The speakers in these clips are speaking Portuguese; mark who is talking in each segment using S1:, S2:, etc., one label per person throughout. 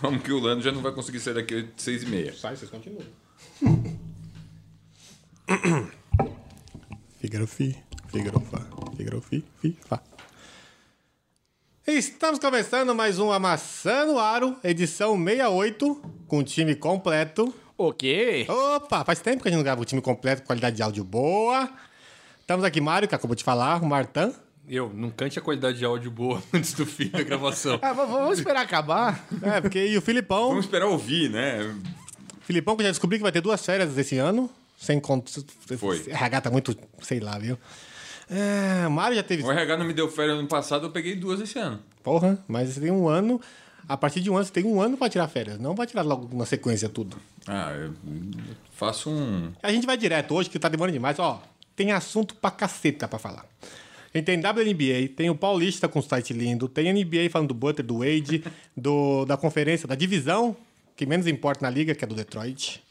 S1: Vamos que o Lando já não vai conseguir sair daqui às seis e meia.
S2: Sai, vocês continuam.
S3: Figaro fi, Figaro fa, Figaro fi, fi fa. Estamos começando mais um Amassando Aro, edição 68, com o time completo.
S4: O quê?
S3: Opa, faz tempo que a gente não grava o time completo, qualidade de áudio boa. Estamos aqui, Mário, que acabou de falar, o Martan.
S4: Eu, não cante a qualidade de áudio boa antes do fim da gravação.
S2: Ah, v- v- vamos esperar acabar?
S3: É, porque e o Filipão.
S1: Vamos esperar ouvir, né?
S3: Filipão, que eu já descobri que vai ter duas férias esse ano. Sem conto.
S1: Foi.
S3: RH tá muito, sei lá, viu? É, Mário já teve.
S1: O RH não me deu férias ano passado, eu peguei duas esse ano.
S3: Porra, mas você tem um ano. A partir de um ano, você tem um ano pra tirar férias. Não pra tirar logo na sequência tudo.
S1: Ah, eu faço um.
S3: A gente vai direto hoje, que tá demorando demais. Ó, tem assunto pra caceta pra falar. A gente tem WNBA, tem o Paulista com um site lindo, tem NBA falando do Butter, do Wade, do, da conferência, da divisão, que menos importa na liga, que é do Detroit.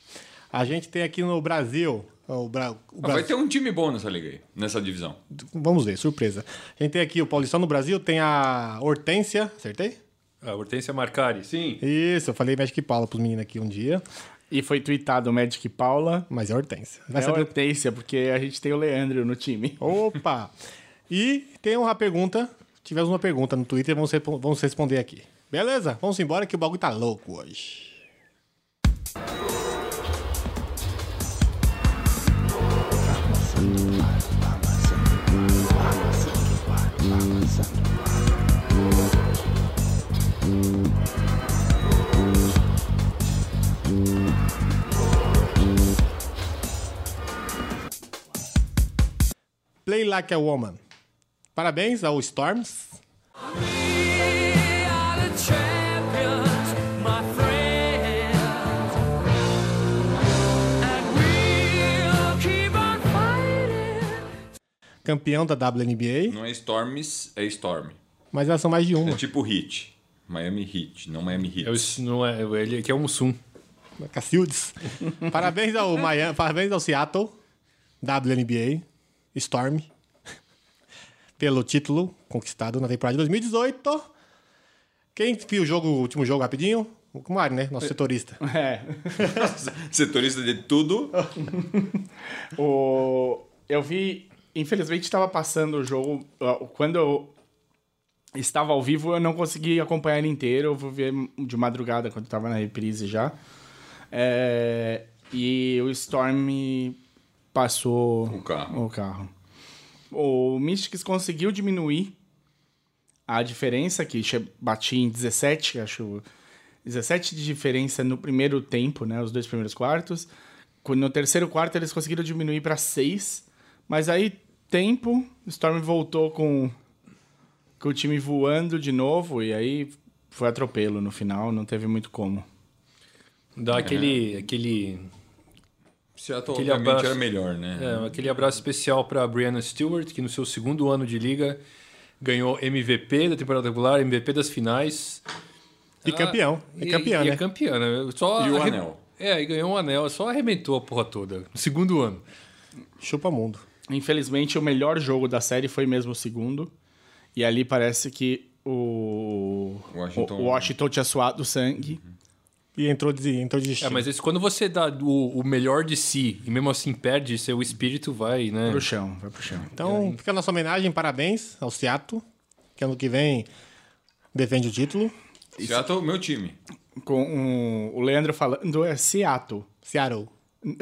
S3: A gente tem aqui no Brasil. O Bra- o
S1: Ah, vai
S3: Brasil
S1: ter um time bom nessa liga aí, nessa divisão.
S3: Vamos ver, surpresa. A gente tem aqui o Paulistão no Brasil, tem a Hortência, acertei?
S4: A Hortência Marcari, sim.
S3: Isso, eu falei Magic Paula pros meninos aqui um dia,
S2: E foi tweetado o Magic Paula.
S3: mas é a Hortência. Vai
S2: Vai é
S3: saber-
S2: Hortência, porque a gente tem o Leandro no time.
S3: Opa! E tem uma pergunta. Tivemos uma pergunta no Twitter, vamos, repo- vamos responder aqui. Beleza? Vamos embora que o bagulho tá louco hoje. Play Like a Woman. Parabéns ao Storms. Campeão da WNBA,
S1: Não é Storms, é Storm.
S3: mas elas são mais de um.
S1: É
S3: uma.
S1: tipo Hit. Miami Heat, não Miami Heat.
S4: É o, s- não é, ele aqui é o Mussum.
S3: é Cacildes. Parabéns ao Miami, parabéns ao Seattle, WNBA, Storm, pelo título conquistado na temporada de 2018. Quem viu o jogo, o último jogo rapidinho? O Mário, né? Nosso setorista.
S2: É.
S1: Setorista de tudo.
S2: O... Eu vi, infelizmente estava passando o jogo. ó, Quando eu estava ao vivo, eu não consegui acompanhar ele inteiro. Eu vou ver de madrugada, quando estava na reprise já. É, E o Storm passou
S1: O carro.
S2: o carro. O Mystics conseguiu diminuir a diferença, que che- batia em 17, acho. 17 de diferença no primeiro tempo, né? Os dois primeiros quartos. Quando- No terceiro quarto eles conseguiram diminuir para 6. Mas aí, tempo, Storm voltou com, com o time voando de novo. E aí foi atropelo no final, não teve muito como.
S4: Dá aquele, aquele,
S1: Seattle
S4: Aquele
S1: obviamente
S4: abraço.
S1: era melhor, né?
S4: é, aquele abraço especial para Brianna Stewart, que no seu segundo ano de liga ganhou MVP da temporada regular, MVP das finais.
S3: E
S4: Ah,
S3: campeão. É campeão,
S4: e
S3: né?
S4: É campeã, né? Só
S1: E o
S4: arre-
S1: anel.
S4: É, e ganhou um anel, só arrebentou a porra toda. No segundo ano.
S3: Chupa mundo.
S2: Infelizmente, o melhor jogo da série foi mesmo o segundo. E ali parece que o
S1: Washington-
S2: o Washington tinha suado sangue.
S3: E entrou de, entrou de
S4: É,
S3: destino.
S4: mas esse, quando você dá o, o melhor de si e mesmo assim perde, seu espírito vai, né?
S2: Pro chão, vai pro chão.
S3: Então, fica a nossa homenagem, parabéns ao Seattle, que ano que vem defende o título.
S4: É.
S1: Seattle, meu time.
S2: Com um- o Leandro falando, é Seattle.
S3: Seattle.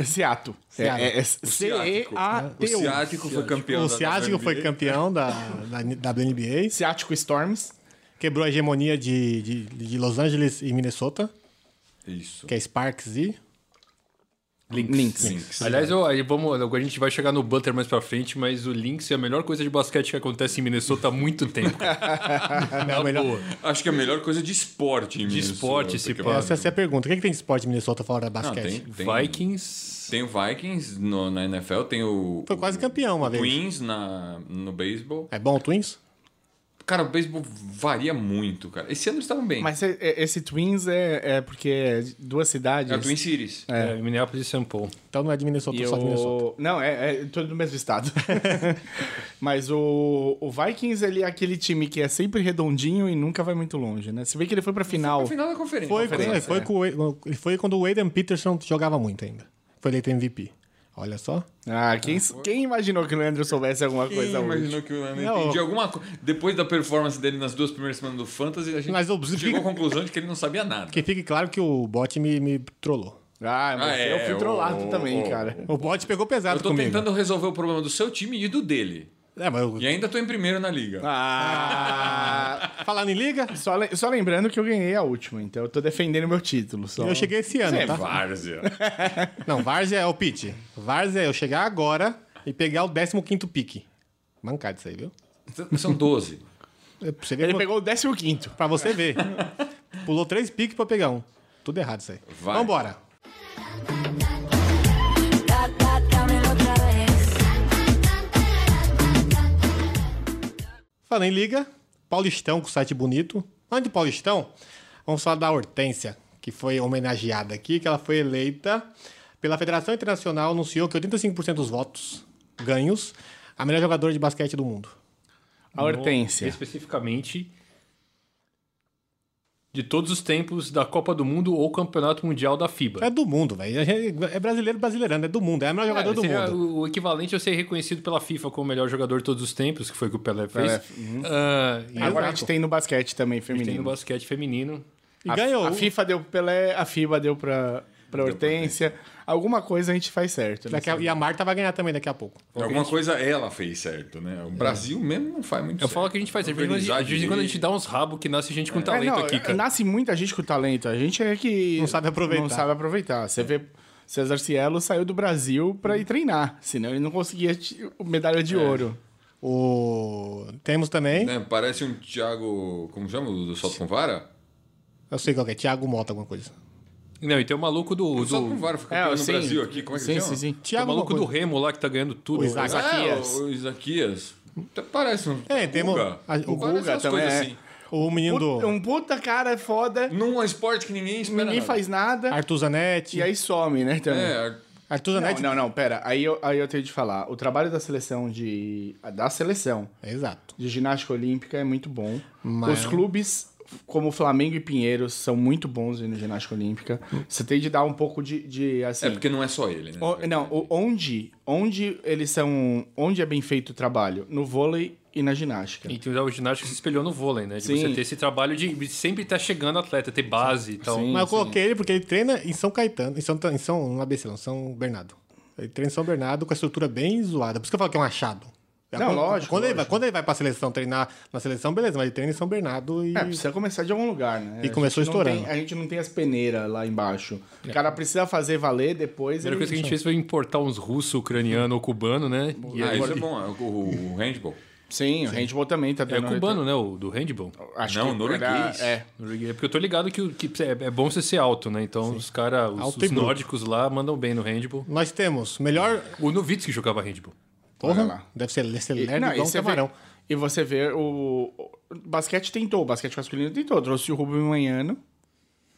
S2: Seattle. É,
S3: Seattle.
S2: é, é
S1: ciático. O
S2: C-E-A-T-U.
S1: Seattle foi campeão.
S3: um O
S1: da
S3: Seattle
S1: WNBA.
S3: foi campeão da, da WNBA,
S2: Seattle Storms.
S3: quebrou a hegemonia de, de, de Los Angeles e Minnesota,
S1: Isso.
S3: que é Sparks e...
S2: Links.
S1: Lynx.
S4: Aliás, eu, aí vamos, a gente vai chegar no Butter mais pra frente, mas o Lynx é a melhor coisa de basquete que acontece em Minnesota há muito tempo.
S1: Ah,
S3: Não, é o melhor.
S4: Boa.
S1: Acho que é a melhor coisa de esporte, assim, em
S4: De
S1: Minnesota,
S4: esporte, esse
S1: que-
S4: pá.
S3: Essa, essa é a pergunta. O que, é que tem de esporte em Minnesota fora da
S1: Não,
S3: basquete?
S1: tem, tem,
S4: Vikings.
S1: Tem o Vikings no- na NFL, tem o.
S3: Foi quase
S1: o
S3: campeão uma vez.
S1: Twins na, no beisebol.
S3: É bom o Twins?
S1: Cara, o beisebol varia muito, cara. Esse ano eles estavam bem.
S2: Mas é- é- esse Twins é, é porque é de duas cidades.
S1: É o Twin Series.
S4: É, Minneapolis e St. Paul.
S3: Então não é de Minnesota,
S2: E
S3: só de Minnesota.
S2: o... Não, é, é tudo do mesmo estado. Mas o, o Vikings, ele é aquele time que é sempre redondinho e nunca vai muito longe, né? Se vê que ele foi pra final.
S1: No final da conferência.
S3: Foi,
S1: Conferência,
S3: foi, foi,
S1: é.
S3: com o Wa- ele foi quando o Aiden Peterson jogava muito ainda. Foi eleito MVP. Olha só.
S2: Ah, quem, quem imaginou que o Leandro soubesse alguma
S1: Quem
S2: coisa hoje?
S1: imaginou que o Leandro
S3: Não.
S1: entendia alguma coisa? Depois da performance dele nas duas primeiras semanas do Fantasy, a gente
S3: Mas eu-
S1: chegou à conclusão de que ele não sabia nada.
S3: Que fique claro que o bot me, me trollou.
S2: Ah, mas
S1: Ah, é,
S2: eu fui trollado
S1: o-
S2: também,
S1: o-
S2: cara.
S3: O bot pegou
S1: Eu
S3: pesado
S1: tô
S3: comigo.
S1: tentando resolver o problema do seu time e do dele.
S3: É, mas eu-
S1: E ainda tô em primeiro na liga.
S2: Ah...
S3: Falando em liga,
S2: só, le- só lembrando que eu ganhei a última, então eu tô defendendo meu título. Só...
S3: eu cheguei esse ano,
S1: é
S3: tá?
S1: várzea.
S3: Não, Várzea é o pitch. Várzea é eu chegar agora e pegar o 15º pique. Mancado isso aí, viu?
S1: São 12.
S3: É pra você ver
S2: Ele
S3: como-
S2: pegou o 15º.
S3: Pra você ver. Pulou três piques pra pegar um. Tudo errado isso aí.
S1: Vai.
S3: Vambora.
S5: Da, da, dámelo otra vez.
S3: Falando em liga, Paulistão com site bonito. Antes do Paulistão, vamos falar da Hortência, que foi homenageada aqui, que ela foi eleita pela Federação Internacional, anunciou que 85% dos votos ganhos, a melhor jogadora de basquete do mundo.
S2: A Hortência.
S4: Especificamente de todos os tempos da Copa do Mundo ou Campeonato Mundial da FIBA.
S3: É do mundo, velho. A gente- É brasileiro brasileirano, é do mundo. É a melhor jogadora do
S4: seria
S3: mundo.
S4: O, o equivalente a ser reconhecido pela FIFA como o melhor jogador de todos os tempos, que foi o que o Pelé fez. Ah, e
S2: Agora a
S3: Exato.
S2: gente tem no basquete também,
S4: tem no
S2: feminino.
S4: basquete feminino.
S3: E
S2: A-
S3: ganhou.
S2: A FIFA deu pro Pelé, a FIBA deu pra, pra Hortência. Alguma coisa a gente faz certo. Né?
S3: Daqui a- E a Marta vai ganhar também daqui a pouco.
S1: Alguma coisa ela fez certo, né?
S2: É.
S1: O Brasil mesmo não faz muito
S4: Eu
S1: certo.
S4: falo que a gente faz. De vez em quando a
S1: Organizar
S4: gente- de vez em quando a gente dá uns rabos que nasce gente com
S2: É,
S4: talento
S2: não,
S4: aqui, cara.
S2: Nasce muita gente com talento. A gente é que.
S3: Não sabe aproveitar.
S2: Não sabe aproveitar. Você vê. César Cielo saiu do Brasil pra ir treinar, senão ele não conseguia ti- medalha
S1: É.
S2: de ouro.
S3: O... Temos também.
S1: Né? Parece um Thiago. Como chama? O do Salto com Vara?
S3: Eu sei qual que é, Thiago Mota, alguma coisa.
S4: Não, e tem o maluco do.
S1: O Salto com
S4: do
S1: Vara
S3: É,
S1: fica aqui no
S3: assim,
S2: sim.
S1: Brasil aqui. Como é que
S2: sim,
S1: chama?
S2: sim, sim.
S4: tem o
S3: Thiago
S4: maluco
S3: alguma
S4: do
S3: coisa.
S4: Remo lá que tá ganhando tudo.
S3: O Isaac.
S2: Isaquias.
S1: É, o Isaquias. Até Parece um.
S3: É, tem mo-
S1: Guga.
S3: a- o
S1: Parece
S2: Guga
S1: umas
S2: também
S1: coisas
S2: é.
S1: Assim.
S3: O menino
S2: Puta-
S3: do
S2: um puta cara foda,
S1: Num esporte que ninguém espera.
S2: ninguém
S1: nada.
S2: faz nada,
S3: Arthur Zanetti.
S2: e aí some, né? Também.
S1: É,
S3: Arthur
S2: Não,
S3: Zanetti.
S2: não, não, pera. Aí eu, aí eu tenho de falar. O trabalho da seleção de. Da seleção
S3: Exato.
S2: de ginástica olímpica é muito bom.
S3: Mas-
S2: Os clubes, como Flamengo e Pinheiros, são muito bons na ginástica olímpica. Você tem de dar um pouco de. de, assim,
S1: é porque não é só ele, né?
S2: o- não, o- onde, onde eles são. Onde é bem feito o trabalho? No vôlei e na ginástica.
S4: E tem o ginástica que se espelhou no vôlei, né? De
S2: Sim.
S4: você ter esse trabalho de sempre estar chegando atleta, ter base e tal.
S2: Sim.
S3: Mas eu coloquei ele porque ele treina em São Caetano, em São, em São, não é ABC, não, São Bernardo. Ele treina em São Bernardo com a estrutura bem zoada. Por isso que eu falo que é um achado. É
S2: Não,
S3: quando,
S2: lógico,
S3: Quando ele, vai,
S2: lógico.
S3: quando ele vai pra seleção treinar na seleção, beleza, mas ele treina em São Bernardo e.
S2: É, precisa começar de algum lugar, né?
S3: E
S2: A
S3: começou
S2: gente não
S3: estourando.
S2: tem- a gente não tem as peneiras lá embaixo. O cara precisa fazer valer depois.
S4: A É. primeira
S2: ele-
S4: coisa que a gente fez foi importar uns russos, ucraniano ou cubano, né? E
S1: Ah,
S4: aí-
S1: isso é bom. O, o- o handball.
S2: Sim, o handball também tá
S4: é
S2: dando.
S4: cubano, né? O do handball.
S2: Acho
S1: Não,
S2: que
S1: norueguês.
S2: era- É,
S4: É porque eu tô ligado que, o- que é, é bom você ser alto, né? Então os caras, os,
S3: Alto e
S4: os
S3: bruto.
S4: nórdicos lá mandam bem no handball.
S3: Nós temos melhor.
S4: O Novitsky jogava handball.
S3: Porra,
S2: lá.
S3: deve ser
S2: E-
S3: excelente
S2: não, e
S3: igual um
S2: você vê-
S3: camarão.
S2: e você vê o, o basquete tentou, o basquete masculino tentou, trouxe o Rubem Manhano,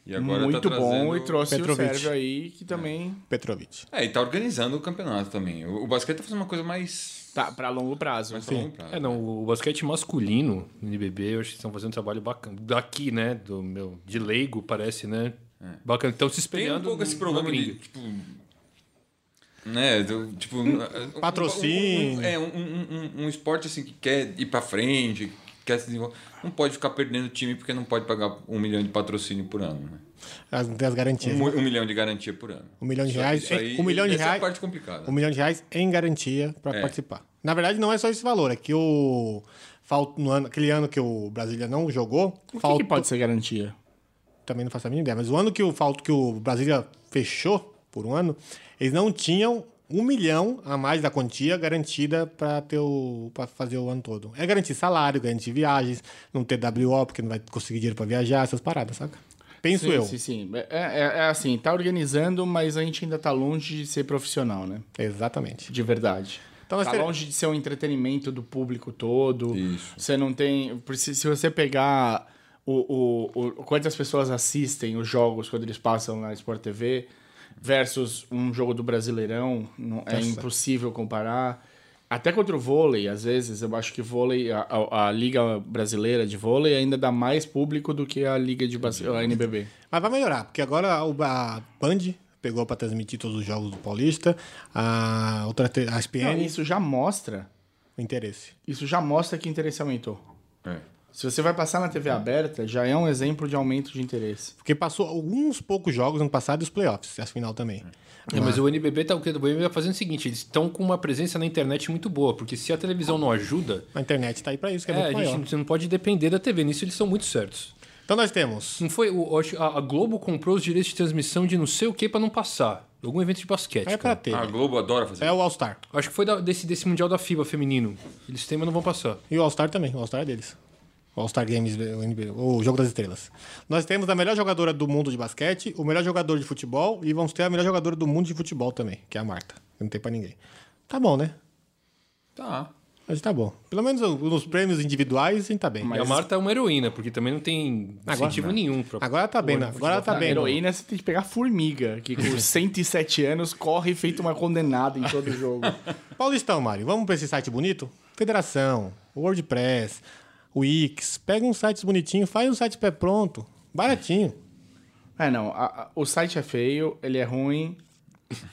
S1: E agora
S2: muito
S1: tá trazendo...
S2: bom, e trouxe
S3: Petrovic.
S2: o Sérgio aí, que também
S3: Petrovic.
S1: É, e tá organizando o campeonato também. O, o basquete tá fazendo uma coisa mais.
S2: tá para longo prazo.
S1: mais
S2: Então,
S1: pra longo prazo.
S4: É, não, o basquete masculino no NBB, eu acho que estão fazendo um trabalho bacana. Daqui, né? Do meu, de leigo, parece, né? Bacana. Então se
S1: É. Tem
S4: espelhando.
S1: um pouco esse
S4: na
S1: problema de,
S4: gringa.
S1: tipo. Né? do- tipo. um-
S3: Patrocínio.
S1: um- um- é, um, um- um- um esporte assim que quer ir pra frente, que quer se desenvolver. Não pode ficar perdendo time porque não pode pagar um milhão de patrocínio por ano, né?
S3: As, das garantias.
S1: Um,
S3: né?
S1: mi- um milhão de garantia por ano.
S3: Um milhão de
S1: Isso-
S3: reais,
S1: isso aí-
S3: um milhão de
S1: essa é a
S3: reais-
S1: parte complicada.
S3: Um milhão de reais em garantia para
S1: É.
S3: participar. Na verdade, não é só esse valor, é que o. Falta, no ano, aquele ano que o Brasília não jogou,
S2: o que, que
S3: faltou-
S2: pode ser garantia?
S3: também não faço a mínima ideia, mas o ano que o falto que o Brasília fechou por um ano, eles não tinham um milhão a mais da quantia garantida para ter o para fazer o ano todo. É garantir salário, garantir viagens, não ter WO porque não vai conseguir dinheiro para viajar, essas paradas, saca? Penso
S2: sim,
S3: eu.
S2: sim, sim. É, é- é assim, tá organizando, mas a gente ainda tá longe de ser profissional, né?
S3: Exatamente.
S2: De verdade.
S3: Então nós
S2: Tá
S3: teremos-
S2: longe de ser um entretenimento do público todo.
S1: Isso.
S2: Você não tem. por Se se você pegar o, o, o- quantas pessoas assistem os jogos quando eles passam na Sport TV versus um jogo do Brasileirão, não- é impossível comparar. Até contra o vôlei, às vezes, eu acho que vôlei, a, a- a Liga Brasileira de Vôlei ainda dá mais público do que a Liga de Bas- a NBB.
S3: Mas vai melhorar, porque agora o- a Band pegou pra transmitir todos os jogos do Paulista, a outra te- a
S2: Não,
S3: SPN,
S2: isso já mostra.
S3: o interesse.
S2: Isso já mostra que interesse aumentou.
S1: É.
S2: Se você vai passar na TV aberta, já é um exemplo de aumento de interesse.
S3: Porque passou alguns poucos jogos ano passado e os playoffs, e as final também.
S4: É, mas o NBB tá, o NBB tá fazendo o seguinte, eles estão com uma presença na internet muito boa, porque se a televisão não ajuda,
S3: A internet tá aí pra isso, que é,
S4: é, a
S3: muito
S4: gente
S3: maior.
S4: não- você não pode depender da TV, nisso eles são muito certos.
S3: Então nós temos.
S4: Não foi o acho- a, a Globo comprou os direitos de transmissão de não sei o que pra não passar, algum evento de basquete.
S3: É pra
S4: cara.
S3: ter.
S1: A Globo adora fazer
S3: É o All-Star.
S4: Acho que foi da- desse, desse mundial da FIBA feminino. Eles têm, mas não vão passar.
S3: E o All-Star também, o All-Star é deles. O All-Star Games, o, NBA, o Jogo das Estrelas. Nós temos a melhor jogadora do mundo de basquete, o melhor jogador de futebol e vamos ter a melhor jogadora do mundo de futebol também, que é a Marta. Não tem pra ninguém. Tá bom, né?
S1: Tá.
S3: Mas tá bom. Pelo menos o- nos prêmios individuais a gente tá bem.
S4: E a Marta é uma heroína, porque também não tem
S3: Agora
S4: incentivo nenhum pra.
S3: Agora tá bem, né? Agora ela tá
S2: A
S3: bem. mano.
S2: heroína você tem que pegar formiga, que com 107 anos corre feito uma condenada em todo jogo.
S3: Paulistão, Mário, vamos pra esse site bonito? Federação, WordPress, Wix. Pega uns sites bonitinhos, faz um site pé pronto. Baratinho.
S2: É, não. a- a- o site é feio, ele é ruim,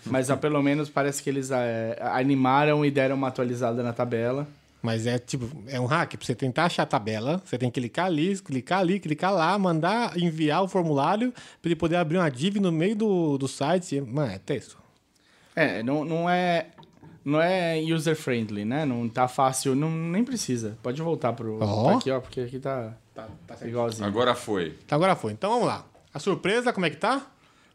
S2: mas ah, pelo menos parece que eles é, animaram e deram uma atualizada na tabela.
S3: Mas é tipo, é um hack. Pra você tentar achar a tabela, você tem que clicar ali, clicar ali, clicar lá, mandar enviar o formulário pra ele poder abrir uma div no meio do, do site. Mano, é texto.
S2: É, não, não é. Não é user-friendly, né? Não tá fácil, não, nem precisa. Pode voltar pro.
S3: Ó.
S2: voltar aqui, ó, porque aqui tá, igualzinho.
S1: Agora foi.
S3: Então agora foi. Então vamos lá. A surpresa, como é que tá?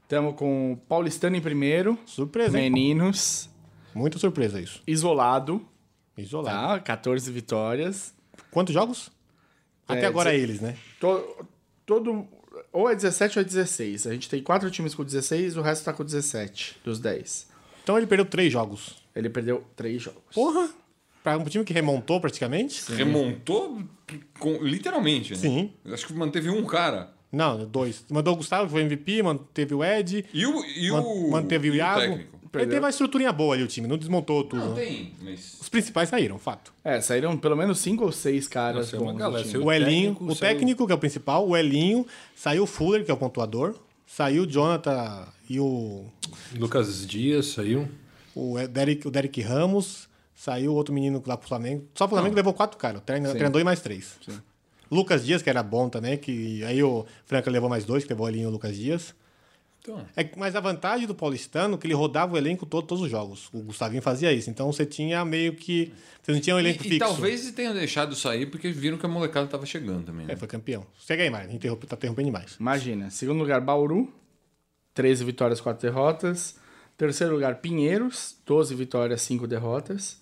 S2: Tamo com o Paulistano em primeiro,
S3: Surpresa, hein?
S2: Meninos,
S3: Muita surpresa isso.
S2: Isolado,
S3: Isolado.
S2: tá? 14 vitórias.
S3: Quantos jogos? Até
S2: É,
S3: agora
S2: dezen-
S3: eles, né?
S2: To- todo. Ou é 17 ou é 16. A gente tem quatro times com 16, o resto tá com 17 dos 10.
S3: Então ele perdeu três jogos.
S2: Ele perdeu três jogos.
S3: Porra! Pra um time que remontou praticamente?
S1: Remontou com- literalmente, né?
S3: Sim.
S1: Acho que manteve um cara.
S3: Não, dois. Mandou o Gustavo, que foi MVP, manteve o Ed,
S1: E o. E
S3: man-
S1: o
S3: manteve o
S1: e
S3: Iago.
S1: técnico.
S3: Ele teve uma estruturinha boa ali, o time. Não desmontou tudo.
S1: Não
S3: né?
S1: tem, mas.
S3: Os principais saíram, fato.
S2: É, saíram pelo menos cinco ou seis caras
S4: Nossa, é uma
S2: bons. do
S4: galera,
S2: time.
S4: saiu-
S3: O Elinho,
S4: técnico
S3: o
S4: saiu-
S3: técnico, que é o principal, o Elinho, saiu o Fuller, que é o pontuador, saiu o Jonathan e o,
S4: Lucas Dias saiu.
S3: o Derek, o Derek Ramos, saiu outro menino lá pro Flamengo. Só o Flamengo levou quatro caras, treina- treinou e mais três. Lucas Dias, que era bom também, que aí o Franca levou mais dois, que levou o Elinho e o Lucas Dias.
S1: Então.
S3: É, que- mas a vantagem do paulistano é que ele rodava o elenco todo, todos os jogos. O Gustavinho fazia isso. Então você tinha meio que. Você não tinha um
S1: E,
S3: elenco
S1: e
S3: fixo.
S1: talvez tenham deixado sair porque viram que a molecada tava chegando também. né?
S3: É, foi campeão. Segue aí, Mário. Interrompe, tá interrompendo demais.
S2: Imagina. Segundo lugar, Bauru. 13 vitórias, 4 derrotas. Terceiro lugar, Pinheiros. 12 vitórias, 5 derrotas.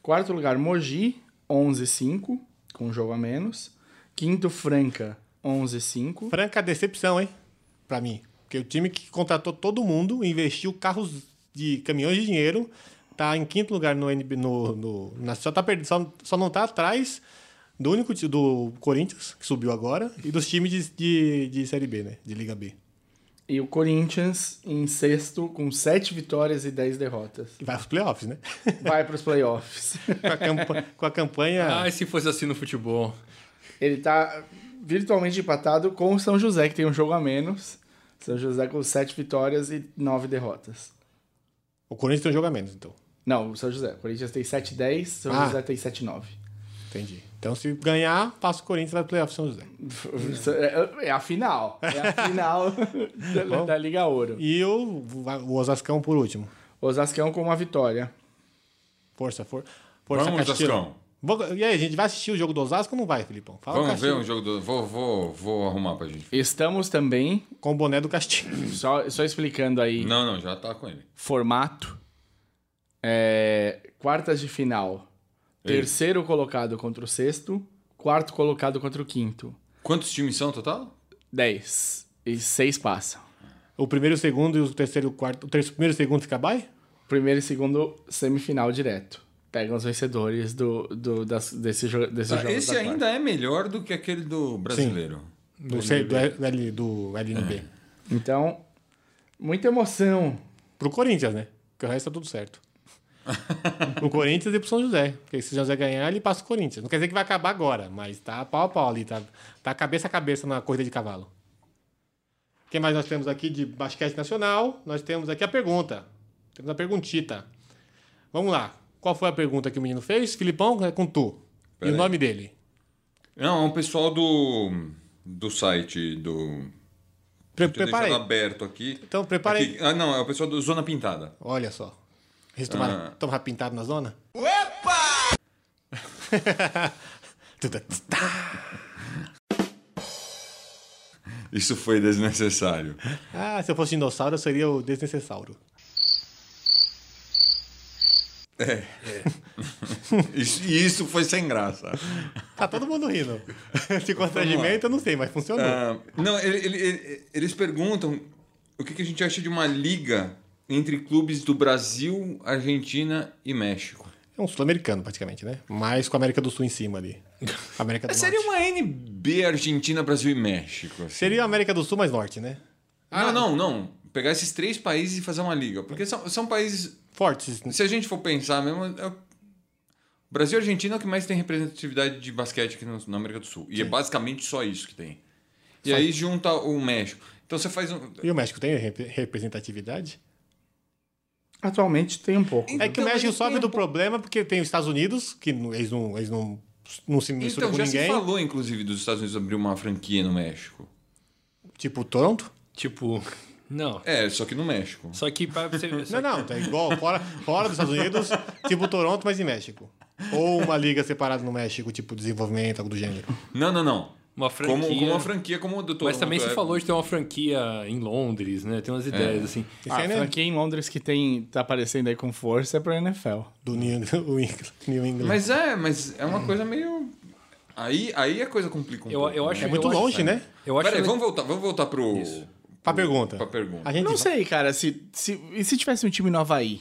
S2: Quarto lugar, Mogi. 11 5, com um jogo a menos. Quinto, Franca. 11 5.
S3: Franca decepção, hein? Pra mim. Porque o time que contratou todo mundo, investiu carros de caminhões de dinheiro, tá em quinto lugar no NB, no, no- na- só, tá perdendo, só, só não tá atrás do único ti- do Corinthians, que subiu agora, e dos times de, de, de Série B, né? De Liga B.
S2: E o Corinthians em sexto, com sete vitórias e dez derrotas.
S3: E vai pros playoffs, né?
S2: Vai para os playoffs.
S3: com, a campa- com a campanha.
S4: Ah, se fosse assim no futebol.
S2: Ele tá virtualmente empatado com o São José, que tem um jogo a menos. São José com sete vitórias e nove derrotas.
S3: O Corinthians tem um jogo a menos, então.
S2: Não, o São José. O Corinthians tem 7-10, São
S3: Ah.
S2: José tem 7-9.
S3: Entendi. Então, se ganhar, passa o Corinthians e vai pro playoff São José.
S2: É a final. É a final da, da Liga Ouro.
S3: E o, o Osascão por último.
S2: Osascão com uma vitória.
S3: Força, for, força.
S1: Vamos,
S3: Castilho.
S1: Osascão.
S3: Vou- E aí, a gente vai assistir o jogo do Osasco ou não vai, Filipão? Fala
S1: Vamos ver
S3: Castilho.
S1: um jogo do. Vou, vou, vou arrumar pra gente.
S2: Estamos também,
S3: Com o boné do Castilho.
S2: só, só explicando aí.
S1: Não, não, já tá com ele.
S2: formato. É, quartas de final.
S1: Ei.
S2: Terceiro colocado contra o sexto. Quarto colocado contra o quinto.
S1: Quantos times são total?
S2: 10. E seis passam.
S3: O primeiro, o segundo e o terceiro, o quarto. O terceiro, o primeiro e o segundo fica bye?
S2: Primeiro e segundo semifinal direto. pegam os vencedores do, do, das, desse, jo
S3: Tá
S2: desse
S1: Ah,
S2: jogo.
S1: Esse
S2: da
S1: ainda é melhor do que aquele do brasileiro.
S3: Do, C- do, L- do LNB.
S2: quarta. Então, muita emoção.
S3: Pro Corinthians, né? Porque o resto tá tudo certo. o Corinthians e pro São José. Porque se o São José ganhar, ele passa o Corinthians. Não quer dizer que vai acabar agora, mas tá pau a pau ali. Tá, tá cabeça a cabeça na corrida de cavalo. O que mais nós temos aqui de basquete nacional? Nós temos aqui a pergunta. Temos a perguntita. Vamos lá. Qual foi a pergunta que o menino fez? Filipão, é com tu. e o
S1: aí.
S3: nome dele?
S1: Não, é um pessoal do. do site do.
S3: Pre
S1: Deixa eu
S3: prepara aí.
S1: deixar aberto aqui.
S3: Então, prepara aí.
S1: Aqui- Ah, não, é o pessoal do Zona Pintada.
S3: Olha só. Eles tomaram,
S1: Ah.
S3: tomaram pintado na zona? Opa!
S1: Isso foi desnecessário.
S3: ah, se eu fosse dinossauro, eu seria o desnecessauro.
S1: Isso, e isso foi sem graça.
S3: Tá todo mundo rindo. De constrangimento, eu não sei, mas funcionou.
S1: Ah, não, ele- ele- ele- eles perguntam o que, que a gente acha de uma liga entre clubes do Brasil, Argentina e México.
S3: É um sul-americano, praticamente, né? Mas com a América do Sul em cima ali. América do
S1: É, Seria
S3: Norte.
S1: uma NB Argentina, Brasil e México. assim.
S3: Seria a América do Sul mais norte, né?
S1: Ah, não, não, não. Pegar esses três países e fazer uma liga. Porque são, são países.
S3: Fortes.
S1: Se a gente for pensar mesmo. é o- Brasil e Argentina é o que mais tem representatividade de basquete aqui no- na América do Sul. E é basicamente só isso que tem. E aí junta o México. Então você faz um.
S3: E o México tem rep- representatividade?
S2: Atualmente tem um pouco.
S3: É que
S1: Então,
S3: o México
S1: eles
S3: sofre
S1: têm
S3: do
S1: um
S3: problema porque tem os Estados Unidos, que não- eles não, eles não, não se misturam
S1: Então,
S3: com
S1: já se
S3: ninguém.
S1: falou, inclusive, dos Estados Unidos abrir uma franquia no México.
S3: Tipo Toronto.
S4: Tipo, não.
S1: É, só que no México.
S4: Só que pra você. só
S3: Não, não, tá igual fora, fora dos Estados Unidos, tipo Toronto, mas em México. Ou uma liga separada no México, tipo desenvolvimento, algo do gênero.
S1: Não, não, não.
S4: Uma franquia.
S1: Como, como uma franquia, como o doutor.
S4: Mas também se
S1: é.
S4: falou de ter uma franquia em Londres, né? Tem umas ideias, assim.
S3: Esse
S2: Ah,
S3: aí,
S2: a
S3: né?
S2: franquia em Londres que tem, tá aparecendo aí com força é pra NFL.
S3: Do New England. o Eng- New England.
S1: Mas é, mas é uma coisa meio. Aí, aí a coisa complica um
S4: Eu,
S1: pouco.
S4: eu acho
S3: é muito
S4: eu acho-
S3: longe, né?
S4: Eu acho
S1: Peraí,
S4: le-
S1: vamos voltar, vamos voltar pro.
S3: Pra pergunta.
S1: Pra pergunta.
S3: A gente
S2: Não
S3: vai-
S2: sei, cara, se, se, e se tivesse um time no Havaí?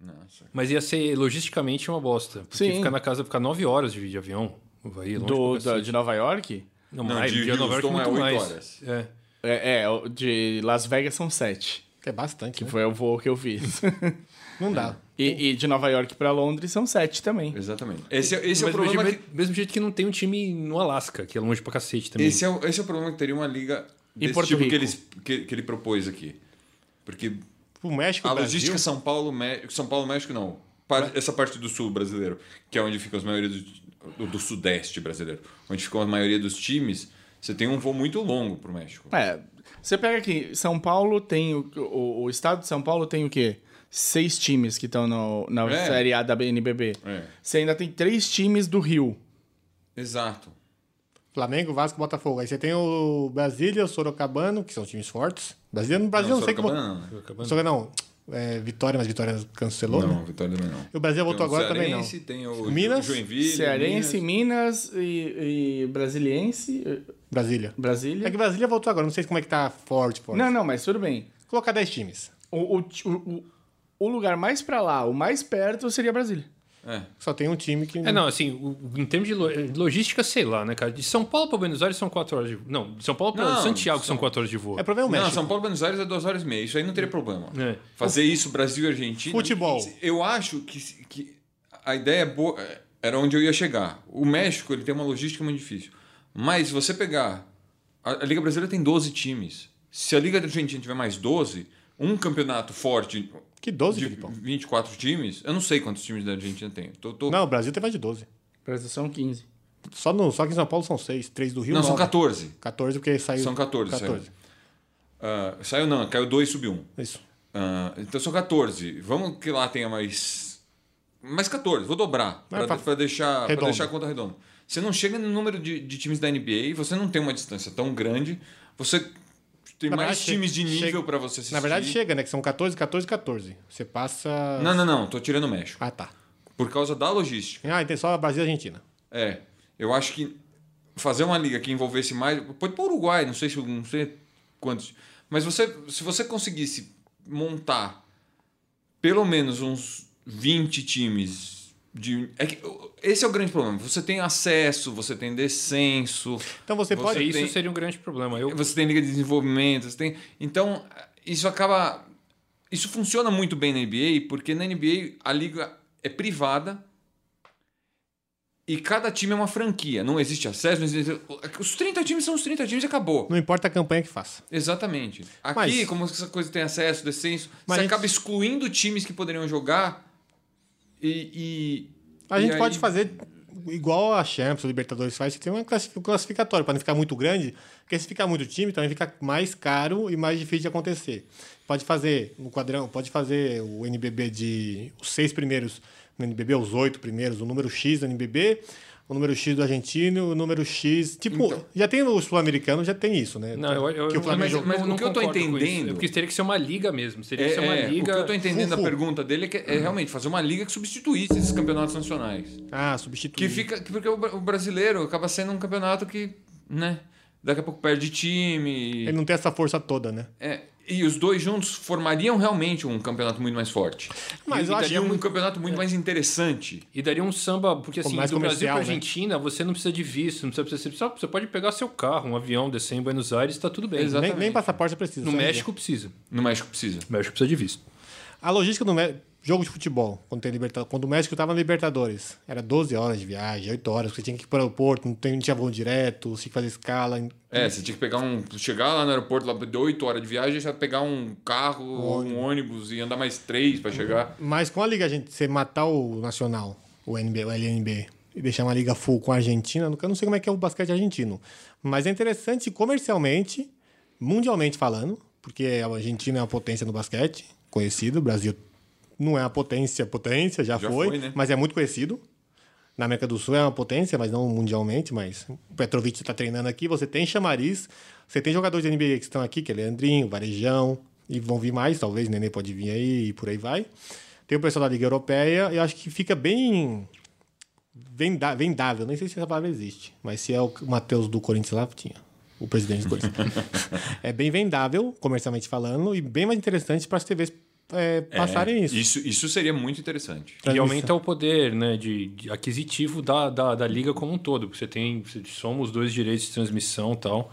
S1: Nossa.
S4: Mas ia ser logisticamente uma bosta. Porque
S2: Sim.
S4: ficar na casa, ficar 9 horas de, de avião. Vai longe
S2: Do,
S4: pra
S2: da-
S4: cacete.
S2: de Nova York?
S4: Não,
S1: Não,
S4: mas
S1: de
S4: de, Nova York
S1: Houston
S4: muito
S1: é oito
S4: mais.
S1: horas.
S4: É.
S2: É, é, o de Las Vegas são sete.
S3: É bastante.
S2: Que
S3: né?
S2: foi o voo que eu fiz.
S3: Não dá.
S2: e, e de Nova York pra Londres são sete também.
S1: Exatamente. Esse, é- esse é o
S4: Mas do
S1: problema.
S4: mesmo,
S1: Que,
S4: mesmo jeito que não tem um time no Alasca, que é longe pra cacete também.
S1: esse, é o, esse é o problema que teria uma liga desse
S2: Porto
S1: tipo
S2: Rico?
S1: que ele, que, que ele propôs aqui. Porque
S3: O México,
S1: a
S3: o Brasil,
S1: logística São Paulo, Mé- São Paulo, México, não. Par- Essa parte do sul brasileiro, que é onde ficam as maioria do, do- do sudeste brasileiro, onde ficam a maioria dos times, você tem um voo muito longo pro México.
S2: É, você pega aqui, São Paulo tem o, o, o estado de São Paulo tem o quê? Seis times que estão no- na
S1: É.
S2: Série A da NBB.
S1: É.
S2: Você ainda tem três times do Rio.
S1: Exato.
S3: Flamengo, Vasco, Botafogo. Aí você tem o Brasília, o Sorocabano, que são times fortes. Brasília, no Brasil, eu não sei como.
S1: Sorocabana, não.
S3: Sorocabana não. É, Vitória, mas Vitória cancelou, né?
S1: Não, Vitória também não.
S3: E o Brasil voltou
S1: Tem o
S3: agora também não.
S1: Cearense, Tem o
S3: Minas,
S1: Minas, Joinville.
S2: Cearense,
S1: Minas.
S2: Minas, e, e Brasiliense, eh,
S3: Brasília.
S2: Brasília.
S3: É que Brasília voltou agora, não sei como é que tá forte, forte.
S2: Não, não, mas tudo bem.
S3: Colocar 10 times.
S2: O, o, ti- o- o- o lugar mais pra lá, o mais perto, seria Brasília.
S1: É.
S3: Só tem um time que.
S4: É, não, assim, o- o- em termos de lo- eh, logística, sei lá, né, cara? De São Paulo pra Buenos Aires são 4 horas de voo. Não, de São Paulo pra
S1: Não,
S4: Santiago
S1: são-
S4: são 4 horas de voo.
S3: É problema o
S1: Não,
S3: México. Hum.
S1: São Paulo Buenos Aires é duas horas e meia. Isso aí não teria problema.
S4: É.
S1: Fazer isso, Brasil e Argentina.
S3: Futebol.
S1: Eu acho que, que a ideia é boa. Era onde eu ia chegar. O México ele tem uma logística muito difícil. Mas se você pegar. A, a Liga Brasileira tem 12 times. Se a Liga Argentina tiver mais 12, um campeonato forte
S3: Que 12,
S1: de
S3: Filipão?
S1: 24 times. Eu não sei quantos times da Argentina tem. Tô- tô-
S3: Não, o Brasil tem mais de 12.
S2: Brasil são 15.
S3: Só, no, só que em São Paulo são 6, 3 do Rio.
S1: não são
S3: nove.
S1: 14.
S3: 14 porque saiu.
S1: São 14,
S3: 14.
S1: saiu. Ah, saiu não, caiu 2 e subiu 1.
S3: Isso.
S1: Ah, então são 14. Vamos que lá tenha mais. Mais 14, vou dobrar.
S3: Mas
S1: Pra,
S3: pra-
S1: pra deixar, pra
S3: Ah, tá. redondo.
S1: deixar a conta redonda. Você não chega no número de, de times da NBA, você não tem uma distância tão grande. Você tem
S3: Na
S1: mais
S3: verdade,
S1: times de
S3: chega-
S1: nível
S3: chega-
S1: pra você assistir.
S3: Na verdade, chega, né? Que são 14, 14, 14. Você passa.
S1: Não, não, não, tô tirando o México.
S3: Ah, tá.
S1: Por causa da logística.
S3: Ah, tem só Brasil e Argentina.
S1: É. Eu acho que fazer uma liga que envolvesse mais. Pode pôr o Uruguai, não sei se não sei quantos. Mas você, se você conseguisse montar pelo menos uns 20 times. De, é que, uh, esse é o grande problema. Você tem acesso, você tem descenso,
S3: Então você,
S1: Você-
S3: pode.
S4: Isso
S1: tem-
S4: seria um grande problema. Eu,
S1: você tem liga de desenvolvimento, você tem. Então, isso acaba. Isso funciona muito bem na NBA, porque na NBA a liga é privada e cada time é uma franquia. Não existe acesso, não existe... Os 30 times são os 30 times e acabou.
S3: Não importa a campanha que faça.
S1: Exatamente. Aqui,
S3: Mas-
S1: como essa coisa tem acesso, descenso,
S3: Mas
S1: você
S3: a gente-
S1: acaba excluindo times que poderiam jogar e. e-
S3: A
S1: e
S3: gente
S1: aí-
S3: pode fazer igual a Champions, o Libertadores faz, que tem uma classi- um classificatório para não ficar muito grande, porque se ficar muito time também fica mais caro e mais difícil de acontecer. Pode fazer no quadrão, pode fazer o NBB de os seis primeiros no NBB, os oito primeiros, o número X do NBB, o número X do argentino, o número X, tipo,
S1: Então.
S3: já tem o sul-americano, já tem isso, né?
S4: não, eu, eu,
S3: que o Flamengo
S1: mas-
S3: jogou.
S1: mas o é que eu tô
S4: concordo com isso.
S1: entendendo-
S4: É porque teria que ser uma liga mesmo. Seria que
S1: É,
S4: ser uma
S1: é,
S4: liga.
S1: O que eu tô entendendo da
S3: Fufu.
S1: pergunta dele é, que
S3: Uhum.
S1: é realmente fazer uma liga que substituísse esses campeonatos nacionais.
S3: Ah, substituir.
S1: Que fica. que- Porque o bra- o brasileiro acaba sendo um campeonato que, né? Daqui a pouco perde time.
S3: Ele não tem essa força toda, né?
S1: É, e os dois juntos formariam realmente um campeonato muito mais forte.
S3: Mas
S1: e
S3: eu acho
S1: daria
S3: que é
S1: um
S3: muito-
S1: campeonato muito mais interessante.
S4: E daria um samba, porque assim,
S3: mais
S4: do Brasil pra
S3: comercial, né?
S4: Argentina, você não precisa de visto, não precisa, precisa só- você pode pegar seu carro, um avião, descer em Buenos Aires, tá tudo bem.
S1: Exato.
S3: Nem,
S1: Exatamente.
S3: nem passaporte precisa.
S4: No
S3: só
S4: México precisa.
S1: No México precisa.
S4: No México precisa de visto.
S3: A logística do Mé- jogo de futebol, quando, tem liberta... quando o México estava na Libertadores, era 12 horas de viagem, 8 horas, você tinha que ir para o aeroporto, não, tem- não tinha voo direto, você tinha que fazer escala. em-
S1: É, você tinha que pegar um. Chegar lá no aeroporto, lá de 8 horas de viagem, já pegar um carro, ou um ônibus e andar mais três pra chegar.
S3: Mas com a liga, a gente, você matar o Nacional, o, NB, o LNB, e deixar uma liga full com a Argentina, eu não sei como é que é o basquete argentino. Mas é interessante comercialmente, mundialmente falando, porque a Argentina é uma potência no basquete, conhecido, o Brasil não é uma potência, potência, já,
S1: Já
S3: foi,
S1: foi, né?
S3: mas é muito conhecido. Na América do Sul é uma potência, mas não mundialmente. Mas o Petrovic está treinando aqui. Você tem chamariz, você tem jogadores de NBA que estão aqui, que é Leandrinho, Varejão, e vão vir mais, talvez. Nenê pode vir aí e por aí vai. Tem o pessoal da Liga Europeia, e eu acho que fica bem venda- vendável. Nem sei se essa palavra existe, mas se é o Matheus do Corinthians lá, tinha. O presidente do Corinthians. é bem vendável, comercialmente falando, e bem mais interessante para as TVs é, passarem isso.
S1: isso. Isso seria muito interessante.
S4: E
S3: Transmissão.
S4: aumenta o poder né, de, de aquisitivo da, da, da liga como um todo, porque você tem. Você soma os dois direitos de transmissão e tal.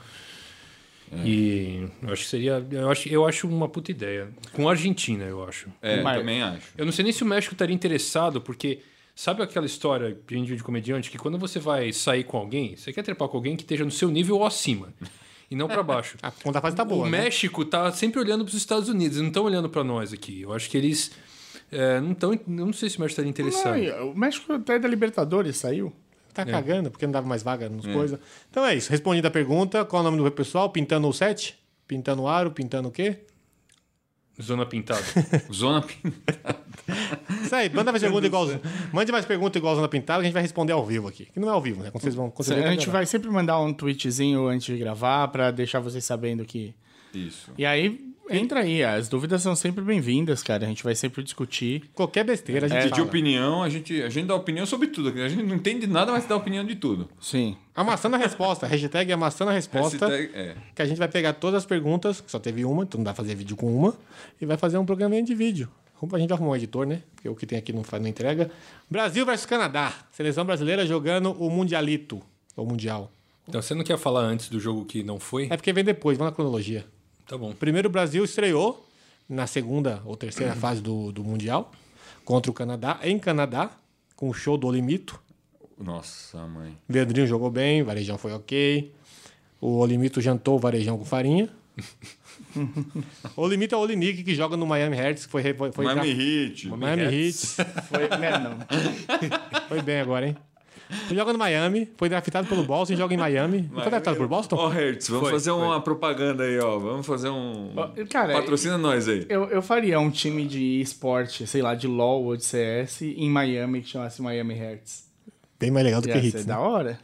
S4: É. E eu acho que seria. Eu acho, eu acho uma puta ideia. Com a Argentina, eu acho.
S1: É,
S2: Mas-
S1: também acho.
S4: Eu não sei nem se o México estaria interessado, porque sabe aquela história de um dia de comediante que quando você vai sair com alguém, você quer trepar com alguém que esteja no seu nível ou acima, e não pra baixo.
S3: Ah, quando a fase tá boa.
S4: o
S3: né?
S4: México tá sempre olhando pros Estados Unidos, eles não estão olhando pra nós aqui. Eu acho que eles é, não estão. Não sei se o México estaria
S2: Não,
S4: interessado.
S2: e o México até é da Libertadores saiu.
S3: Tá cagando, porque não dava mais vaga nas coisas. Então é isso. Respondida a pergunta, qual é o nome do pessoal? Pintando o set? Pintando o aro? Pintando o quê?
S4: Zona pintada.
S1: Zona Pin-
S3: Isso aí, manda mais pergunta igual. Mande mais pergunta igual Zona Pintada, que a gente vai responder ao vivo aqui. Que não é ao vivo, né? Quando vocês vão. Quando vocês
S2: A
S3: vão
S2: gente vai sempre mandar um tweetzinho antes de gravar pra deixar vocês sabendo que.
S1: Isso.
S2: E aí, entra aí. As dúvidas são sempre bem-vindas, cara. A gente vai sempre discutir.
S3: Qualquer besteira a gente
S2: É,
S1: Pedir
S3: fala.
S1: opinião, a gente, a gente dá opinião sobre tudo. aqui. A gente não entende nada, mas dá opinião de tudo.
S2: Sim.
S3: Amassando a resposta. Hashtag amassando a resposta.
S1: Hashtag- é.
S3: Que a gente vai pegar todas as perguntas, que só teve uma, então não dá pra fazer vídeo com uma, e vai fazer um programinha de vídeo. Como a gente arrumar um editor, né? Porque o que tem aqui não, faz, não entrega. Brasil versus Canadá. Seleção brasileira jogando o Mundialito. Ou Mundial.
S4: Então você não quer falar antes do jogo que não foi?
S3: É porque vem depois, vamos na cronologia.
S4: Tá bom.
S3: Primeiro o Brasil estreou na segunda ou terceira
S2: Uhum.
S3: fase do, do Mundial contra o Canadá, em Canadá, com o show do Olimito.
S1: Nossa, mãe.
S3: Leandrinho jogou bem, o Varejão foi ok. O Olimito jantou o Varejão com farinha. o Olimito é o Olinick que joga no Miami Hertz, que foi, re- foi, foi
S1: Miami
S3: dra-
S1: Heat.
S3: Miami Heat.
S2: Foi. Né, não.
S3: Foi bem agora, hein? Ele joga no Miami, foi draftado pelo Boston, joga em Miami. Não foi draftado por Boston?
S1: Ó, Hertz, vamos
S4: Foi,
S1: fazer uma propaganda aí, ó. Vamos fazer um.
S2: Ó, cara,
S1: Patrocina nós aí.
S2: Eu, eu faria um time de esporte, sei lá, de LOL ou de CS em Miami que chamasse Miami Hertz.
S3: Bem mais legal do que
S2: Ia ser
S3: Heat. né?
S2: da hora.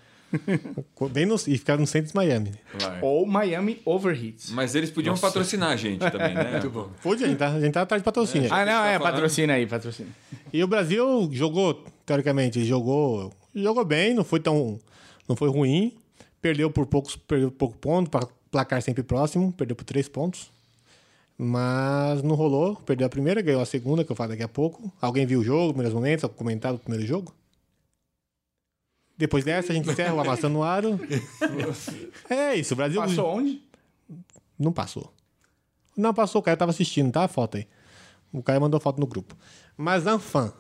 S3: Bem no, e ficaram no centro de Miami.
S1: Vai.
S2: Ou Miami Overheat.
S1: Mas eles podiam patrocinar a gente também, né? Muito bom.
S3: Pode, a gente tá, a gente tá atrás de patrocínio.
S2: Ah, não, é,
S1: falando.
S2: patrocina aí, patrocina.
S3: E o Brasil jogou, teoricamente, ele jogou, jogou bem, não foi tão, não foi ruim. Perdeu por poucos, perdeu por pouco ponto, pa- placar sempre próximo, perdeu por três pontos. Mas não rolou, perdeu a primeira, ganhou a segunda, que eu falo daqui a pouco. Alguém viu o jogo, primeiros momentos, algum comentário do primeiro jogo? Depois dessa, a gente encerra o Amassando no Aro. É isso, o Brasil
S2: Passou onde?
S3: não passou. Não passou, o cara tava assistindo, tá? A foto aí. O cara mandou foto no grupo. Mas Anfan.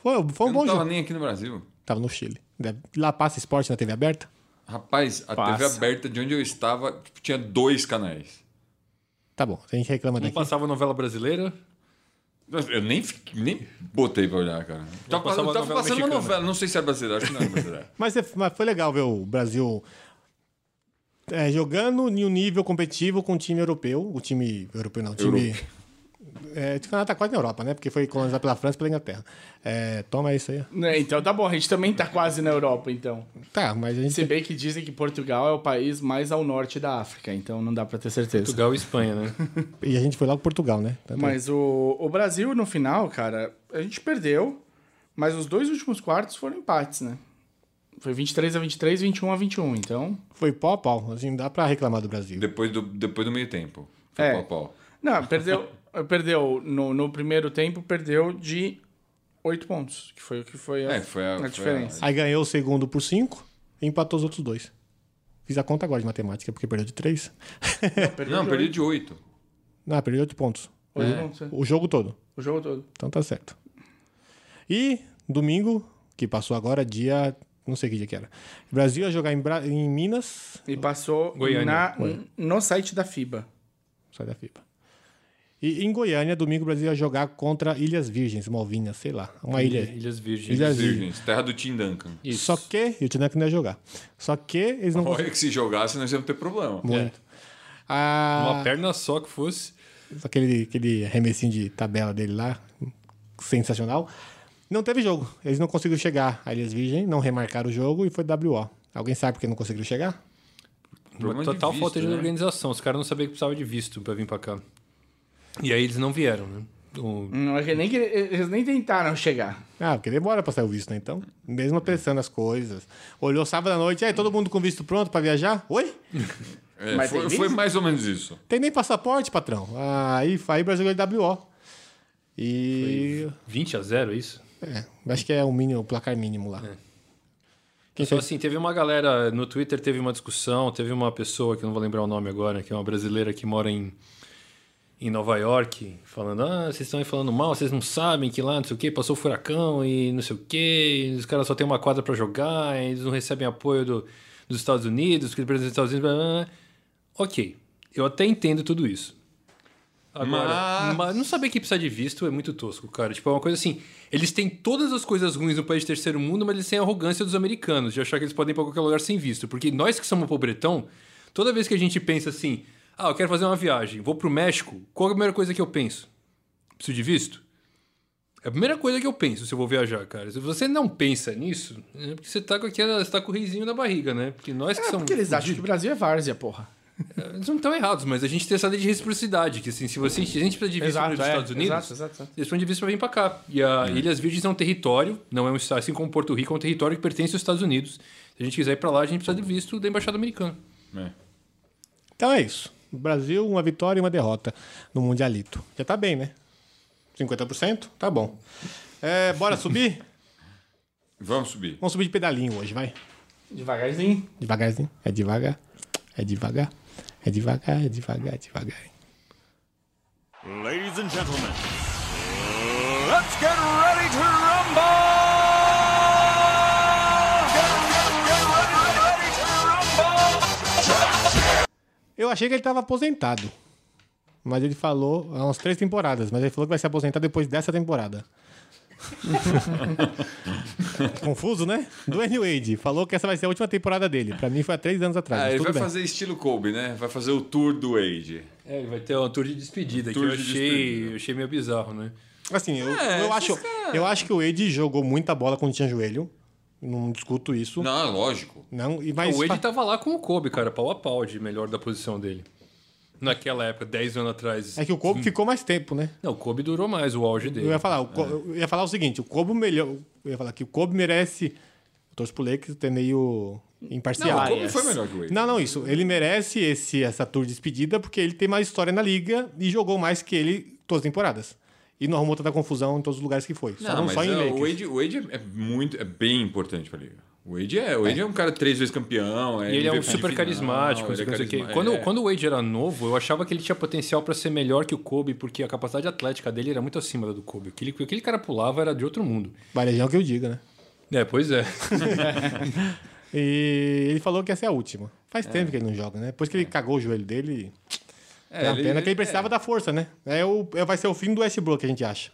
S3: Foi, foi um
S1: Eu
S3: bom
S1: não tava
S3: jogo.
S1: nem aqui no Brasil.
S3: Tava no Chile. Deve- Lá passa esporte na TV aberta?
S1: Rapaz, a
S2: Passa.
S1: TV aberta de onde eu estava tipo, tinha dois canais.
S3: Tá bom, a gente reclama
S4: Não
S3: daqui.
S4: passava novela brasileira?
S1: Eu nem, fiquei- nem botei pra olhar, cara. Tava,
S4: passava
S1: tava
S4: novela
S1: passando uma
S4: mexicana.
S1: novela, não sei se era brasileira, acho que não era brasileira.
S3: Mas, é- mas foi legal ver o Brasil é, jogando em um nível competitivo com o time europeu. O time europeu não, o time. É, o Canadá tá quase na Europa, né? Porque foi colonizado pela França e pela Inglaterra. É, toma isso aí.
S2: Né, Então tá bom, a gente também tá quase na Europa, então.
S3: Tá, mas a gente.
S2: Se bem que dizem que Portugal é o país mais ao norte da África, então não dá pra ter certeza.
S4: Portugal e Espanha, né?
S3: E a gente foi lá pro Portugal, né? Tá bem.
S2: Mas o, o Brasil, no final, cara, a gente perdeu, mas os dois últimos quartos foram empates, né? Foi 23 a 23, 21 a 21, então...
S3: Foi pau a pau. Assim, não dá pra reclamar do Brasil.
S1: Depois do, depois do meio tempo. Foi
S2: É.
S1: pau a pau.
S2: Não, perdeu, perdeu no, no primeiro tempo, perdeu de 8 pontos, que foi o que foi a,
S1: É, foi a-
S2: a
S1: foi a-
S2: diferença.
S3: Aí ganhou o segundo por 5 e empatou os outros dois. Fiz a conta agora de matemática, porque perdeu de 3.
S1: não,
S2: de
S1: perdi de oito.
S3: ah, perdeu 8 pontos.
S2: oito pontos, é.
S3: O jogo todo.
S2: O jogo todo.
S3: Então tá certo. E domingo, que passou agora, dia. Não sei que dia que era. O Brasil ia jogar em, Bra- em Minas.
S2: E passou
S4: Goiânia.
S2: na- no site da FIBA.
S3: Sai da FIBA. E em Goiânia, domingo, o Brasil ia jogar contra Ilhas Virgens, Malvinas, sei lá. Uma ilha.
S4: Ilhas Virgens.
S3: Ilhas-
S1: Virgens, terra do Tim Duncan.
S4: Isso.
S3: Só que. E o Tinac não ia jogar. Só que eles não.
S1: Olha que se jogasse, nós íamos ter problema.
S3: Muito. Ah,
S4: Uma perna só que fosse.
S3: aquele, aquele arremessinho de tabela dele lá. Sensacional. Não teve jogo. Eles não conseguiram chegar a Ilhas Virgens, não remarcaram o jogo e foi WO. Alguém sabe por que não conseguiram chegar?
S1: Problema de
S4: Total
S1: visto,
S4: falta de
S1: né?
S4: organização. Os caras não sabiam que precisava de visto pra vir pra cá. E aí eles não vieram, né? O-
S2: Não, é que nem, que- eles nem tentaram chegar.
S3: Ah, porque demora pra sair o visto, né? Então, mesmo pensando as coisas. Olhou sábado à noite, aí todo mundo com visto pronto pra viajar? Oi?
S1: É,
S2: Mas tem
S1: foi,
S2: visto?
S1: foi mais ou menos isso.
S3: Tem nem passaporte, patrão. Aí, aí Brasil ganhou WO. E.
S4: 20 a 0, é isso?
S3: É, acho que é o mínimo, o placar mínimo lá. Quem
S4: Só
S3: fez?
S4: assim, teve uma galera no Twitter, teve uma discussão, teve uma pessoa que eu não vou lembrar o nome agora, que é uma brasileira que mora em, em Nova York, falando: ah, vocês estão aí falando mal, vocês não sabem que lá não sei o que, passou furacão e não sei o que, os caras só têm uma quadra pra jogar, eles não recebem apoio do- dos Estados Unidos, que presidente dos Estados Unidos. Blá, blá, blá. Ok, eu até entendo tudo isso. Agora,
S1: Mas-
S4: mas não saber que precisa de visto é muito tosco, cara. Tipo, é uma coisa assim. Eles têm todas as coisas ruins no país de terceiro mundo, mas eles têm a arrogância dos americanos de achar que eles podem ir pra qualquer lugar sem visto. Porque nós que somos pobretão, toda vez que a gente pensa assim, ah, eu quero fazer uma viagem, vou pro México, qual é a primeira coisa que eu penso? Preciso de visto? É a primeira coisa que eu penso se eu vou viajar, cara. Se você não pensa nisso, é porque você tá com aquela. Você tá com o reizinho na barriga, né? Porque nós que
S2: É
S4: somos.
S2: porque eles acham que o Brasil é várzea, porra.
S4: Eles não estão errados, mas a gente tem essa lei de reciprocidade, que assim, se você, se a gente precisa de visto para os
S3: é,
S4: Estados Unidos,
S2: Exato, exato, exato.
S4: eles precisam de visto para vir para cá. E a Ilhas Virgens é um território, não é um estado, assim como Porto Rico é um território que pertence aos Estados Unidos. Se a gente quiser ir para lá, a gente precisa de visto da embaixada americana.
S1: É.
S3: Então é isso. Brasil, uma vitória e uma derrota no Mundialito. Já tá bem, né? 50%? Tá bom. É, bora subir?
S1: Vamos subir.
S3: Vamos subir de pedalinho hoje, vai.
S2: Devagarzinho.
S3: Devagarzinho. É devagar. É devagar. É devagar, é devagar, é devagar.
S6: Ladies and gentlemen, let's get ready to rumble! Get, get, get ready, ready to rumble!
S3: Eu achei que ele estava aposentado. Mas ele falou há umas três temporadas, mas ele falou que vai se aposentar depois dessa temporada. Confuso, né? Do N. Wade. Falou que essa vai ser a última temporada dele. Pra mim foi há três anos atrás.
S1: Ah,
S3: mas
S1: ele vai
S3: tudo bem.
S1: fazer estilo Kobe, né? Vai fazer o tour do Wade.
S4: É, vai ter um tour de despedida,
S1: Tour
S4: que eu
S1: de
S4: achei,
S1: despedida.
S4: eu achei meio bizarro, né?
S3: Assim, eu,
S1: É,
S3: eu,
S1: esses
S3: acho, eu acho que o Wade jogou muita bola quando tinha joelho. Não discuto isso. Não,
S1: Não, lógico.
S3: e mais.
S4: o
S1: tá-
S4: Wade tava lá com o Kobe, cara, pau a pau de melhor da posição dele. Naquela época, 10 anos atrás.
S3: É que o Kobe ficou mais tempo, né?
S4: Não, o Kobe durou mais o auge dele.
S3: Eu ia falar, o
S1: É.
S3: Co- eu ia falar o seguinte, o Kobe melhor, eu ia falar que o Kobe merece, eu torço pro Lakers, ter meio
S1: Não,
S3: imparcial.
S1: o
S2: Ah,
S1: Kobe é
S2: yes.
S1: foi melhor que o Wade.
S3: Não, não, isso. Ele merece esse, essa tour de despedida porque ele tem mais história na liga e jogou mais que ele todas as temporadas. E não arrumou tanta confusão em todos os lugares que foi. Só,
S1: Não,
S3: não,
S1: mas
S3: só em
S1: é,
S3: Lakers.
S1: o Wade, o Wade é muito, é bem importante pra liga. O Wade é, o Wade é. um cara três vezes campeão.
S4: E ele é um
S1: MVP de
S4: super
S1: final,
S4: carismático, não
S1: ele é
S4: sei o que, não sei o quê.
S1: carisma-
S4: Quando,
S1: é.
S4: quando o Wade era novo, eu achava que ele tinha potencial pra ser melhor que o Kobe, porque a capacidade atlética dele era muito acima da do Kobe. O que ele- o que aquele cara pulava era de outro mundo.
S3: Varejão que eu diga, né?
S4: É, pois é.
S3: E ele falou que essa é a última. Faz tempo que ele não joga, né? Depois que ele cagou o joelho dele,
S1: É,
S3: é, uma
S1: ele-
S3: pena que ele
S1: é.
S3: precisava da força, né? É o, é- vai ser o fim do Westbrook, a gente acha.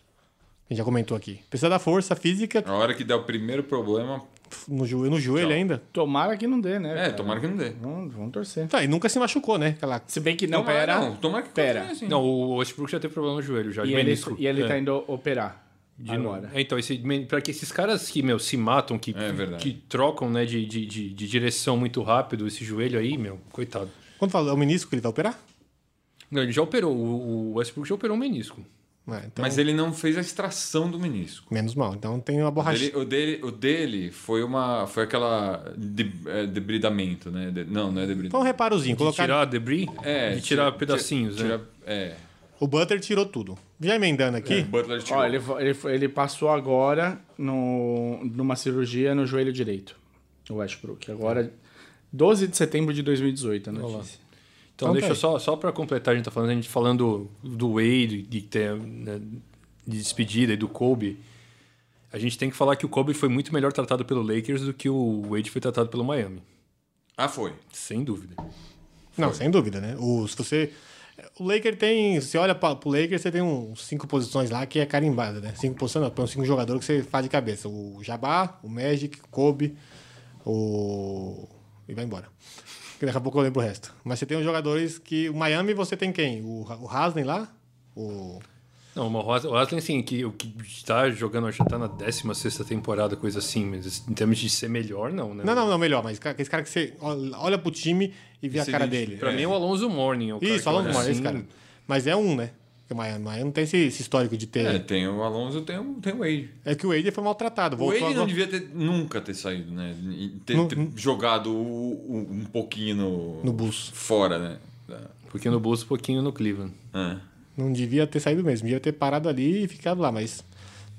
S3: A gente já comentou aqui. Precisa da força física
S1: A hora que der o primeiro problema.
S3: no joelho, no joelho ainda.
S2: Tomara que não dê, né?
S1: É,
S2: cara?
S1: tomara que não dê.
S2: Vamos, vamos torcer.
S3: Tá, e nunca se machucou, né? Aquela...
S2: Se bem que não,
S1: tomara,
S2: pera.
S1: Não, tomara que
S2: Pera.
S1: continue assim.
S4: Não, o Westbrook já teve problema no joelho, já. de
S2: E ele,
S4: menisco.
S2: e ele
S4: É.
S2: tá indo operar.
S4: De novo.
S2: agora.
S4: É, então, esse, men- pra que esses caras que, meu, se matam, que,
S1: É verdade.
S4: que trocam, né, de, de, de, de direção muito rápido, esse joelho aí, meu, coitado.
S3: Quando fala, é o menisco que ele vai operar?
S4: Não, ele já operou, o, o Westbrook já operou o menisco.
S3: É, então,
S1: Mas ele não fez a extração do menisco.
S3: Menos mal. Então tem uma borracha.
S1: Ele- o, dele, o dele foi uma. Foi aquela. De, é, debridamento, né? De- não, não é
S3: Foi um
S1: debridamento.
S3: reparozinho.
S4: De
S3: Colocar...
S4: tirar debris,
S1: É,
S4: de tirar
S1: tira-
S4: pedacinhos, né?
S1: tira- é.
S3: O Butter tirou tudo. Já emendando aqui,
S1: O Butler tirou.
S2: Ó, ele, fo- ele, fo- ele passou agora no, numa cirurgia no joelho direito, o Westbrook. Agora, 12 de setembro de 2018, a notícia.
S4: Então,
S3: Então
S4: deixa
S3: tá
S4: eu
S3: aí.
S4: só, só para completar, a gente tá falando, a gente falando do Wade, de, ter, né, de despedida e do Kobe. A gente tem que falar que o Kobe foi muito melhor tratado pelo Lakers do que o Wade foi tratado pelo Miami.
S1: Ah, foi.
S4: Sem dúvida.
S3: Não, sem dúvida, né? O, se você. O Laker tem. Você olha pra, pro Laker, você tem uns cinco posições lá que é carimbada, né? Cinco posições, não, põe uns cinco jogadores que você faz de cabeça. O Jabá, o Magic, o Kobe, o. E vai embora. Que daqui a pouco eu lembro o resto. Mas você tem os jogadores que. O Miami você tem quem? O, Ha- o Haslem lá? O.
S4: Não, mas o Has- o Haslem, sim, que, o que está jogando já tá na 16 temporada, coisa assim, mas em termos de ser melhor, não, né?
S3: Não, não, não, melhor, mas ca- aquele cara que você olha olha pro time e vê a
S1: Você
S3: cara
S1: identifica.
S3: dele.
S4: Pra mim é o Alonso Morning. É o cara
S3: Isso,
S4: que
S3: Alonso
S4: olha
S3: Moura, esse
S4: assim,
S3: cara. Mas é um, né? Porque o Miami, Miami não tem esse, esse histórico de ter.
S1: É, tem o Alonso, tem o, tem o Wade.
S3: É que o Wade foi maltratado.
S1: O
S3: Voltou
S1: Wade não
S3: agora-
S1: devia ter, nunca ter saído, né? E Ter,
S3: No-
S1: ter jogado o- o- um pouquinho no,
S3: No bus.
S1: Fora, né? Da-
S4: Um pouquinho no bolso, um pouquinho no Cleveland.
S1: é.
S3: não devia ter saído mesmo. Devia ter parado ali e ficado lá, mas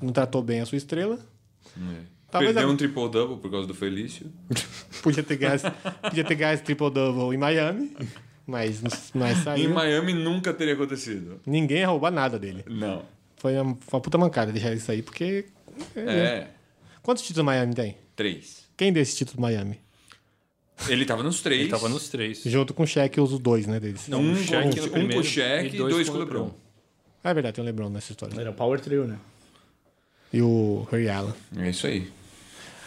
S3: não tratou bem a sua estrela. Talvez
S1: Perdeu
S3: a-
S1: um triple-double por causa do Felício.
S3: Podia ter ganho, esse- podia ter ganho esse triple-double em Miami, mas, não- mas
S1: Em
S3: saiu.
S1: Miami nunca teria acontecido.
S3: Ninguém ia roubar nada dele.
S1: Não.
S3: Foi uma, foi uma puta mancada deixar ele sair, porque...
S1: É,
S3: Quantos títulos Miami tem?
S1: três.
S3: Quem deu esse título Miami?
S1: Ele tava nos três.
S4: Ele tava nos três.
S3: Junto com o Shaq, os dois, né, deles.
S1: Um,
S4: o
S1: com-
S4: Shaq no
S1: um com
S4: primeiro
S1: o Shaq e
S4: e
S1: dois,
S4: dois
S1: com o
S4: com o
S1: LeBron.
S4: LeBron.
S3: Ah, é verdade, tem o LeBron nessa história.
S2: Era o Power Trio, né?
S3: E o Ray Allen.
S1: É isso aí.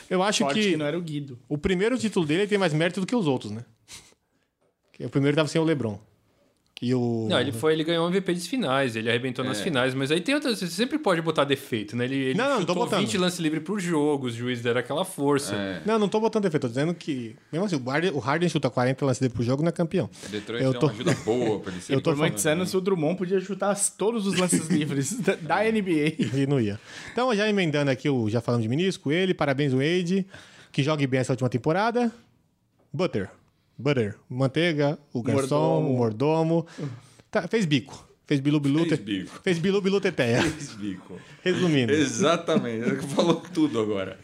S3: Eu acho
S2: Sorte que...
S3: que
S2: não é. era o Guido.
S3: o primeiro título dele tem mais mérito do que os outros, né? Porque O primeiro tava sem o LeBron. E o...
S4: Não, ele foi, ele ganhou o MVP das finais, ele arrebentou nas finais, mas aí tem outras, você sempre pode botar defeito, né? Ele, ele
S3: Não, não, tô
S4: chutou
S3: botando.
S4: 20 lance livre pro jogo, os juízes deram aquela força.
S1: É.
S3: Não, não tô botando defeito, tô dizendo que. Mesmo assim, o Harden, o Harden chuta 40 lances dele pro jogo e não é campeão.
S1: Detroit
S3: Eu
S1: deu
S3: tô-
S1: uma ajuda boa pra ele ser. né?
S3: Eu tô
S2: Por
S1: campeão.
S2: muitos anos, o Drummond podia chutar as- todos os lances livres da, da NBA.
S3: E não ia. Então, já emendando aqui, o, já falamos de menisco, ele, parabéns o Wade, que jogue bem essa última temporada. Butter. Butter. Manteiga, o garçom, o mordomo. Tá, fez bico. Fez bilu-bilu.
S1: Fez
S3: te-
S1: bico.
S3: Fez bilu-bilu teteia.
S1: Esse bico.
S3: Resumindo.
S1: Exatamente. Ele Falou tudo agora.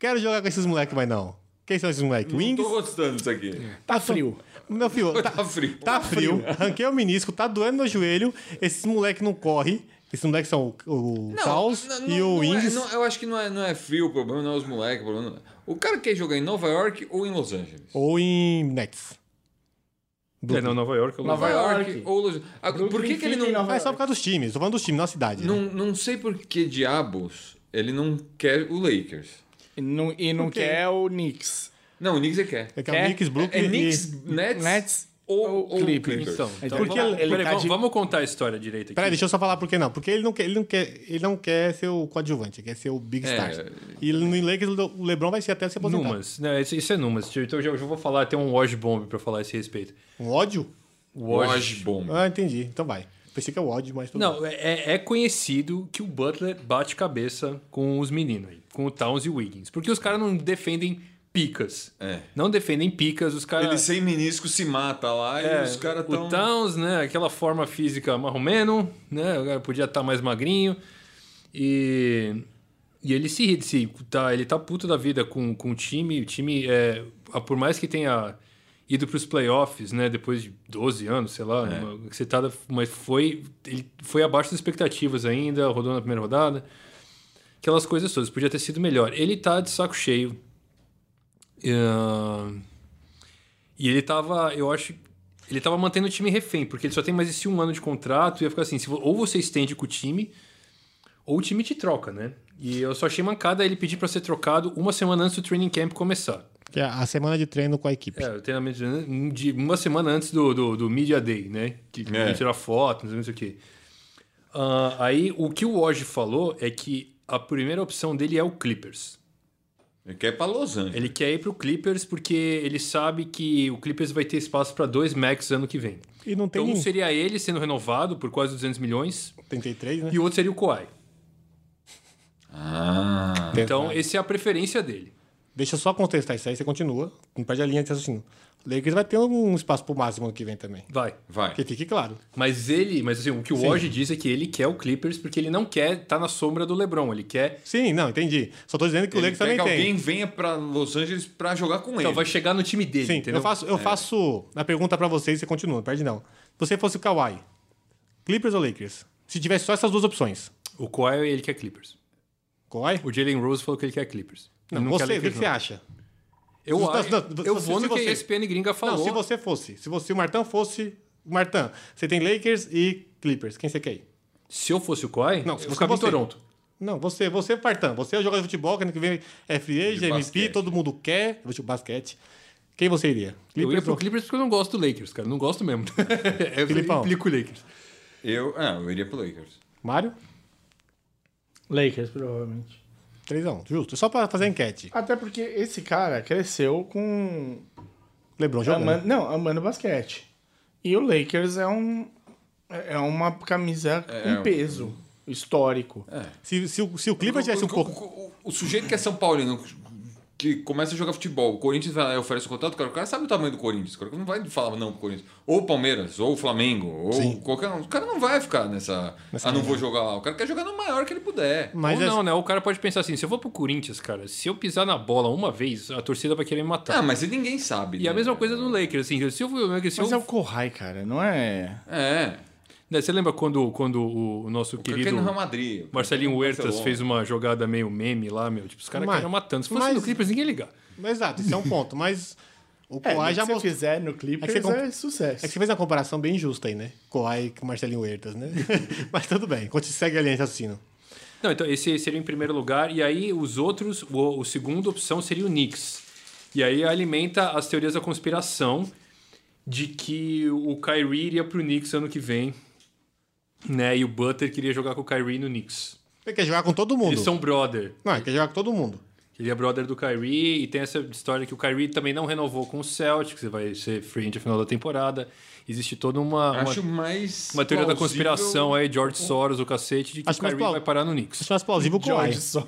S3: Quero jogar com esses moleques, mas não. Quem são esses moleques?
S1: Não
S3: Wings?
S1: tô gostando disso aqui.
S2: Tá frio.
S3: Meu filho, tá,
S1: Tá frio.
S3: Tá frio, arranquei o menisco, tá doendo meu joelho. Esses moleque não corre. Esses moleques são o, o Taos
S1: não, não,
S3: e
S1: não
S3: o
S1: é-
S3: Ings.
S1: não- eu acho que não é, não é frio o problema, não é os moleques. O, problema não é- o cara quer jogar em Nova York ou em Los Angeles?
S3: Ou em Nets.
S4: É, não, Nova York, eu
S2: Nova
S4: lembro.
S2: York.
S1: ou Los Ah, Por que, que ele
S2: Brooklyn,
S1: não.
S3: Ah, é só por causa dos times. Tô falando dos times, não a cidade. né?
S1: Não, não sei por que diabos ele não quer o Lakers.
S2: E não, e não
S3: Ok.
S2: quer o Knicks.
S1: Não, o Knicks ele quer.
S3: É que é
S2: Quer-
S3: o Knicks,
S1: É,
S3: Brooklyn
S1: é Knicks,
S3: e...
S1: Nets,
S2: Nets
S1: ou, ou
S2: Clippers.
S1: Clippers.
S4: Então, então
S2: Porque
S4: vamos,
S2: ele- ele
S4: peraí,
S2: tá
S4: vamos-
S2: de-
S4: vamos contar a história direito aqui.
S3: Peraí, deixa eu só falar por que não. Porque ele não quer, ele não quer, ele não quer ser o coadjuvante, ele quer ser o Big
S1: É.
S3: Star. E no Lakers o Lebron vai ser até se aposentar.
S4: Numas. Não, isso, isso é Numas. Então eu já, eu já vou falar, tem um Watch Bomb pra falar a esse respeito.
S3: Um ódio?
S1: Wash Bomb.
S3: Ah, entendi. Então vai. Pensei que é o ódio, mas tudo bem.
S4: Não, é, é conhecido que o Butler bate cabeça com os meninos aí, com o Towns e o Wiggins. Porque os caras não defendem picas.
S1: É.
S4: Não defendem picas, os
S1: Ele
S4: caras.
S1: sem menisco se mata lá
S4: É,
S1: e os caras
S4: O
S1: tão...
S4: Towns, né? Aquela forma física marromeno, né? O cara podia estar mais magrinho. E. E ele se ri, se, tá, ele tá puto da vida com, com o time. O time, é, a- por mais que tenha ido para os playoffs, né? Depois de 12 anos, sei lá,
S1: É.
S4: uma citada, mas foi, ele foi abaixo das expectativas ainda, rodou na primeira rodada. Aquelas coisas todas, podia ter sido melhor. Ele tá de saco cheio. Ahn, e ele tava, eu acho. Ele tava mantendo o time refém, porque ele só tem mais esse um ano de contrato e ia ficar assim: se vo- ou você estende com o time, ou o time te troca, né? E eu só achei mancada ele pedir pra ser trocado uma semana antes do training camp começar.
S3: Que é a semana de treino com a equipe.
S4: É, o treinamento de- de uma semana antes do, do, do Media Day, né? Que que
S1: É.
S4: tirar foto, não sei, não sei o quê. Ah, aí o que o Oji falou é que a primeira opção dele é o Clippers.
S1: Ele quer ir pra Los Angeles.
S4: Ele quer ir pro Clippers porque ele sabe que o Clippers vai ter espaço pra dois max ano que vem.
S3: E não tem
S4: Então um
S3: um
S4: seria ele sendo renovado por quase 200 milhões
S3: 73, né?
S4: e o outro seria o Kawhi.
S1: Ah,
S4: Então essa é a preferência dele.
S3: Deixa eu só contestar isso aí, você continua. Não perde a linha de raciocínio. O Lakers vai ter um espaço pro máximo ano que vem também.
S4: Vai.
S1: vai.
S3: Que fique claro.
S4: Mas ele, mas assim, o que o Woj diz é que ele quer o Clippers porque ele não quer estar na sombra do LeBron, ele quer
S3: Sim, não, entendi. Só tô dizendo que o
S1: Ele
S3: Lakers
S1: quer
S3: também
S1: que
S3: tem.
S1: alguém venha pra Los Angeles pra jogar com
S4: então
S1: ele.
S4: vai chegar no time dele,
S3: Sim,
S4: entendeu?
S3: eu faço, eu faço a pergunta pra vocês e você continua, não perde não. Se você fosse o Kawhi, Clippers ou Lakers? Se tivesse só essas duas opções,
S4: O Kawhi ele quer Clippers.
S3: Kawhi?
S4: O Jalen Rose falou que ele quer Clippers.
S3: Não,
S4: Ele
S3: você,
S4: quer
S3: o que,
S4: Lakers,
S3: que você
S4: não.
S3: acha?
S4: Eu,
S3: Não,
S4: acho,
S3: não,
S4: eu
S3: se-
S4: vou
S3: se
S4: no que
S3: você-
S4: a ESPN gringa falou.
S3: Não, se você fosse, se você, o Martão fosse, o Martão, você tem Lakers e Clippers, quem você quer ir?
S4: Se eu fosse o Kawhi,
S3: Não,
S4: eu
S3: se fosse
S4: ficava em
S3: você.
S4: Toronto.
S3: Não, você, você, Martão, você é o jogador de futebol, que ano que vem é free agent,
S1: De
S3: MVP,
S1: basquete.
S3: todo mundo quer, eu basquete. Quem você iria?
S4: Eu ia
S3: Clippers
S4: pro
S3: ou...
S4: Clippers porque eu não gosto do Lakers, cara. Não gosto mesmo. eu
S3: Filipão.
S4: implico o Lakers.
S1: Eu, ah, eu iria pro Lakers.
S3: Mário?
S2: Lakers, provavelmente.
S3: 3x1, justo. Só pra fazer a enquete.
S2: Até porque esse cara cresceu com.
S3: LeBron jogando.
S2: amando- não, amando basquete. E o Lakers é um. É uma camisa
S1: É, é
S2: com
S1: um-
S2: peso histórico.
S3: Se, se, o- se o Clippers tivesse
S1: O,
S3: um pouco...
S1: o- o- o sujeito que é São Paulino, que começa a jogar futebol, o Corinthians vai lá e oferece o contrato, cara, o cara sabe o tamanho do Corinthians. O cara não vai falar não pro Corinthians. Ou Palmeiras, ou Flamengo, ou qualquer um. O cara não vai ficar nessa. ah, não vou jogar lá. O cara quer jogar no maior que ele puder.
S3: Mas
S4: Ou
S3: é-
S4: não, né? O cara pode pensar assim: se eu vou pro Corinthians, cara, se eu pisar na bola uma vez, a torcida vai querer me matar.
S1: Ah, mas ninguém sabe. né?
S4: e a mesma coisa no Lakers, assim. Se eu, se
S2: Mas é
S4: eu,
S2: o Kohai, cara, não é.
S1: É.
S4: né, você lembra quando, quando o, o nosso
S1: Querido, quer
S4: querido
S1: no Real Madrid.
S4: Marcelinho Huertas
S1: Barcelona.
S4: fez uma jogada meio meme lá, meu? Tipo, os caras
S3: Mas-
S4: queriam matando. Se fosse
S3: mas-
S4: no Clippers, ninguém ia ligar.
S3: Exato, isso é um ponto. Mas o
S2: É,
S3: Kawhi
S2: no
S3: já
S2: que você
S3: mostrou.
S2: fizer no Clippers
S3: É
S2: é,
S3: que você comp-
S2: sucesso.
S3: É que você fez uma comparação bem justa aí, né? Kawhi com Marcelinho Huertas, né? Mas tudo bem, quando segue a linha de raciocínio.
S4: Não, então esse seria em primeiro lugar. E aí os outros, o, o segunda opção seria o Knicks. E aí alimenta as teorias da conspiração de que o Kyrie iria pro Knicks ano que vem. Né? E o Butter queria jogar com o Kyrie no Knicks.
S3: Ele quer jogar com todo mundo.
S4: Eles são brother.
S3: Não, ele quer jogar com todo mundo.
S4: Ele é brother do Kyrie e tem essa história que o Kyrie também não renovou com o Celtics, que vai ser free agent no final da temporada. Existe toda uma, uma,
S1: Acho mais.
S4: uma teoria da
S1: plausível-
S4: conspiração aí, George Soros, o cacete, de que
S3: Acho
S4: o
S3: mais
S4: Kyrie
S3: plau-
S4: vai parar no Knicks.
S3: Acho mais plausível o Kawhi.
S2: George só.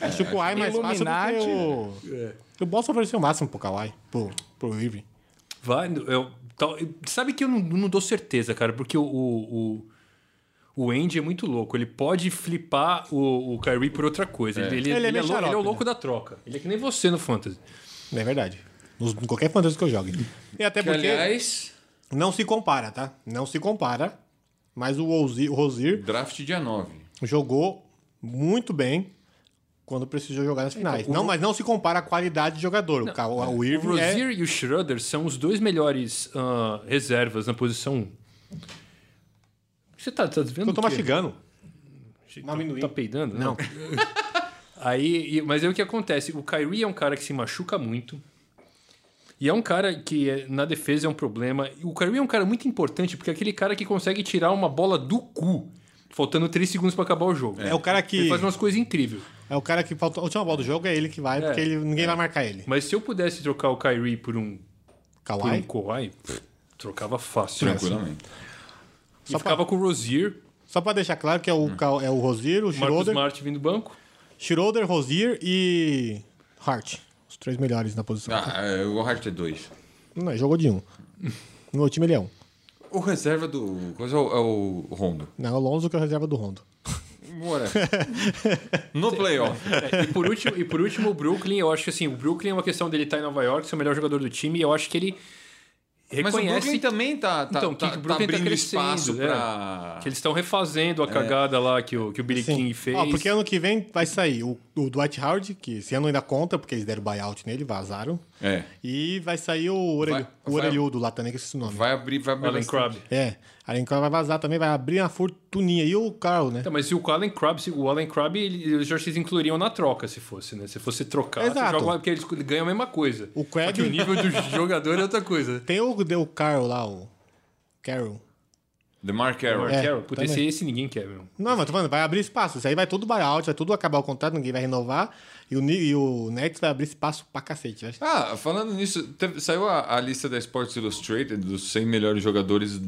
S3: Acho o Kawhi mais fácil
S2: Illuminati.
S3: do que o... O Boston ofereceu o máximo pro Kawhi, pro, pro Irving.
S4: Vai, eu, tal- sabe que eu não, não dou certeza, cara, porque o, o, o, o Andy é muito louco. Ele pode flipar o, o Kyrie por outra coisa. Ele,
S3: Ele
S4: ele,
S3: é
S4: ele é
S3: meio
S4: louco, ele é o
S3: xarope,
S4: louco da troca. Ele é que nem você no Fantasy.
S3: É verdade. Nos, em qualquer fantasy que eu jogue. E até
S1: Que,
S3: porque
S1: aliás,
S3: não se compara, tá? Não se compara. Mas o Ozi- o Rozier
S1: draft dia 9.
S3: jogou muito bem quando precisou jogar nas finais. não, mas não se compara a qualidade de jogador. o, Ka- o, o
S4: O
S3: Irving é-
S4: Rozier e o Schroeder são os dois melhores ah, reservas na posição 1. Você tá, tá vendo?
S3: Eu tô
S4: o quê?
S3: mastigando.
S4: Tá,
S3: amendoim.
S4: tá peidando? Não. Aí, e- mas aí o que acontece? O Kyrie é um cara que se machuca muito. E é um cara que é, na defesa é um problema. E O Kyrie é um cara muito importante porque é aquele cara que consegue tirar uma bola do cu, faltando 3 segundos pra acabar o jogo.
S3: É o cara que.
S4: Ele faz umas coisas incríveis.
S3: É o cara que faltou. A última bola do jogo é ele que vai, porque ele, ninguém vai marcar ele.
S4: Mas se eu pudesse trocar o Kyrie por um, por um
S3: Kawhi.
S4: Kawhi, pff, trocava fácil.
S1: Tranquilamente.
S4: E ficava com o Rozier,
S3: Só pra deixar claro que é
S1: Hum.
S3: o, Ka- é o Rozier, o
S4: Marcos
S3: Schroeder.
S4: Smart vindo do banco.
S3: Schroeder, Rozier e. Hart. Os três melhores na posição.
S1: Ah, eu gosto de ter dois.
S3: Não, ele jogou de um. No meu time ele é um.
S1: O reserva do. Coisa é o, é o Rondo.
S3: Não, o Alonso que é a reserva do Rondo.
S1: Bora. no playoff.
S4: E por, último, e por último, o Brooklyn, eu acho que assim, o Brooklyn é uma questão dele estar em Nova York, ser o melhor jogador do time, e eu acho que ele
S1: Mas o
S4: reconhece
S1: Brooklyn também tá, tá,
S4: Então,
S1: tá,
S4: que o
S1: tá
S4: Brooklyn tá
S1: abrindo
S4: crescendo,
S1: espaço
S4: é.
S1: pra.
S4: que eles estão refazendo a cagada lá que o, que o Billy King fez.
S3: Ó, Ah, porque é um ano que vem vai sair o, o Dwight Howard, que esse ano ainda conta, porque eles deram buyout nele, vazaram.
S1: É.
S3: E vai sair o, orelhu,
S1: Vai-
S3: o
S1: vai-
S3: orelhudo lá também, que eu esqueci o nome.
S1: Vai abrir, vai abrir.
S4: Allen
S1: bastante.
S4: Crabbe.
S3: É, a Lincoln vai vazar também, vai abrir uma fortuninha. E o Carl, né?
S4: Então, mas se o Allen Crabbe, se o Allen Crabbe, ele- os Jerseys incluiriam na troca, se fosse, né? Se fosse trocar, você
S3: Exato.
S4: joga- porque eles ganham a mesma coisa.
S3: O
S4: Só que o
S3: Crabbe-
S4: nível do jogador é outra coisa.
S3: Tem o, deu o Carl lá, o Carol.
S1: The Mark Arrow.
S4: Mark
S3: É,
S4: Carroll, puta,
S3: também.
S4: esse, esse ninguém quer, meu.
S3: Não, mas tô falando, vai abrir espaço. Isso aí vai tudo buyout, vai tudo acabar o contrato, ninguém vai renovar. E o, Ni- e o Nets vai abrir espaço pra cacete. Vai.
S1: Ah, falando nisso, teve- saiu a, a lista da Sports Illustrated dos 100 melhores jogadores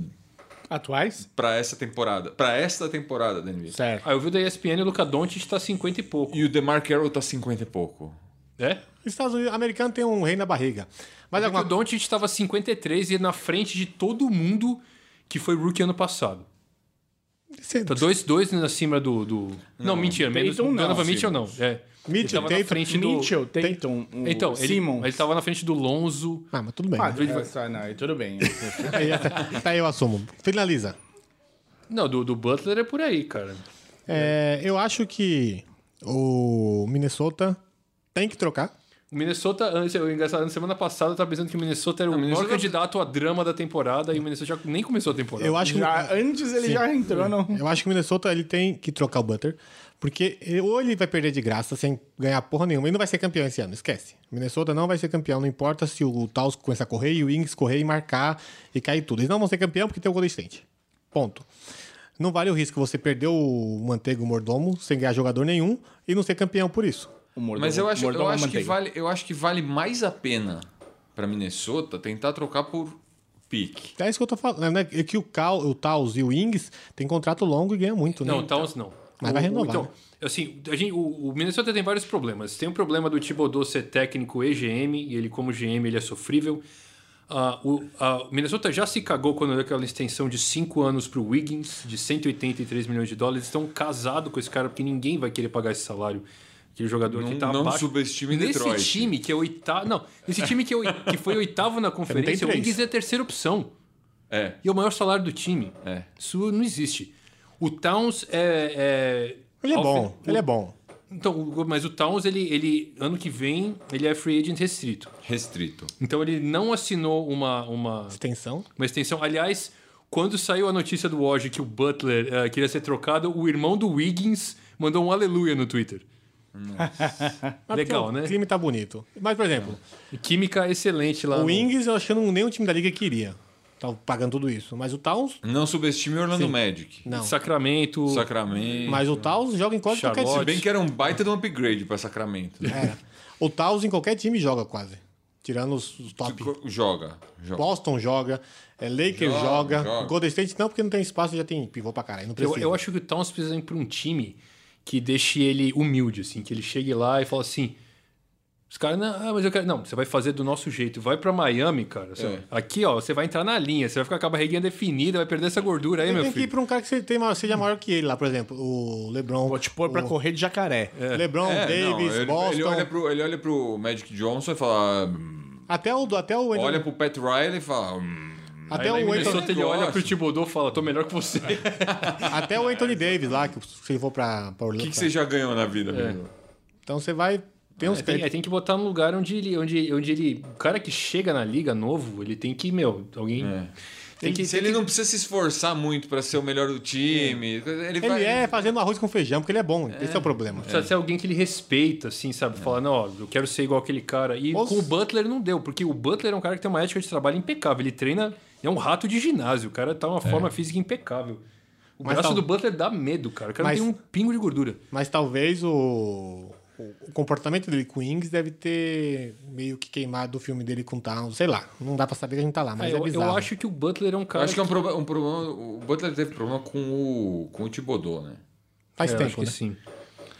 S2: Atuais?
S1: pra essa temporada. Pra esta temporada da NBA.
S2: Certo.
S4: Ah, eu vi da ESPN o Luca Doncic tá 50 e pouco.
S1: E o DeMar Carroll tá 50 e pouco.
S4: É?
S3: Estados Unidos, americano tem um rei na barriga. Mas é
S2: é
S4: Mas
S3: alguma
S4: o Doncic tava 53 e na frente de todo mundo que foi rookie ano passado.
S3: Cê-
S4: Tá 2 dois acima do, do... Não, mentira, menos
S2: Tatum não,
S4: Donovan Mitchell
S1: acima.
S4: não. É. ele
S3: Mitchell,
S4: tava na
S3: Tatum,
S4: frente do
S2: Mitchell, Tatum, o
S4: Então, ele,
S2: Simmons.
S4: ele tava na frente do Lonzo.
S3: Ah, mas tudo bem.
S2: Ah,
S3: né?
S2: é, tá, não, aí tudo bem.
S3: Aí, até, até eu assumo. Finaliza.
S4: Não, do, do Butler é por aí, cara.
S3: É, eu acho que o Minnesota tem que trocar.
S4: O Minnesota, antes- o engraçado, na semana passada eu tava pensando que o Minnesota era o maior
S1: Minnesota-
S4: candidato a drama da temporada e o Minnesota já nem começou a temporada.
S3: Eu acho que
S2: Já, antes ele já entrou no...
S3: Eu acho que o Minnesota ele tem que trocar o Butter, porque ele- ou ele vai perder de graça sem ganhar porra nenhuma, ele não vai ser campeão esse ano, esquece. O Minnesota não vai ser campeão, não importa se o Taos começar a correr e o Ings correr e marcar e cair tudo. Eles não vão ser campeão porque tem o Golden State. Ponto. Não vale o risco você perder o Manteiga o Mordomo sem ganhar jogador nenhum e não ser campeão por isso.
S2: O mordomo-
S1: Mas eu acho, eu
S2: mordomo
S1: acho que
S2: manteiga.
S1: vale, eu acho que vale mais a pena pra Minnesota tentar trocar por pique.
S3: É isso que eu tô falando, né? É que o, Cal, o Taos e o Ings tem contrato longo e ganha muito, né?
S4: Não, o Towns não.
S3: Mas vai
S4: O- o-
S3: renovar,
S4: Então,
S3: né?
S4: assim, a gente- o, o Minnesota tem vários problemas. Tem o problema do Thibodeau ser técnico e GM, e ele, como GM, ele é sofrível. Ah, o a- o Minnesota já se cagou quando deu aquela extensão de 5 anos para o Wiggins, de 183 milhões de dólares. Eles Estão casados com esse cara, porque ninguém vai querer pagar esse salário. Aquele jogador que
S1: Não-
S4: está
S1: não
S4: abaixo.
S1: subestime
S4: nesse
S1: Detroit.
S4: time que é oitavo. Não, nesse time que, é oi- que foi oitavo na conferência, o
S3: três.
S4: Wiggins é a terceira opção.
S1: É.
S4: E é o maior salário do time.
S1: É.
S4: Isso não existe. O Towns é. é-
S3: Ele é
S4: off-
S3: bom,
S4: o-
S3: ele é bom.
S4: Então, o- mas o Towns, ele, ele, ano que vem, ele é free agent restrito.
S1: Restrito.
S4: Então, ele não assinou uma, uma,
S3: Extensão.
S4: uma extensão. Aliás, quando saiu a notícia do Woj que o Butler eh, queria ser trocado, o irmão do Wiggins mandou um aleluia no Twitter.
S3: Mas
S4: Legal,
S3: porque
S4: né?
S3: O clima tá bonito. Mas, por exemplo,
S4: Química excelente
S1: Ah,
S4: lá.
S3: O
S4: no-
S3: Ings eu acho que não- nenhum time da liga queria. Tava pagando tudo isso. Mas o Towns,
S1: Não subestime Orlando Magic.
S3: não.
S4: Sacramento.
S1: Sacramento.
S3: Mas o Towns joga em quase qualquer
S1: Se
S4: Charlotte.
S3: time.
S1: bem que era um baita de um upgrade pra Sacramento. né?
S3: É. O Towns em qualquer time joga quase. Tirando os os top.
S1: Joga. joga.
S3: Boston joga, é, Lakers
S1: Joga,
S3: joga,
S1: joga.
S3: Golden State não, porque não tem espaço, já tem pivô pra caralho. Não
S4: Eu,
S3: precisa.
S4: eu acho que o Towns precisa ir para um time que deixe ele humilde, assim, que ele chegue lá e fale assim. Os caras, não, ah, mas eu quero. Não, você vai fazer do nosso jeito. Vai para Miami, cara. Você-
S1: É.
S4: Aqui, ó, você vai entrar na linha, você vai ficar com a barriguinha definida, vai perder essa gordura aí,
S3: Ele
S4: meu
S3: tem que ir
S4: filho.
S3: pra um cara que você tem maior- seja maior que ele lá, por exemplo. O LeBron.
S2: Vou te pôr pra
S3: o
S2: correr de jacaré.
S3: LeBron,
S1: É, não,
S3: Davis,
S1: ele,
S3: Boston.
S1: ele olha pro, ele olha pro Magic Johnson e fala. "Hum."
S3: Até o. Até o.
S1: Olha pro Pat Riley e fala. "Hum."
S4: Aí
S3: até
S4: lá em
S3: o Anthony,
S4: Minnesota ele olha
S1: Negócio.
S4: pro Thibodeau e fala: tô melhor que você.
S3: É. até o Anthony Davis lá, que se for pra, pra
S1: O
S3: Orlando.
S1: que, que você já ganhou na vida, amigo?
S3: Então você vai. Tem uns
S4: É, tem, é, tem que botar num lugar onde ele, onde, onde ele. O cara que chega na liga novo, ele tem que, meu, alguém.
S3: É.
S4: Tem que,
S1: Se ele não precisa se esforçar muito pra ser o melhor do time, ele,
S3: Ele
S1: vai.
S3: é fazendo arroz com feijão, porque ele é bom. Esse é o problema.
S4: Precisa ser alguém que ele respeita, assim, sabe? Falar, não, ó, eu quero ser igual aquele cara. E
S3: Os-
S4: com o Butler não deu, porque o Butler é um cara que tem uma ética de trabalho impecável. Ele treina, é um rato de ginásio. O cara tá
S3: É.
S4: uma forma física impecável. O
S3: Mas
S4: braço
S3: tá-
S4: do Butler dá medo, cara. O cara
S3: Mas-
S4: não tem um pingo de gordura.
S3: Mas talvez o, o comportamento dele com o Ings deve ter meio que queimado o filme dele com o Towns. Sei lá. Não dá pra saber que a gente tá lá, mas
S4: É,
S3: é,
S4: eu, eu
S3: bizarro.
S4: acho que o Butler é um
S1: Eu
S4: cara.
S1: acho que é um, proba- um problema. O Butler teve problema com o, com o Thibodeau, né?
S3: Faz
S4: É, eu acho
S3: tempo,
S4: que
S3: né?
S4: sim.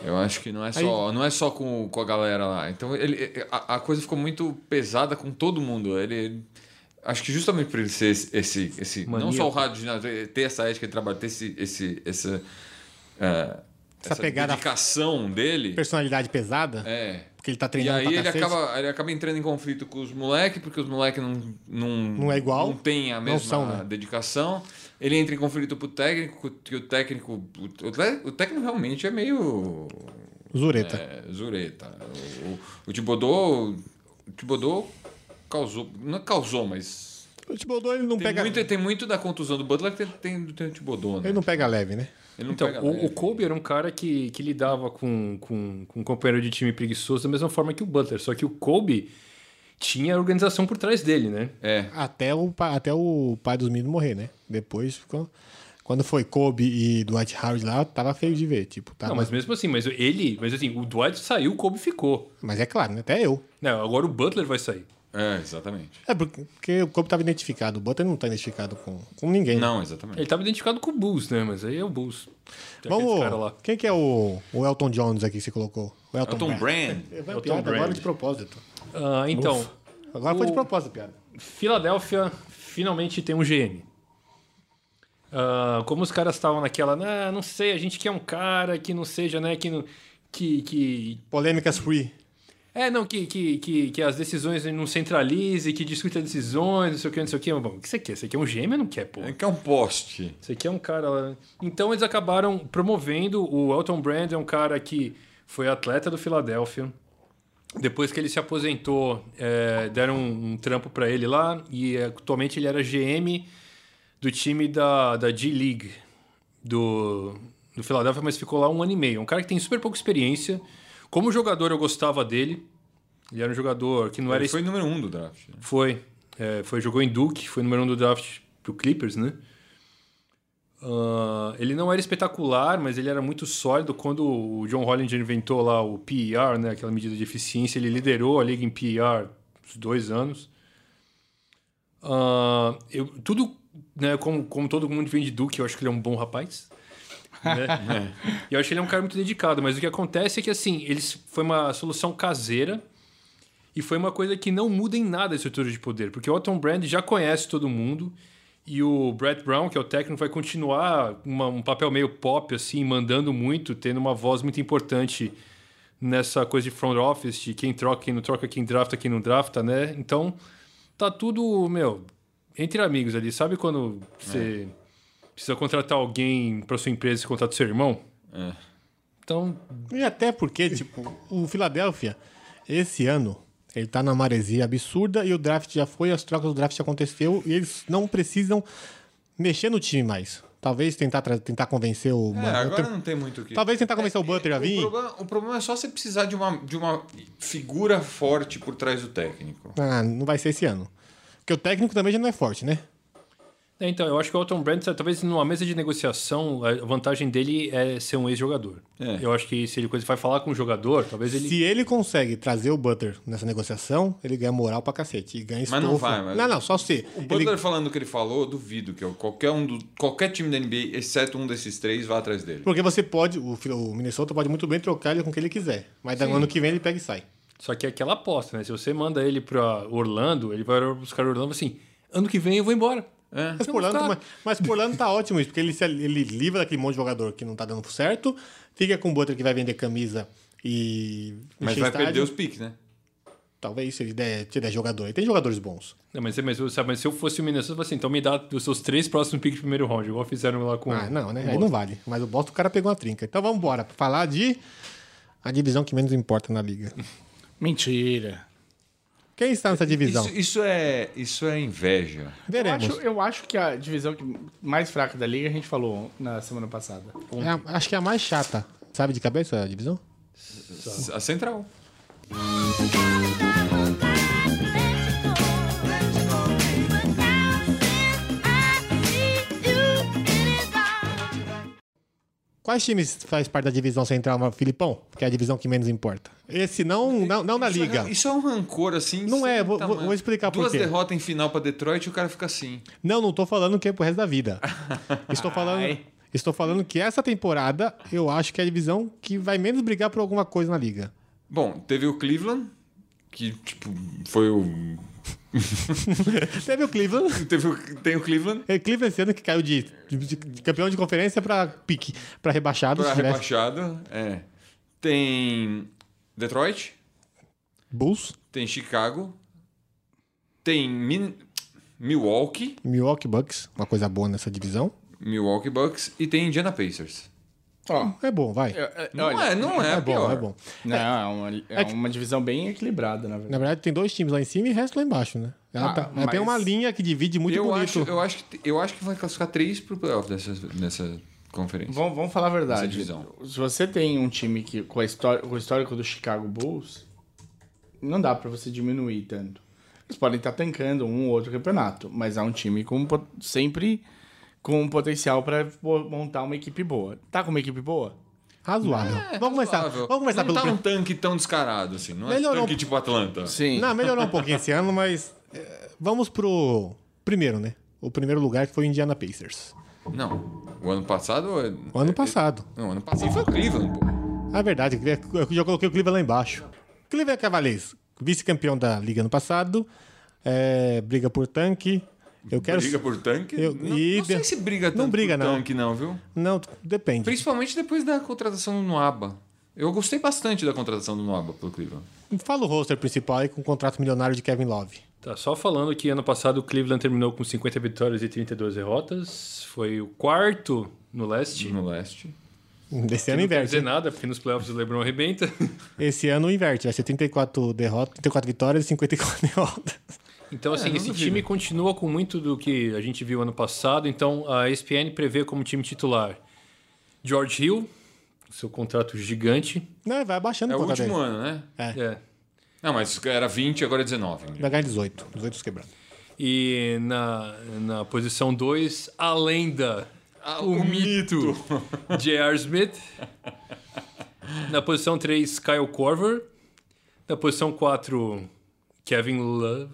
S1: Eu acho que não é só, não é só com, com a galera lá. Então ele, a, a coisa ficou muito pesada com todo mundo. Ele, acho que justamente por ele ser esse, esse, esse- não
S4: Maníaco.
S1: só o rádio, de ginásio, ter- ter essa ética de trabalho, ter esse, esse, essa, eh,
S3: Essa pegada-
S1: dedicação dele.
S3: Personalidade pesada,
S1: É.
S3: porque ele tá
S1: E
S3: treinando
S1: aí
S3: pra
S1: ele
S3: cacete.
S1: acaba, ele acaba entrando em conflito com os moleques, porque os moleques não, não,
S3: Não é igual.
S1: Não tem a
S3: Não
S1: mesma
S3: são, né?
S1: dedicação. Ele entra em conflito com o técnico, que o técnico. O, te- o técnico realmente é meio.
S3: Zureta.
S1: é, zureta. O, o, o Thibodeau. O Thibodeau causou. Não é causou, mas.
S4: É.
S3: O Thibodeau, ele não
S1: Tem,
S3: pega...
S1: muito, tem muito da contusão do Butler que tem, tem do tem do Thibodeau, né?
S3: Ele não pega leve, né?
S1: Ele não
S4: Então,
S1: pega
S4: o,
S1: leve.
S4: o Kobe era um cara que, que lidava com, com, com um companheiro de time preguiçoso da mesma forma que o Butler, só que o Kobe tinha a organização por trás dele, né?
S1: É.
S3: Até o, pa- até o pai dos meninos morrer, né? Depois ficou... Quando foi Kobe e Dwight Howard lá, tava feio de ver, tipo. Tava...
S4: Não, mas mesmo assim, mas ele, mas assim, o Dwight saiu, o Kobe ficou.
S3: mas é claro, né? Até eu.
S4: Não, agora o Butler vai sair.
S1: É, exatamente.
S3: É porque, porque o corpo estava identificado. O Butler não tá identificado com, com ninguém. né?
S1: Não, exatamente.
S4: Ele tava identificado com o Bulls, né? Mas aí é o Bulls. Tem aqueles
S3: Vamos.
S4: cara lá.
S3: Quem que é o, o Elton Jones aqui que você colocou? O Elton,
S1: Elton É Brand.
S3: Eu vou
S4: Elton
S3: piada
S4: Brand.
S3: agora de propósito.
S4: Ah, então,
S3: Agora foi de propósito, a piada.
S4: Filadélfia finalmente tem um GM. Ah, como os caras estavam naquela, "Ah, não sei, a gente quer um cara que não seja, né, que não- que, que
S3: Polêmicas free.
S4: É, não, que, que, que, que as decisões não centralize, que discuta decisões, não sei o que, não sei o que. Bom, o que você quer? Você quer um gêmeo ou não quer, pô?
S1: É que é um poste.
S4: Você quer um cara lá. Então eles acabaram promovendo. O Elton Brand é um cara que foi atleta do Philadelphia. Depois que ele se aposentou, é, deram um, um trampo pra ele lá. E é, atualmente ele era GM do time da, da G-League do, do Philadelphia, mas ficou lá um ano e meio. É Um cara que tem super pouca experiência. Como jogador, eu gostava dele. Ele era um jogador que não era
S1: Ele foi número um do draft. né?
S4: foi. É, foi, jogou em Duke, foi número um do draft pro Clippers, né? Ah, ele não era espetacular, mas ele era muito sólido. Quando o John Hollinger inventou lá o PER, né, aquela medida de eficiência, ele liderou a liga em PER uns dois anos. Ah, eu, tudo, né, como, como todo mundo vem de Duke, eu acho que ele é um bom rapaz. né? E eu acho que ele é um cara muito dedicado, mas o que acontece é que assim, eles foi uma solução caseira e foi uma coisa que não muda em nada a estrutura de poder, porque o Elton Brand já conhece todo mundo e o Brett Brown, que é o técnico, vai continuar uma- um papel meio pop, assim, mandando muito, tendo uma voz muito importante nessa coisa de front office, de quem troca, quem não troca, quem drafta, quem não drafta, né? Então, tá tudo, meu, entre amigos ali. Sabe quando você precisa contratar alguém pra sua empresa e contrata seu irmão?
S1: É.
S4: Então,
S3: E até porque, tipo, o Philadelphia, esse ano, ele tá na maresia absurda e o draft já foi, as trocas do draft já aconteceu e eles não precisam mexer no time mais. Talvez tentar, tra- tentar convencer o...
S1: É, agora não tem muito o que.
S3: Talvez tentar convencer o Butler a
S1: O
S3: vir.
S1: problema, o problema é só você precisar de uma, de uma figura forte por trás do técnico.
S3: Ah, não vai ser esse ano. Porque o técnico também já não é forte, né?
S4: É, então, eu acho que o Elton Brand, talvez numa mesa de negociação, a vantagem dele é ser um ex-jogador.
S1: É.
S4: Eu acho que se ele coisa vai falar com o jogador, talvez ele.
S3: Se ele consegue trazer o Butler nessa negociação, ele ganha moral pra cacete. E ganha
S1: Mas não
S3: estofa.
S1: vai, mas-
S3: Não, não, só se.
S1: O
S3: ele-
S1: Butler falando o que ele falou, eu duvido que qualquer, um do, qualquer time da NBA, exceto um desses três, vá atrás dele.
S3: Porque você pode, o, Fil- o Minnesota pode muito bem trocar ele com o que ele quiser. Mas da- ano que vem ele pega e sai.
S4: Só que é aquela aposta, né? Se você manda ele pra Orlando, ele vai buscar Orlando assim: ano que vem eu vou embora.
S1: É.
S3: Mas
S4: Eu
S3: por,
S4: vou
S3: ano,
S4: ficar.
S3: mas, mas por ano tá ótimo isso, porque ele, se, ele livra daquele monte de jogador que não tá dando certo, fica com o Butler que vai vender camisa e.
S1: Mas
S3: encher
S1: vai
S3: estádio.
S1: perder os piques, né?
S3: Talvez se ele der, se der jogador. Ele tem jogadores bons.
S4: Não, mas, mas, eu- sabe, mas se eu fosse o Minnesota, eu falaria assim: então me dá os seus três próximos picks de primeiro round, igual fizeram lá com.
S3: Ah, não,
S1: é
S3: né?
S4: com o
S3: Aí não vale. Mas o Boston o cara pegou uma trinca. Então vamos embora pra falar de. A divisão que menos importa na liga.
S2: Mentira.
S3: Quem está nessa divisão?
S1: Isso, isso é, isso é inveja.
S2: Eu
S3: Veremos.
S2: acho, eu acho que a divisão que- mais fraca da liga a gente falou na semana passada.
S3: É a- acho que é a mais chata. Sabe de cabeça a divisão?
S1: A central.
S3: Quais times faz parte da divisão central, Filipão? Que é a divisão que menos importa. Esse não, não, não na
S1: Isso
S3: liga.
S1: é- Isso é um rancor, assim.
S3: Não
S1: sem
S3: é, vou-
S1: tamanho.
S3: vou explicar por
S1: Duas
S3: quê.
S1: derrotas em final pra Detroit e o cara fica assim.
S3: Não, não tô falando que é pro resto da vida. Estou falando, Estou falando que essa temporada eu acho que é a divisão que vai menos brigar por alguma coisa na liga.
S1: Bom, teve o Cleveland, que tipo, foi o.
S3: Teve o Cleveland.
S1: Teve o... Tem o Cleveland
S3: É, Cleveland esse ano que caiu de, de- de campeão de conferência para pique, para rebaixado.
S1: pra
S3: se tivesse.
S1: rebaixado. É. Tem Detroit,
S3: Bulls,
S1: tem Chicago, tem Min- Milwaukee,
S3: Milwaukee Bucks, uma coisa boa nessa divisão.
S1: Milwaukee Bucks e tem Indiana Pacers.
S2: Ó,
S3: É bom, vai. É,
S1: Não é, não é,
S3: bom,
S1: pior.
S3: é bom.
S2: Não, é uma, é uma divisão bem equilibrada, na verdade.
S3: Na verdade, tem dois times lá em cima e o resto lá embaixo, né? Ela,
S2: Ah,
S3: tá- ela tem
S2: mas-
S3: uma linha que divide muito
S1: eu,
S3: bonito.
S1: acho, eu, acho que, eu acho que vai classificar três pro playoff dessa, nessa conferência.
S2: Vamos, vamos falar a
S1: Essa
S2: verdade.
S1: divisão.
S2: Se você tem um time que, com, a história, com o histórico do Chicago Bulls, não dá pra você diminuir tanto. Eles podem estar tancando um ou outro campeonato, mas é um time com, po- sempre com um potencial pra po- montar uma equipe boa. Tá com uma equipe boa?
S3: Razoável. vamos começar.
S1: É, Razoável.
S3: Vamos começar
S1: não
S3: pelo.
S1: tá
S3: prin-
S1: um tanque tão descarado assim. Não é
S3: Melhorou.
S1: tanque tipo Atlanta.
S2: Sim.
S3: Não, melhorou um pouquinho esse ano, mas é, vamos pro primeiro, né? O primeiro lugar que foi o Indiana Pacers.
S1: Não. O ano passado. ou é-
S3: O ano passado.
S1: Não, o ano passado foi o Cleveland, pô.
S3: É verdade, eu já coloquei o Cleveland lá embaixo. Cleveland é Cavaliers, vice-campeão da liga no passado, é, briga por tanque. Eu quero.
S1: Briga por tanque?
S3: Eu-
S1: Não,
S3: e
S1: não sei
S3: de-
S1: se briga
S3: não
S1: tanto
S3: briga,
S1: por
S3: não.
S1: tanque, não, viu?
S3: Não, depende.
S1: Principalmente depois da contratação do Noaba. Eu gostei bastante da contratação do Noaba pelo Cleveland.
S3: Fala o roster principal aí com o contrato milionário de Kevin Love.
S4: Tá, só falando que ano passado o Cleveland terminou com 50 vitórias e 32 derrotas. Foi o quarto no leste.
S1: No leste.
S3: Esse
S4: Eu
S3: ano
S4: não quero
S3: inverte.
S4: dizer nada, porque nos playoffs o LeBron arrebenta.
S3: Esse ano inverte. Vai ser 34 derrotas, 34 vitórias e 54 derrotas.
S4: Então, assim,
S1: não
S4: esse
S1: duvido.
S4: time continua com muito do que a gente viu ano passado. Então, a ESPN prevê como time titular George Hill, seu contrato gigante.
S3: Não, vai abaixando
S1: É o
S3: contrato
S1: último
S3: dele.
S1: ano, né?
S4: É.
S1: Não, mas era 20, agora é 19.
S3: Vai ganhar 18. 18 quebrando.
S4: E na, na posição 2, a lenda,
S1: Ah,
S4: o, mito, J.R. Smith. na posição 3, Kyle Corver. Na posição 4, Kevin Love.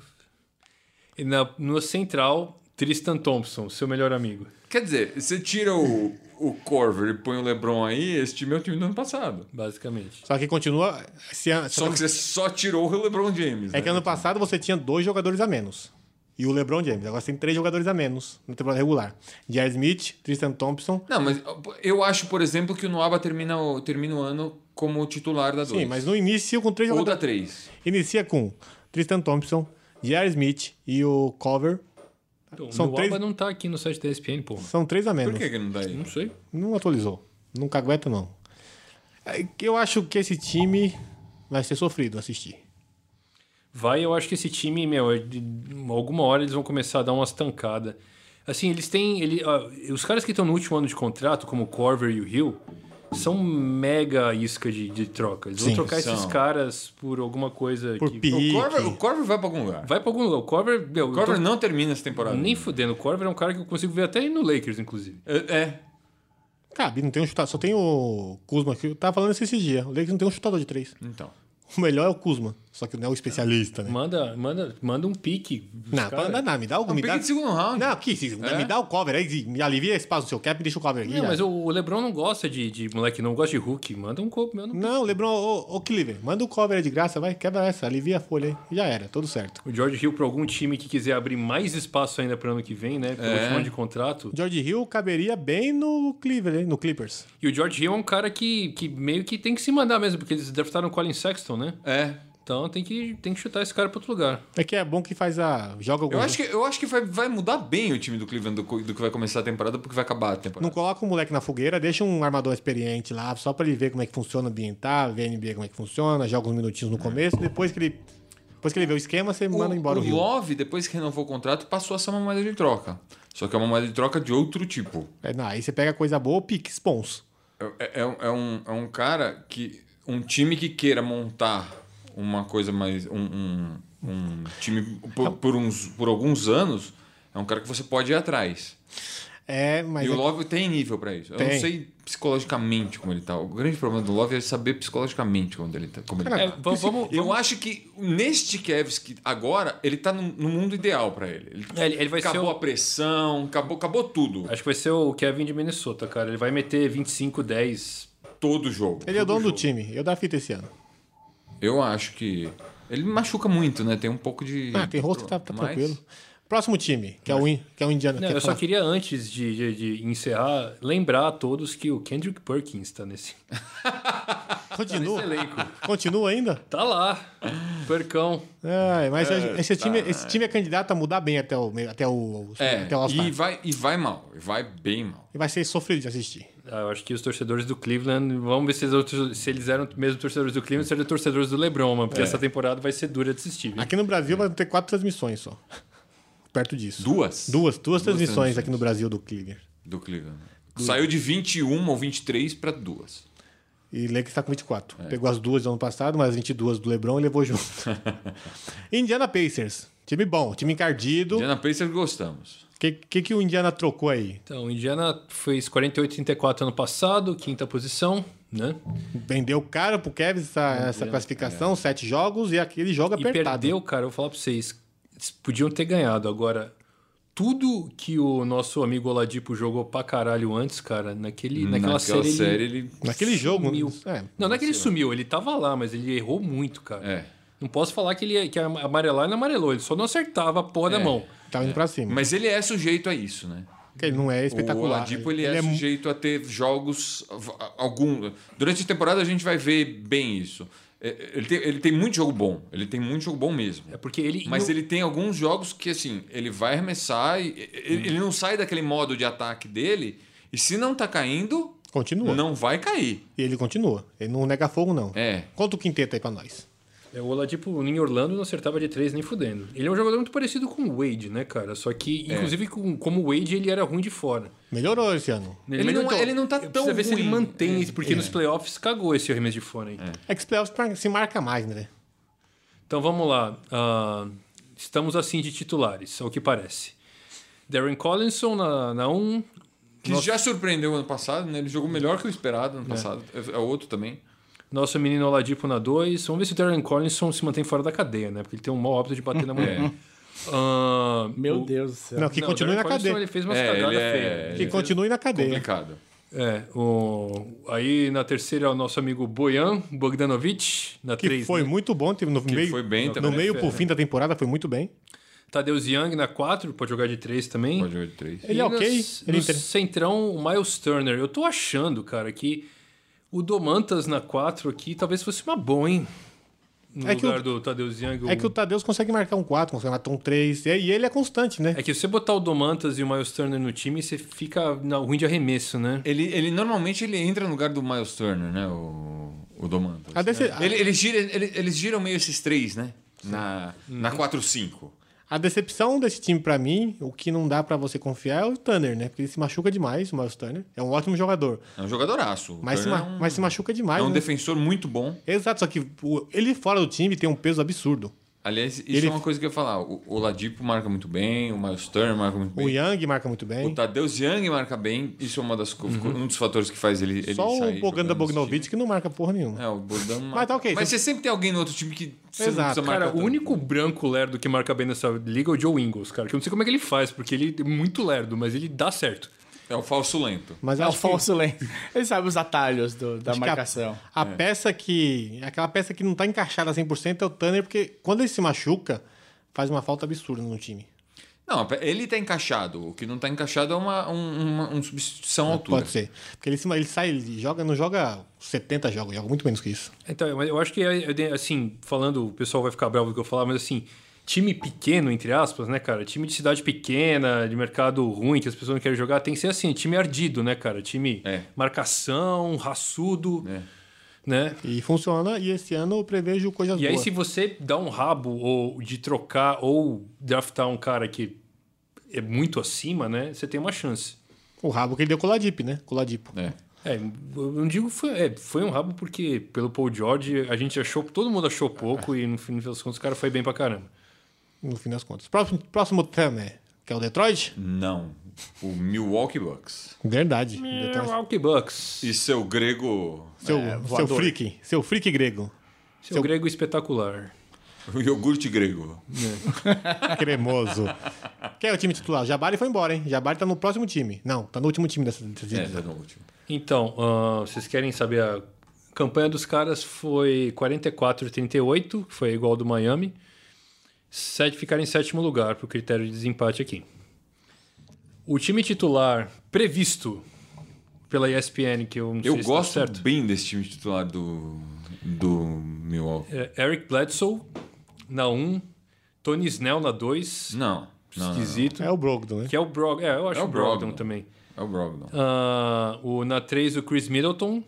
S4: E na, no central, Tristan Thompson, seu melhor amigo.
S1: Quer dizer, você tira o, o Corver e põe o LeBron aí, esse time é o time do ano passado.
S4: Basicamente.
S3: Só que continua. Esse ano,
S1: Só que você só tirou o LeBron James.
S3: É que
S1: né?
S3: ano passado você tinha dois jogadores a menos. E o LeBron James. Agora você tem três jogadores a menos na temporada regular. Jair Smith, Tristan Thompson.
S1: Não, mas eu acho, por exemplo, que o Noaba termina, o- termina o ano como titular da 2.
S3: Sim, mas no início com três
S1: Ou da
S3: jogadores.
S1: 3.
S3: Inicia com Tristan Thompson, Jair Smith e o Cover. São
S4: São o
S3: três-
S4: Alba não tá aqui no site da ESPN, pô.
S3: São três a menos.
S1: Por que, que não tá aí?
S4: Não sei.
S3: Não atualizou. Não cagueta, não. É que Eu acho que esse time vai ser sofrido assistir.
S4: Vai, eu acho que esse time, meu, é de- alguma hora eles vão começar a dar umas tancadas. Assim, eles têm. Ele, ah, os caras que estão no último ano de contrato, como o Corver e o Hill, são mega isca de, de troca. Eles
S3: Sim,
S4: vão trocar esses
S1: são.
S4: caras por alguma coisa
S3: Por
S4: que.
S3: pique.
S1: O Corver, o Corver vai pra algum lugar.
S4: Vai pra algum lugar. O Corver, meu, eu
S1: O
S4: tô
S1: Corver não termina essa temporada.
S4: nem fudendo. O Corver é um cara que eu consigo ver até no Lakers, inclusive.
S1: É. é.
S3: Cabe, não tem um chutador. Só tem o Kuzma que eu tava falando isso esse dia. O Lakers não tem um chutador de três.
S1: Então.
S3: O melhor é o Kuzma. Só que não é o especialista, né?
S4: Manda, manda, manda um pique.
S3: Não,
S4: Cara,
S3: pra- não, não, me dá algum. Me
S1: Pique
S3: dá...
S1: de segundo round.
S3: Não, aqui, se-
S1: É?
S3: me dá o cover aí, me alivia espaço no seu cap e deixa o cover aqui.
S4: Não,
S3: já.
S4: mas o o LeBron não gosta de, de moleque, não gosta de Hulk. Manda um corpo, manda um
S3: Não, Lebron, ô, ô Cleaver, manda o cover aí de graça, vai, quebra essa, alivia a folha aí. Já era, tudo certo.
S4: O George Hill para algum time que quiser abrir mais espaço ainda para ano que vem, né? Pelo
S1: É.
S4: último ano de contrato.
S3: George Hill caberia bem no Cleaver, hein, no Clippers.
S4: E o George Hill é um cara que, que meio que tem que se mandar mesmo, porque eles draftaram o Colin Sexton, né?
S1: É.
S4: Então tem que, tem que chutar esse cara para outro lugar.
S3: É que é bom que faz a.
S1: Eu
S3: Joga algum.
S1: acho que, eu acho que vai, vai mudar bem o time do Cleveland do, co- do que vai começar a temporada porque vai acabar a temporada.
S3: Não coloca o moleque na fogueira, deixa um armador experiente lá, só pra ele ver como é que funciona ambientar, ver a NBA como é que funciona, joga uns minutinhos no começo, depois que ele. Depois que ele vê o esquema, você manda embora o,
S1: o
S3: Hill.
S1: Love, depois que renovou o contrato, passou a ser uma moeda de troca. Só que é uma moeda de troca de outro tipo.
S3: É, não, aí você pega coisa boa, pique, spons.
S1: É, é- é um, é um cara que. Um time que queira montar uma coisa mais. Um, um- é um time por, por uns, por alguns anos, é um cara que você pode ir atrás.
S3: É, mas.
S1: e
S3: é-
S1: o Love tem nível pra isso. Eu
S3: Tem.
S1: não sei psicologicamente como ele tá. O grande problema do Love é saber psicologicamente como ele tá. Como ele
S4: É,
S1: tá.
S4: va- vamos, vamos,
S1: Eu acho que neste Kevski agora, ele tá no, no mundo ideal pra ele. Ele,
S4: É, ele- ele vai ser
S1: acabou
S4: o- É.
S1: a pressão, acabou, acabou tudo.
S4: acho que vai ser o Kevin de Minnesota, cara. Ele vai meter 25, 10.
S1: Todo jogo.
S3: Ele é o
S1: todo
S3: dono
S1: jogo.
S3: do time. Eu da fita esse ano.
S1: Eu acho que. Ele machuca muito, né? Tem um pouco de.
S3: Ah, tem rosto, tá, tá
S1: Mas-
S3: tranquilo. Próximo time, que é o, in, que é o Indiana.
S4: Não,
S3: quer
S4: eu só
S3: falar?
S4: queria, antes de, de- de encerrar, lembrar a todos que o Kendrick Perkins tá nesse, nesse
S3: Continua,
S4: elenco.
S3: continua ainda?
S4: Tá lá. Percão.
S3: É, mas esse, time, esse time é candidato a mudar bem até o, meio- até o,
S1: É,
S3: até o All-Star.
S1: e vai, e vai mal. E vai bem mal.
S3: E vai ser sofrido de assistir.
S4: Ah, eu acho que os torcedores do Cleveland, vamos ver se eles, outros- se eles eram mesmo torcedores do Cleveland, se eram torcedores do LeBron, mano, porque essa temporada vai ser dura de assistir. viu?
S3: Aqui no Brasil vai ter quatro transmissões só. Perto disso.
S1: Duas?
S3: Duas, duas transmissões
S1: transmissões.
S3: aqui no Brasil do Cleaver.
S1: Do Cleveland. Saiu de 21 ou 23 pra duas.
S3: E Lakers está com 24.
S1: É.
S3: Pegou as duas do ano passado, mas as 22 do LeBron e levou junto. Indiana Pacers. Time bom, time encardido.
S1: Indiana Pacers gostamos.
S3: O que, que, que o Indiana trocou aí?
S4: Então, o Indiana fez 48-34 ano passado, quinta posição, né?
S3: Vendeu caro pro Kevin essa, essa
S1: é.
S3: classificação, sete jogos, e aquele jogo
S4: E
S3: apertado.
S4: perdeu, cara, eu vou falar pra vocês, eles podiam ter ganhado. Agora, tudo que o nosso amigo Oladipo jogou pra caralho antes, cara, naquele, naquela,
S1: Naquela série,
S4: série... ele...
S1: ele...
S3: Naquele jogo.
S4: Sumiu.
S3: É,
S4: Não, não é que ele sumiu, ele tava lá, mas ele errou muito, cara.
S1: É.
S4: Não posso falar que ele que amarelar, ele não amarelou, ele só não acertava a porra da mão.
S3: tava tá indo pra cima.
S1: Mas ele é sujeito a isso, né?
S3: Porque ele não é
S1: O
S3: espetacular.
S1: Oladipo ele, é
S3: mu-
S1: sujeito a ter jogos a- algum. Durante a temporada a gente vai ver bem isso. É, Ele tem, ele tem muito jogo bom. Ele tem muito jogo bom mesmo.
S4: É porque ele...
S1: Mas ele tem alguns jogos que assim ele vai arremessar e e- ele, não sai daquele modo de ataque dele. E se não tá caindo,
S3: Continua.
S1: não vai cair.
S3: E ele continua. Ele não nega fogo, não.
S1: É.
S3: Conta o quinteto aí pra nós.
S4: É, o Oladipo em Orlando não acertava de três nem fudendo. Ele é um jogador muito parecido com o Wade, né, cara? Só que,
S1: É.
S4: inclusive, com, como o Wade, ele era ruim de fora.
S3: Melhorou esse ano.
S1: Ele não-
S4: melhorou.
S1: ele não tá
S4: Eu
S1: tão
S4: preciso ver se ele
S1: ruim. É,
S4: mantém isso, porque nos playoffs cagou esse arremesso de fora. Aí.
S3: É que os playoffs pra- se marca mais, né?
S4: Então vamos lá. Ah, estamos assim de titulares, ao que parece. Darren Collinson na 1. Na um.
S1: Que já surpreendeu ano passado, né? Ele jogou melhor que o esperado ano passado. É, é outro também.
S4: Nosso menino Oladipo na 2. Vamos ver se o Darren Collinson se mantém fora da cadeia, né? Porque ele tem um mau hábito de bater na mulher.
S1: É.
S4: Ah,
S2: Meu
S4: o-
S2: Deus do céu.
S3: Não, que
S4: Não, o
S3: continue
S4: Darren
S3: na
S4: Collison,
S3: cadeia.
S4: Ele fez umas
S1: É,
S4: cagadas
S1: ele é-
S4: feias.
S3: Que continue na cadeia.
S1: Complicado.
S4: É, o... aí na terceira é o nosso amigo Bojan Bogdanovic, na né?
S3: Que
S4: 3.
S3: foi muito bom. teve No meio,
S1: foi bem
S3: no
S1: também, né?
S3: meio
S4: é.
S3: pro fim da temporada foi muito bem.
S4: Tadeusz Young na 4, pode jogar de 3 também.
S1: Pode jogar de três.
S3: Ele é
S4: E
S3: ok,
S4: Nos,
S3: ele
S4: nos
S3: inter-
S4: centrão, o Miles Turner. Eu tô achando, cara, que o Domantas na 4 aqui talvez fosse uma boa, hein? No
S3: É que
S4: lugar
S3: o-
S4: do Tadeusz Young.
S3: É que o Tadeus consegue marcar um 4, consegue marcar um 3. E aí ele é constante, né?
S4: É que se você botar o Domantas e o Miles Turner no time, você fica na ruim de arremesso, né?
S1: Ele, ele normalmente ele entra no lugar do Miles Turner, né? O, o Domantas.
S3: A dece-
S1: Ele, ele gira, ele- eles giram meio esses três, né? Na,
S3: Uhum.
S1: na 4-5.
S3: A decepção desse time pra mim, o que não dá pra você confiar é o Tanner, né? Porque ele se machuca demais, o Miles Tanner. É um ótimo jogador,
S1: É um jogadoraço. O
S3: mas, se,
S1: Turner
S3: ma-
S1: é um,
S3: mas se machuca demais.
S1: é um
S3: né?
S1: defensor muito bom.
S3: Exato, só que o- ele fora do time tem um peso absurdo.
S1: Aliás, isso
S3: Ele-
S1: é uma coisa que eu ia falar. O, o Ladipo marca muito bem, o Miles Turner marca muito
S3: O
S1: bem.
S3: Yang marca muito
S1: O
S3: bem.
S1: Tadeusz Young marca bem. Isso é uma das, co- um dos fatores que faz ele, ele
S3: Uhum. Só
S1: sair
S3: o Bogdan
S1: jogando nesse time.
S3: Bogdanovic que não marca porra nenhuma.
S1: É, o Bogdan marca.
S3: Mas tá ok,
S1: Mas
S3: você-
S1: você sempre tem alguém no outro time que você não
S3: Exato.
S1: precisa marcar
S4: Cara, o
S1: tanto.
S4: único branco lerdo que marca bem nessa liga é o Joe Ingles, cara. Que eu não sei como é que ele faz, porque ele é muito lerdo, mas ele dá certo.
S1: É o falso lento.
S3: Mas
S2: É
S3: acho
S2: o
S3: que-
S2: falso lento. Ele sabe os atalhos do- da
S3: acho que a-
S2: marcação.
S3: A, peça que. Aquela peça que não tá encaixada 100% é o Tanner, porque quando ele se machuca, faz uma falta absurda no time.
S1: Não, ele tá encaixado. O que não tá encaixado é uma, um- uma, uma substituição à altura.
S3: Pode ser. Porque ele, se, ele sai, ele joga, não joga 70 jogos, joga muito menos que isso.
S4: Então, mas eu acho que, é, é, assim, falando, o pessoal vai ficar bravo do que eu falar, mas assim, time pequeno, entre aspas, né, cara? Time de cidade pequena, de mercado ruim, que as pessoas não querem jogar, tem que ser assim, time ardido, né, cara? Time
S1: É.
S4: marcação, raçudo,
S1: É.
S4: né?
S3: E funciona, e esse ano eu prevejo coisas
S4: E aí,
S3: boas.
S4: se você dá um rabo ou de trocar ou draftar um cara que é muito acima, né? Você tem uma chance.
S3: O rabo que ele deu com o Ladipo, né? Com o Ladipo.
S1: É.
S4: É, eu não digo foi, é, foi um rabo porque pelo Paul George a gente achou, todo mundo achou pouco e no fim das contas o cara foi bem pra caramba.
S3: No fim das contas. Próximo, próximo tema é Que é o Detroit?
S1: Não. O Milwaukee Bucks.
S3: Verdade. Detroit.
S4: É, Milwaukee Bucks.
S1: Então, E seu grego.
S3: Seu, seu
S2: voador.
S3: freak. Seu freak grego.
S4: Seu, grego espetacular.
S1: O iogurte grego.
S3: Cremoso. Quem é o time titular? Jabari foi embora, hein? Jabari tá no próximo time. Não, tá no último time dessa. dessa-
S1: É, tá no último.
S4: Então, ahn, vocês querem saber a campanha dos caras foi 44-38, que foi igual ao do Miami. Sete ficaram em sétimo lugar pro critério de desempate aqui. O time titular previsto pela ESPN, que eu não sei
S1: Eu
S4: se tá
S1: gosto
S4: certo.
S1: bem desse time titular do, do Milwaukee.
S4: É, Eric Bledsoe na 1, um, Tony Snell na 2,
S1: Não, Hum, não, não, não.
S4: esquisito.
S3: É o Brogdon, né?
S4: Que é o Brogdon. É, eu acho
S1: É o
S4: o Brogdon,
S1: Brogdon.
S4: também.
S1: É o Brogdon.
S4: Ah, o, na 3, o Chris Middleton.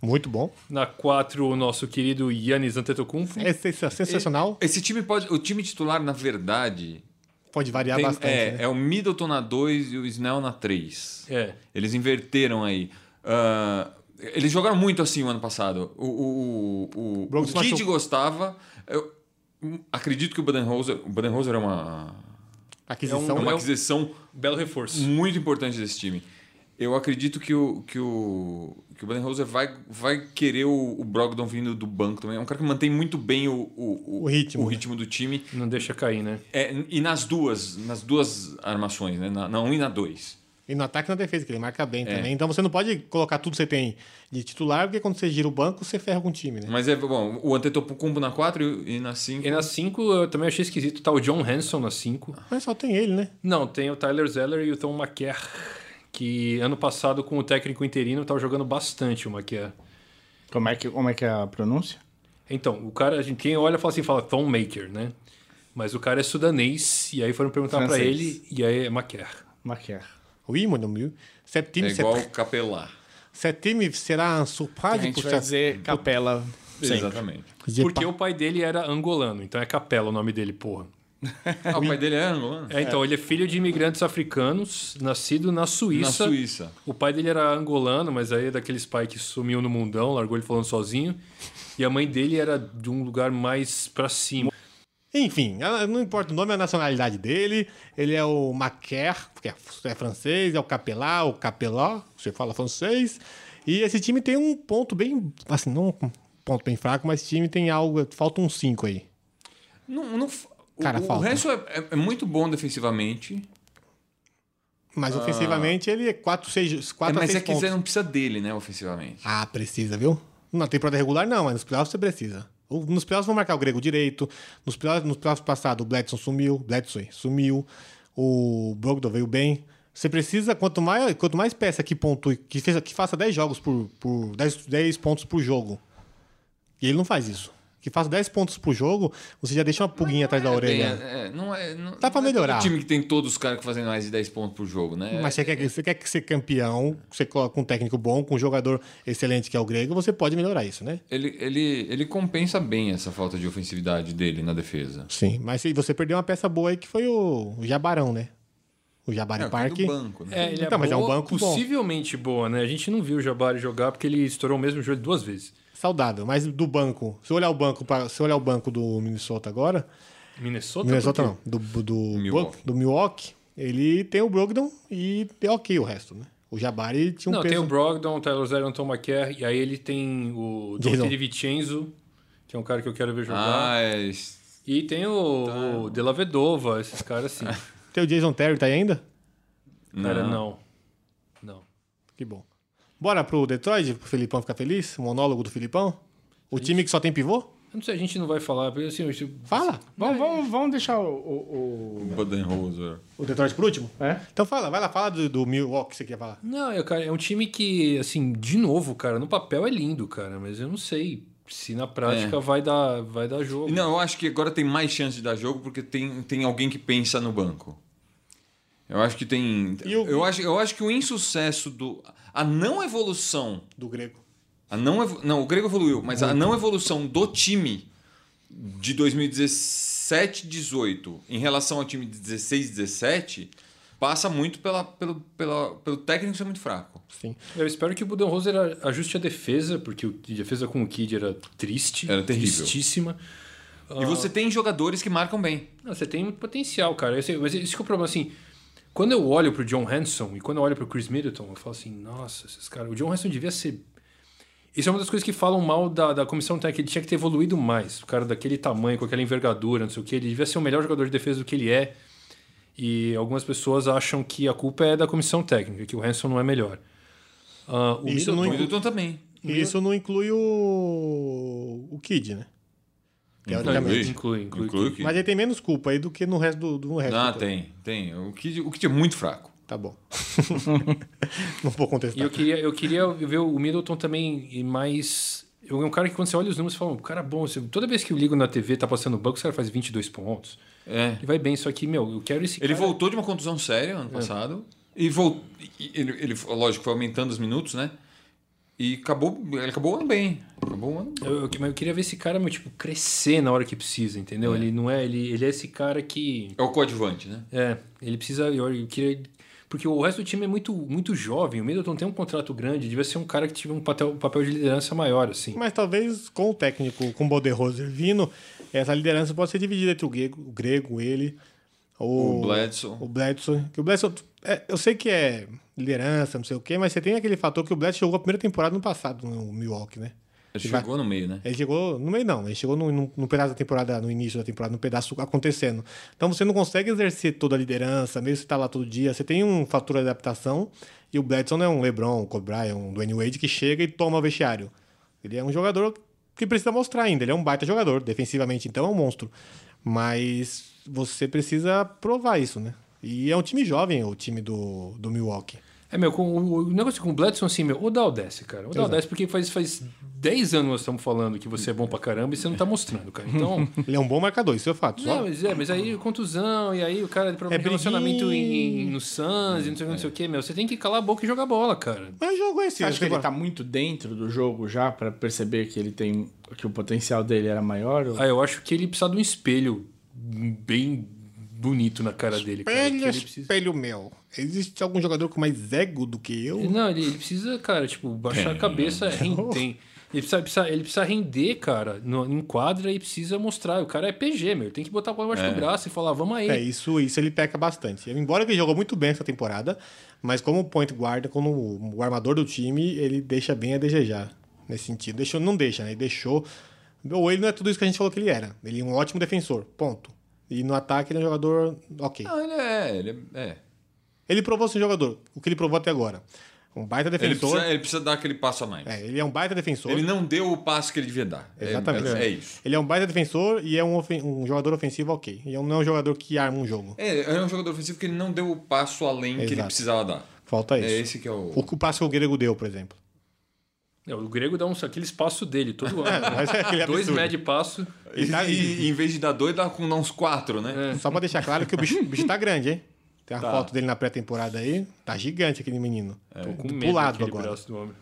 S3: Muito bom.
S4: Na 4, o nosso querido Yannis Antetokounmpo.
S3: É sensa- sensacional.
S1: Esse time pode. O time titular, na verdade.
S3: Pode variar
S1: tem-
S3: bastante.
S1: é,
S3: né?
S1: é o Middleton na 2 e o Snell na 3.
S4: É.
S1: Eles inverteram aí. Ah, eles jogaram muito assim o ano passado. O, o, o, o, o
S3: Brogdon
S1: Kid
S3: machucou.
S1: gostava. Eu hum, acredito que o Budenholzer. O Budenholzer é uma, é
S3: Aquisição.
S1: uma
S4: é um-
S1: aquisição
S4: Belo reforço.
S1: muito importante desse time. Eu acredito que o, que o, que o Budenholzer vai, vai querer o, o Brogdon vindo do banco também. É um cara que mantém muito bem o, o,
S3: O ritmo,
S1: o
S3: né?
S1: ritmo do time.
S4: Não deixa cair, né?
S1: É, e nas duas, nas duas armações, né? Na, na 1 e na 2.
S3: E no ataque e na defesa, que ele marca bem também. Então você não pode colocar tudo que você tem de titular, porque quando você gira o banco, você ferra com o time, né?
S1: Mas é bom, o Antetokounmpo na 4 e na 5.
S4: E na 5, eu também achei esquisito. Tá o John Hanson na 5.
S3: Mas só tem ele, né?
S4: Não, tem o Tyler Zeller e o Tom Maquer. Que ano passado, com o técnico interino, tava jogando bastante o Maquer.
S2: Como é, que, como é que é a pronúncia?
S4: Então, o cara, a gente- quem olha fala assim, fala Tom Maker, né? Mas o cara é sudanês, e aí foram perguntar pra
S2: Francês.
S4: ele, e aí é Maquer.
S2: Maquiar.
S3: O Imano, meu.
S1: É
S3: Septime,
S1: igual o Capelá.
S3: septime será um
S2: Então, A
S3: surprado
S2: gente
S3: por
S2: vai dizer capela.
S1: Exatamente.
S4: Porque o pai dele era angolano, então é Capela o nome dele, porra.
S1: Ah, o pai dele é angolano?
S4: É, então, ele é filho de imigrantes africanos, nascido na
S1: Na
S4: Suíça.
S1: Suíça.
S4: O pai dele era angolano, mas aí é daqueles pai que sumiu no mundão, largou ele falando sozinho. E a mãe dele era de um lugar mais pra cima.
S3: Enfim, ah, não importa o nome, a nacionalidade dele. Ele é o Maquer, porque é francês, é o Capelá, o Capeló, você fala francês. E esse time tem um ponto bem. Assim, não um ponto bem fraco, mas esse time tem algo. Falta um 5 aí.
S1: Não, não, fa- o-
S3: Cara,
S1: o, o
S3: falta.
S1: resto é, é- é muito bom defensivamente. é,
S3: Mas ofensivamente ele é 4, 6,
S1: Ah. É,
S3: 4 a
S1: mas
S3: 6
S1: é que
S3: pontos.
S1: você não precisa dele, né, ofensivamente.
S3: Ah, precisa, viu? Na temporada regular não, mas nos playoffs você precisa. O- Nos playoffs vão marcar o grego direito. Nos playoffs, nos playoffs passado o Bledson sumiu, Bledson sumiu. O Brogdon veio bem. Você precisa, quanto mais, quanto mais peça que pontue, que, fez- que faça 10 jogos por, por 10, 10 pontos por jogo. E ele não faz isso. Que faça 10 pontos por jogo, você já deixa uma pulguinha atrás da
S1: É, bem,
S3: orelha.
S1: é, é, não é, não,
S3: Dá pra
S1: não é todo
S3: melhorar.
S1: time que tem todos os caras que fazem mais de 10 pontos por jogo, né?
S3: Mas você quer, que- você quer que ser campeão, você coloca um técnico bom, com um jogador excelente que é o grego, você pode melhorar isso, né?
S1: Ele, ele, ele compensa bem essa falta de ofensividade dele na defesa.
S3: Sim, mas se você perdeu uma peça boa aí que foi o o Jabarão, né? O Jabari
S1: É,
S3: Park.
S1: do banco, né?
S4: É, ele
S3: Então,
S4: é
S3: mas é um
S4: boa,
S3: banco bom.
S4: possivelmente boa, né? A gente não viu o Jabari jogar porque ele estourou o mesmo joelho duas vezes.
S3: Saudável, mas do banco. Se eu olhar o banco, pra, se eu olhar o banco do Minnesota agora,
S4: Minnesota?
S3: Minnesota
S4: porque-
S3: não, do do
S1: Milwaukee.
S3: do Milwaukee, ele tem o Brogdon e é OK o resto, né? O Jabari tinha um
S4: Não,
S3: peso.
S4: tem o Brogdon, o Tyler Zeller, o Tom McCare, e aí ele tem o
S3: Jason.
S4: Dante Vincenzo, que é um cara que eu quero ver jogar.
S1: Ah, é, es-
S4: E tem o, o De La Vedova, esses caras assim.
S3: Tem o Jason Terry tá aí ainda?
S4: Cara, não. Não.
S3: Que bom. Bora pro Detroit, pro Felipão ficar feliz? Monólogo do Felipão? O time que só tem pivô?
S4: Eu não sei, a gente não vai falar, porque assim... eu-
S3: Fala.
S2: Vamos, vamos, vamos deixar o. o, o-
S1: Budenholzer.
S3: O Detroit por último?
S2: É?
S3: Então fala, vai lá, fala do, do Milwaukee que você quer falar.
S4: Não, é, cara, é um time que, assim, de novo, cara, no papel é lindo, cara, mas eu não sei se na prática
S1: É.
S4: vai, dar, vai dar jogo.
S1: Não, eu acho que agora tem mais chance de dar jogo porque tem, tem alguém que pensa no banco. Eu acho que tem.
S3: E o-
S1: Eu, acho, eu acho que o insucesso do. A não evolução.
S3: Do grego.
S1: A não, evo- não, o Grego evoluiu, mas a não evolução do time de 2017, 18 em relação ao time de 16, 17 passa muito pela, pelo, pela, pelo técnico ser muito fraco.
S3: Sim.
S4: Eu espero que o Budenholzer a- ajuste a defesa, porque o- a defesa com o Kid era triste.
S1: Era terrível.
S4: Tristíssima.
S3: Ah.
S1: E você tem jogadores que marcam bem.
S4: Não, você tem muito potencial, cara. Eu sei, mas isso que é o problema, assim... Quando eu olho pro John Hanson e quando eu olho pro Chris Middleton, eu falo assim, nossa, esses caras. O John Hanson devia ser. Isso é uma das coisas que falam mal da, da comissão técnica. Ele tinha que ter evoluído mais. O cara daquele tamanho, com aquela envergadura, não sei o que. Ele devia ser o melhor jogador de defesa do que ele é. E algumas pessoas acham que a culpa é da comissão técnica, que o Hanson não é melhor. Ah, o
S3: Isso não
S1: O
S4: Middleton-
S1: Middleton também.
S3: E isso não inclui o. o Kid, né? Teoricamente.
S4: inclui, inclui,
S1: Inclui o Kid.
S3: Mas é, ele tem menos culpa aí do que no resto do, do resto.
S1: Ah,
S3: do-
S1: tem, tem. O Kid, o Kid é muito fraco.
S3: Tá bom. não vou
S4: E
S3: contestar.
S4: eu queria, eu queria ver o Middleton também e mais. Eu, é um cara que quando você olha os números, você fala, "Um cara bom. você- toda vez que eu ligo na TV, tá passando o banco, esse cara faz 22 pontos.
S1: É.
S4: Ele vai bem, só que, meu, eu quero esse
S1: Ele
S4: cara.
S1: voltou de uma contusão séria
S3: É.
S1: ano passado. E voltou. Ele, ele, lógico, foi aumentando os minutos, né? E acabou. Ele acabou o ano bem. Acabou o ano bem.
S4: Eu, eu, mas eu queria ver esse cara, meu, tipo, crescer na hora que precisa, entendeu? Ele não é. Ele, ele é esse cara que.
S1: É o coadjuvante, né?
S4: É, ele precisa. Eu, eu queria. Porque o resto do time é muito, muito jovem. O Middleton tem um contrato grande, devia ser um cara que tive um papel, um papel de liderança maior, assim.
S3: Mas talvez com o técnico, com o Boderoser vindo, essa liderança pode ser dividida entre o grego, o grego ele, o,
S1: O Bledsoe.
S3: O Bledsoe. Que o Bledsoe é, eu sei que é liderança, não sei o quê, mas você tem aquele fator que o Bledsoe jogou a primeira temporada no passado no Milwaukee, né?
S1: Ele
S3: vai-
S1: chegou no meio, né?
S3: Ele chegou no meio, não. Ele chegou no, no- no pedaço da temporada, no início da temporada, no pedaço acontecendo. Então você não consegue exercer toda a liderança, mesmo você tá lá todo dia. Você tem um fator de adaptação. E o Bledson não é um LeBron, um Kobe Bryant, um Dwayne Wade que chega e toma o vestiário. Ele é um jogador que precisa mostrar ainda. Ele é um baita jogador. Defensivamente, então, é um monstro. Mas você precisa provar isso, né? E é um time jovem, o time do, do Milwaukee.
S4: É, meu, com, o, o negócio com o Bledson, assim, meu, o Daldesse, cara. O Daldesse, porque faz, faz 10 anos nós estamos falando que você é bom pra caramba e você não tá mostrando, cara. Então.
S3: Ele é um bom marcador, isso é fato.
S4: não,
S3: Só
S4: mas é, mas aí contusão, e aí o cara tem problema
S3: É
S4: de relacionamento em,
S3: briguinha.
S4: em- no Suns, e não sei o que, não sei o que, meu. Você tem que calar a boca e jogar bola, cara.
S3: Mas jogou
S2: Você
S3: esse
S2: acha que ele tá muito dentro do jogo já pra perceber que ele tem que o potencial dele era maior? Ou...
S4: Ah, eu acho que ele precisa de um espelho bem bonito na cara dele, cara. É, que
S3: Espelho,
S4: ele precisa...
S3: espelho meu. Existe algum jogador com mais ego do que eu?
S4: Não, ele, ele precisa, cara, tipo, baixar a cabeça, render. Ele precisa, precisa- ele precisa render, cara, no, em quadra e precisa mostrar. O cara é PG, meu. Ele tem que botar a bola debaixo do braço e falar, vamos aí.
S3: É, isso, isso ele peca bastante. Embora ele jogou muito bem essa temporada, mas como point guard, como o armador do time, ele deixa bem a desejar nesse sentido. Deixou, não deixa, né? Ele deixou. Ou ele não é tudo isso que a gente falou que ele era. Ele é um ótimo defensor, ponto. E no ataque ele é um jogador ok.
S1: Ah, ele é. Ele é. é.
S3: Ele provou ser um jogador, o que ele provou até agora. Um baita
S1: Ele,
S3: defensor.
S1: precisa, ele precisa dar aquele passo a mais.
S3: É, ele é um baita defensor.
S1: Ele não deu o passo que ele devia dar. É-
S3: Exatamente.
S1: É, é isso.
S3: Ele é um baita defensor e é um, ofen- um jogador ofensivo ok. E é um- não é um jogador que arma um jogo.
S1: É, é um jogador ofensivo que ele não deu o passo além que ele
S3: Exato.
S1: precisava dar.
S3: Falta
S1: É
S3: isso.
S1: esse que é o.
S3: O que o passe que o Grego deu, por exemplo.
S4: É, o grego dá um, aquele espaço dele todo ano. né?
S3: Mas é aquele
S4: Dois
S3: absurdo.
S4: médio passo.
S1: E,
S3: tá
S1: e em vez de dar dois, dá com dá uns quatro, né?
S3: Só pra deixar claro que o bicho, o bicho tá grande, hein? Tem a foto dele na pré-temporada aí. Tá gigante aquele menino.
S4: É. Tô com
S3: Do
S4: medo
S3: É pulado
S4: daquele
S3: agora.
S4: braço do homem.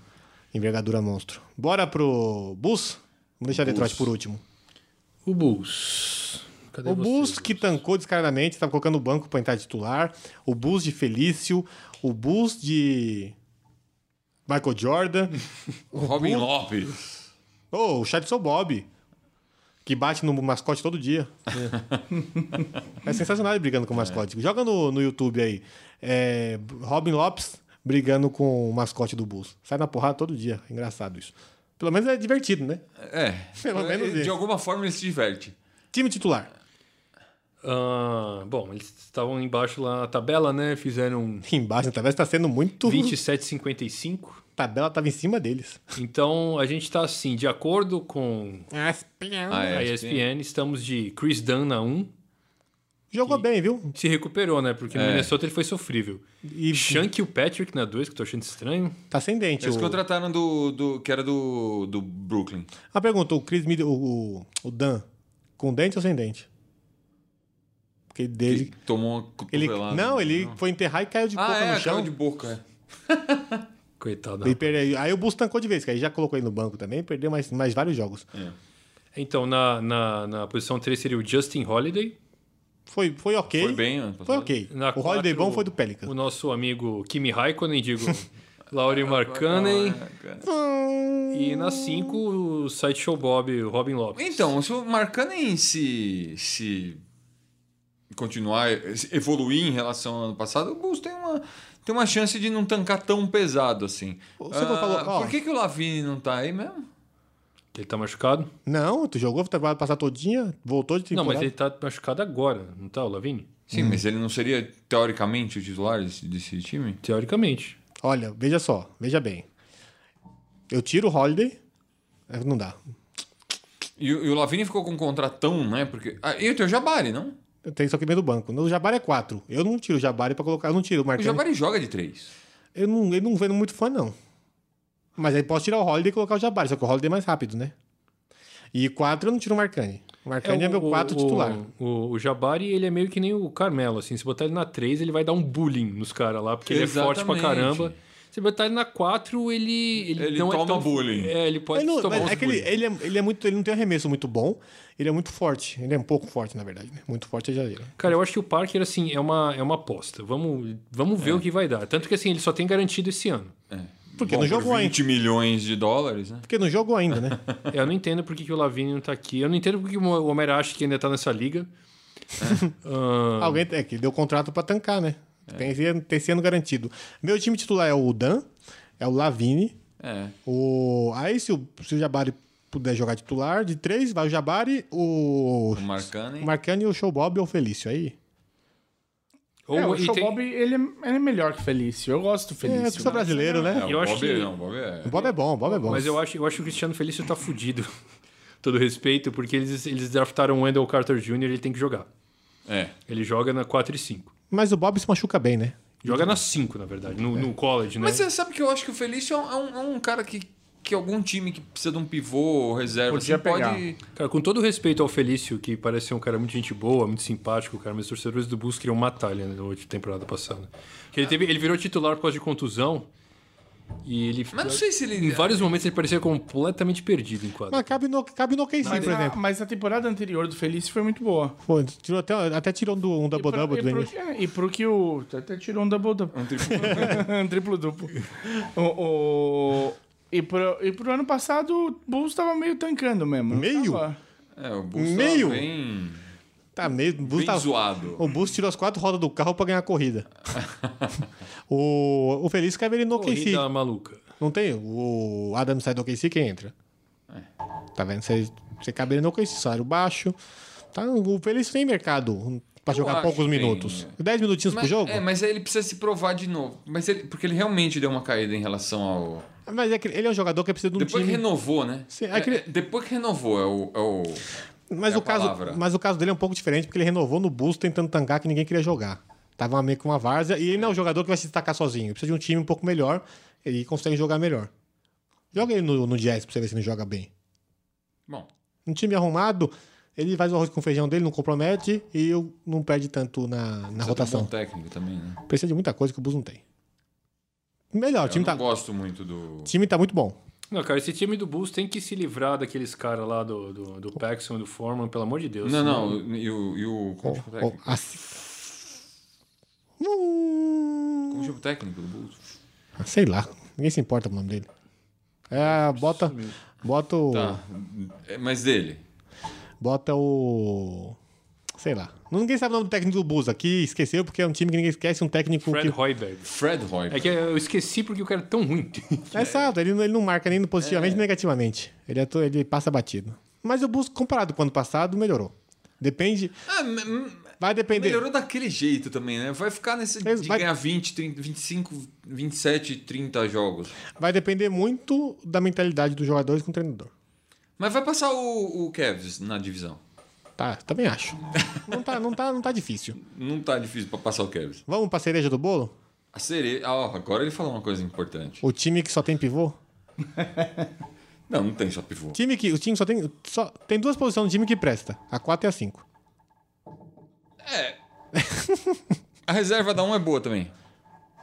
S3: Envergadura monstro. Bora pro Bus? Vamos deixar Detroit por último.
S4: O Bulls. Cadê
S3: O
S4: você?
S3: Bus que tancou descaradamente, tava colocando o banco pra entrar titular. O Bus de Felício. O Bus de. Michael Jordan.
S1: Robin Lopes.
S3: Ô, o Chadson Bob. Que bate no mascote todo dia. É, sensacional ele brigando com o
S1: É.
S3: mascote. Joga no, no YouTube aí. É, Robin Lopes brigando com o mascote do Bulls. Sai na porrada todo dia. É Engraçado isso. Pelo menos é divertido, né?
S1: É.
S3: Pelo
S1: É,
S3: menos
S1: De
S3: isso.
S1: alguma forma ele se diverte.
S3: Time titular.
S4: Ah, bom, eles estavam embaixo lá na tabela, né? Fizeram
S3: Embaixo, talvez tá sendo muito.
S4: 27,55.
S3: A tabela tava em cima deles.
S4: Então a gente tá assim, de acordo com
S1: Ah, é,
S4: a ESPN, estamos de Chris Dunn na 1.
S3: Jogou bem, viu?
S4: Se recuperou, né? Porque no Minnesota ele foi sofrível.
S3: E
S4: Shank e o Patrick na 2, que eu tô achando estranho.
S3: tá sem dente.
S1: Eles
S3: o-
S1: contrataram do, do. que era do, do Brooklyn.
S3: A pergunta, o Chris Mid o, o- o Dan, com dente ou sem dente? Porque dele.
S1: Ele tomou uma
S3: Ele,
S1: cotovelada.
S3: não, ele foi enterrar e caiu de boca
S1: né? Ah, é,
S3: no chão.
S1: caiu de boca. é.
S4: Coitado.
S3: Ele perdeu- Aí o Bulls tancou de vez, que aí já colocou ele no banco também, perdeu mais, mais vários jogos.
S4: Então, na, na, na posição 3 seria o Justin Holiday.
S3: Foi, foi ok.
S1: Foi bem, né? ano
S3: Foi
S1: passado.
S3: ok.
S4: Na
S3: o Holiday
S4: quatro,
S3: bom foi do
S4: O
S3: Pelicans.
S4: nosso amigo Kimi Raikkonen, digo, Lauri Markkanen. E na 5, o Sideshow Bob, o Robin Lopes.
S1: Então, se o Marcanen se, se continuar, evoluir em relação ao ano passado, o Bulls tem uma, tem uma chance de não tancar tão pesado assim.
S3: Você não
S1: Ah,
S3: falou- ó.
S1: por que, que o Lavini não tá aí mesmo?
S4: Ele tá machucado?
S3: Não, tu jogou a temporada passada todinha, voltou de
S4: Não,
S3: temporada.
S4: mas ele tá machucado agora, não tá, o Lavini?
S3: Hum.
S1: Sim, mas ele não seria teoricamente o titular desse, desse time?
S4: Teoricamente.
S3: Olha, veja só, veja bem. Eu tiro o Holiday, é, não dá.
S1: E, o- e o Lavini ficou com um contratão, né? Porque. Ah, e tem o Jabari, não?
S3: Eu tenho só que meio do banco. No Jabari é 4. Eu não tiro o Jabari pra colocar, eu não tiro o
S1: O
S3: Marcão.
S1: Jabari joga de três.
S3: Eu não, eu não vendo muito fã, não. Mas aí posso tirar o Holiday e colocar o Jabari, só que o Holiday é mais rápido, né? E 4 eu não tiro o Marcani. O Marcani é, meu 4 titular.
S4: O, o Jabari, ele é meio que nem o Carmelo, assim. Se botar ele na 3, ele vai dar um bullying nos caras lá, porque ele é forte pra
S1: Exatamente.
S4: caramba. Se botar ele na 4, ele. Ele,
S1: Ele
S4: não é
S1: toma
S4: tão-
S1: bullying.
S4: É, ele pode
S3: Ele não,
S4: tomar
S3: mas
S4: uns
S3: é que ele,
S4: bullying.
S3: ele, é, ele é muito. Ele não tem arremesso muito bom. Ele é muito forte. Ele é um pouco forte, na verdade. Né? Muito forte é já era.
S4: Cara, eu acho que o Parker, assim, é uma, é uma aposta. Vamos, vamos
S3: É.
S4: ver o que vai dar. Tanto que, assim, ele só tem garantido esse ano.
S3: Porque
S1: Bom,
S3: não
S1: por
S3: jogou ainda.
S1: 20 milhões de dólares, né?
S3: Porque não jogou ainda, né?
S4: Eu não entendo por que, que o Lavini não tá aqui. Eu não entendo por que o Homer acha que ainda tá nessa liga.
S3: É.
S4: Ah,
S3: Alguém é que deu contrato pra tancar, né? Tem, esse ano- tem esse ano garantido. Meu time titular é o Dan, é o Lavini.
S1: É.
S3: O... Aí, se o, se o Jabari puder jogar titular, de três, vai o Jabari, o,
S1: O Marcani.
S3: o Marcani, o Show Bob ou o Felício. Aí.
S4: ou-
S2: é, o
S4: e
S2: Show
S4: tem-
S2: Bob, ele, é- ele é melhor que o Felício. Eu gosto
S3: É,
S2: do Felício.
S3: porque sou brasileiro, né?
S1: É,
S4: Eu
S1: o
S4: acho
S1: Bob,
S4: que-
S1: não, o Bob é.
S3: O Bob é bom, o Bob é bom.
S4: Mas eu acho, eu acho que o Cristiano Felício tá fudido. Todo respeito, porque eles, eles draftaram o Wendell Carter Jr. ele tem que jogar.
S1: É.
S4: Ele joga na 4 e 5.
S3: Mas o Bob se machuca bem, né?
S4: Joga na 5, na verdade, no, no college, né?
S1: É. Mas você sabe que eu acho que o Felício é um, é um- é um cara que, que algum time que precisa de um pivô ou reserva
S2: Podia
S1: assim, pode.
S2: pegar.
S4: Cara, com todo o respeito ao Felício, que parece ser um cara muito gente boa, muito simpático, cara, mas os torcedores do Bulls queriam matar ele na última temporada passada. Que ele, teve, ele virou titular por causa de contusão e ele...
S1: Mas não sei se ele.
S4: Em vários momentos ele parecia completamente perdido em quadro.
S3: Mas cabe no, cabe no OKC, por
S2: Mas, é. a,
S3: exemplo.
S2: mas a temporada anterior do Felício foi muito boa.
S3: Pô, tirou até, até tirou do, um
S2: E pro-
S3: double-double
S2: e
S3: do
S2: pro-
S3: Enes.
S2: é, E pro que o. Até tirou um double double.
S1: Um triplo-
S2: um triplo duplo. O, o- E, pro, e pro ano passado o Bulls tava meio tancando mesmo. não
S3: Meio?
S2: tava?
S1: É, o Bulls tá
S3: Meio.
S1: bem,
S3: Tá mesmo. o Bulls
S1: bem
S3: tá-
S1: zoado.
S3: O Bulls tirou as quatro rodas do carro pra ganhar a corrida. o, o Felício cabe ele no OKC.
S4: Corrida maluca.
S3: Não tem? O Adam sai do OKC, quem entra? Tá vendo? Você, você cabe ele no OKC, salário baixo. Tá, o Felício tem mercado pra
S1: Eu
S3: jogar
S1: acho
S3: poucos
S1: que tem,
S3: minutos. dez minutinhos
S1: Mas,
S3: pro jogo?
S1: É, mas aí ele precisa se provar de novo. Mas ele, porque ele realmente deu uma caída em relação ao.
S3: Mas é que ele é um jogador que precisa de um
S1: Depois que
S3: time...
S1: renovou, né?
S3: Sim, aquele-
S1: É, é, depois que renovou, é o. É o...
S3: Mas,
S1: é
S3: o
S1: a
S3: caso,
S1: palavra.
S3: mas o caso dele é um pouco diferente, porque ele renovou no Bulls tentando tancar que ninguém queria jogar. Tava meio com uma várzea. E ele não é um jogador que vai se destacar sozinho. Ele Precisa de um time um pouco melhor e consegue jogar melhor. Joga ele no, no Jazz pra você ver se ele joga bem.
S1: Bom,
S3: Um time arrumado, ele faz o arroz com feijão dele, não compromete e eu- não perde tanto na, na
S1: precisa ter um
S3: rotação.
S1: bom técnico também, né?
S3: Precisa de muita coisa que o Bulls não tem. Melhor, o
S1: Eu
S3: time
S1: não
S3: tá,
S1: gosto muito do.
S3: time tá muito bom.
S4: Não, cara, esse time do Bulls tem que se livrar daqueles caras lá do, do, do Paxson, do Foreman, pelo amor de Deus.
S1: Não,
S4: senão-
S3: um
S1: não, e o. E o como chama o
S3: Ó,
S1: técnico?
S3: assim- Hum,
S1: Como chama o técnico do Bulls?
S3: Ah, sei lá, ninguém se importa com o nome dele. É, bota, bota o,
S1: Tá.
S3: Oh.
S1: É, mas dele.
S3: bota o, sei lá. Ninguém sabe o nome do técnico do Bulls aqui, esqueceu porque é um time que ninguém esquece, um técnico
S4: Fred
S3: que...
S4: Hoiberg.
S1: Fred Hoy.
S4: É que eu esqueci porque o cara é tão ruim.
S3: É, Exato, ele, não- ele não marca nem positivamente
S1: É.
S3: nem negativamente. Ele, é to- ele passa batido. Mas o Bulls, comparado com o ano passado, melhorou. Depende.
S1: Ah, me- me-
S3: Vai depender.
S1: melhorou daquele jeito também, né? Vai ficar nesse
S3: É Mas
S1: de
S3: vai-
S1: ganhar 20, 30, 25, 27, 30 jogos.
S3: Vai depender muito da mentalidade dos jogadores com o treinador.
S1: Mas vai passar o, o Cavs na divisão.
S3: Tá, também acho. não, tá, não, tá, não tá difícil.
S1: Não tá difícil pra passar o Cavs.
S3: Vamos pra cereja do bolo?
S1: A sereia. Ah, ó, agora ele falou uma coisa importante.
S3: O time que só tem pivô?
S1: Não, não tem só pivô.
S3: Time que, o time só tem. Só, tem duas posições no time que presta: a 4 e a 5.
S1: A reserva da 1 é boa também.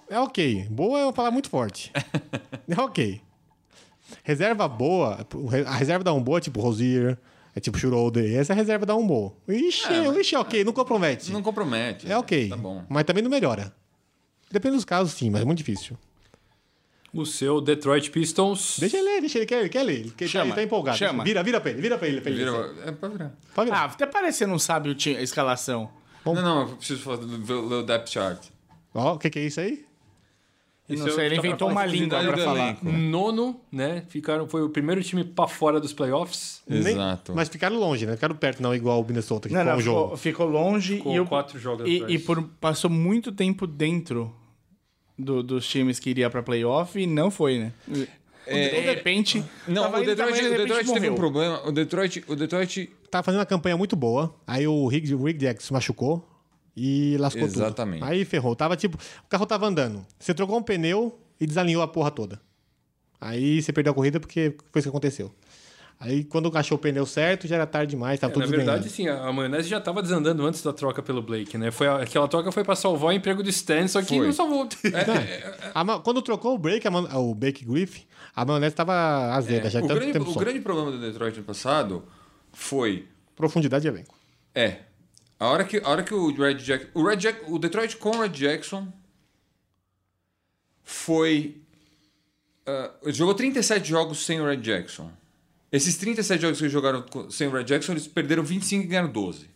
S3: É ok. Boa é uma palavra muito forte. é ok. Reserva boa, a reserva da um boa é tipo Rosier, é tipo Schroeder. Essa é a reserva da um boa. Ixi, é, ixi, é ok, não compromete.
S1: Não compromete.
S3: é ok.
S1: Tá bom.
S3: Mas também não melhora. Depende dos casos, sim, mas é muito difícil.
S4: o seu Detroit Pistons.
S3: Deixa ele ler, deixa ele, quer, ele quer ler. Ele, quer-
S2: Chama,
S3: ele tá empolgado.
S2: chama.
S3: Vira, vira pra ele, vira pra ele. Pra ele
S1: Vira- É pra virar.
S3: Pode virar.
S2: Ah, até parece que você não sabe o time, a escalação.
S3: Bom.
S1: Não, não, eu preciso falar do- ver o depth chart.
S3: Ó, o que, que é isso aí?
S2: Não
S1: Isso
S2: sei,
S1: é
S2: ele
S1: só pra
S2: inventou
S1: falar
S2: uma
S1: de
S2: língua
S1: qualidade
S2: pra
S1: do
S2: falar.
S1: elenco.
S4: Nono, né? Ficaram, foi o primeiro time pra fora dos playoffs.
S3: Nem-
S1: Exato.
S3: mas ficaram longe, né? Ficaram perto, não, igual o Minnesota, que
S2: Não,
S3: ficou
S2: não,
S3: um jogo.
S2: ficou, ficou longe
S4: Ficou
S2: e, o-
S4: quatro jogos
S2: e,
S4: atrás.
S2: e por- passou muito tempo dentro do- dos times que iria pra playoff e não foi, né? de repente.
S1: É, Não,
S2: tava
S1: o
S2: indo,
S1: Detroit,
S2: tava indo,
S1: o
S2: de repente
S1: Detroit teve
S2: morreu.
S1: um problema. O Detroit, o Detroit
S3: Tava fazendo uma campanha muito boa. Aí o Rick, o Rick Jack se machucou e lascou
S1: Exatamente.
S3: tudo. Aí ferrou. Tava tipo, o carro tava andando. Você trocou um pneu e desalinhou a porra toda. Aí você perdeu a corrida porque foi isso que aconteceu. Aí quando achou o pneu certo, já era tarde demais, tava
S4: É,
S3: tudo
S4: na verdade,
S3: desdenhado.
S4: sim, a a maionese já tava desandando antes da troca pelo Blake, né? Foi a- aquela troca foi pra salvar o emprego do Stan, só que
S1: Foi.
S4: não salvou.
S3: É,
S1: É.
S3: A ma- Quando trocou o break, a man- o Bake Griff, a maionese tava azeda, já
S1: É, o,
S3: tanto
S1: grande,
S3: tempo
S1: o
S3: só.
S1: grande problema do Detroit no passado foi.
S3: Profundidade de elenco.
S1: É. A hora que, a hora que o Red Jackson. O, Red Jack, o Detroit com o Red Jackson foi. ah, ele jogou 37 jogos sem o Red Jackson. Esses 37 jogos que eles jogaram co- sem o Red Jackson, eles perderam 25 e ganharam 12.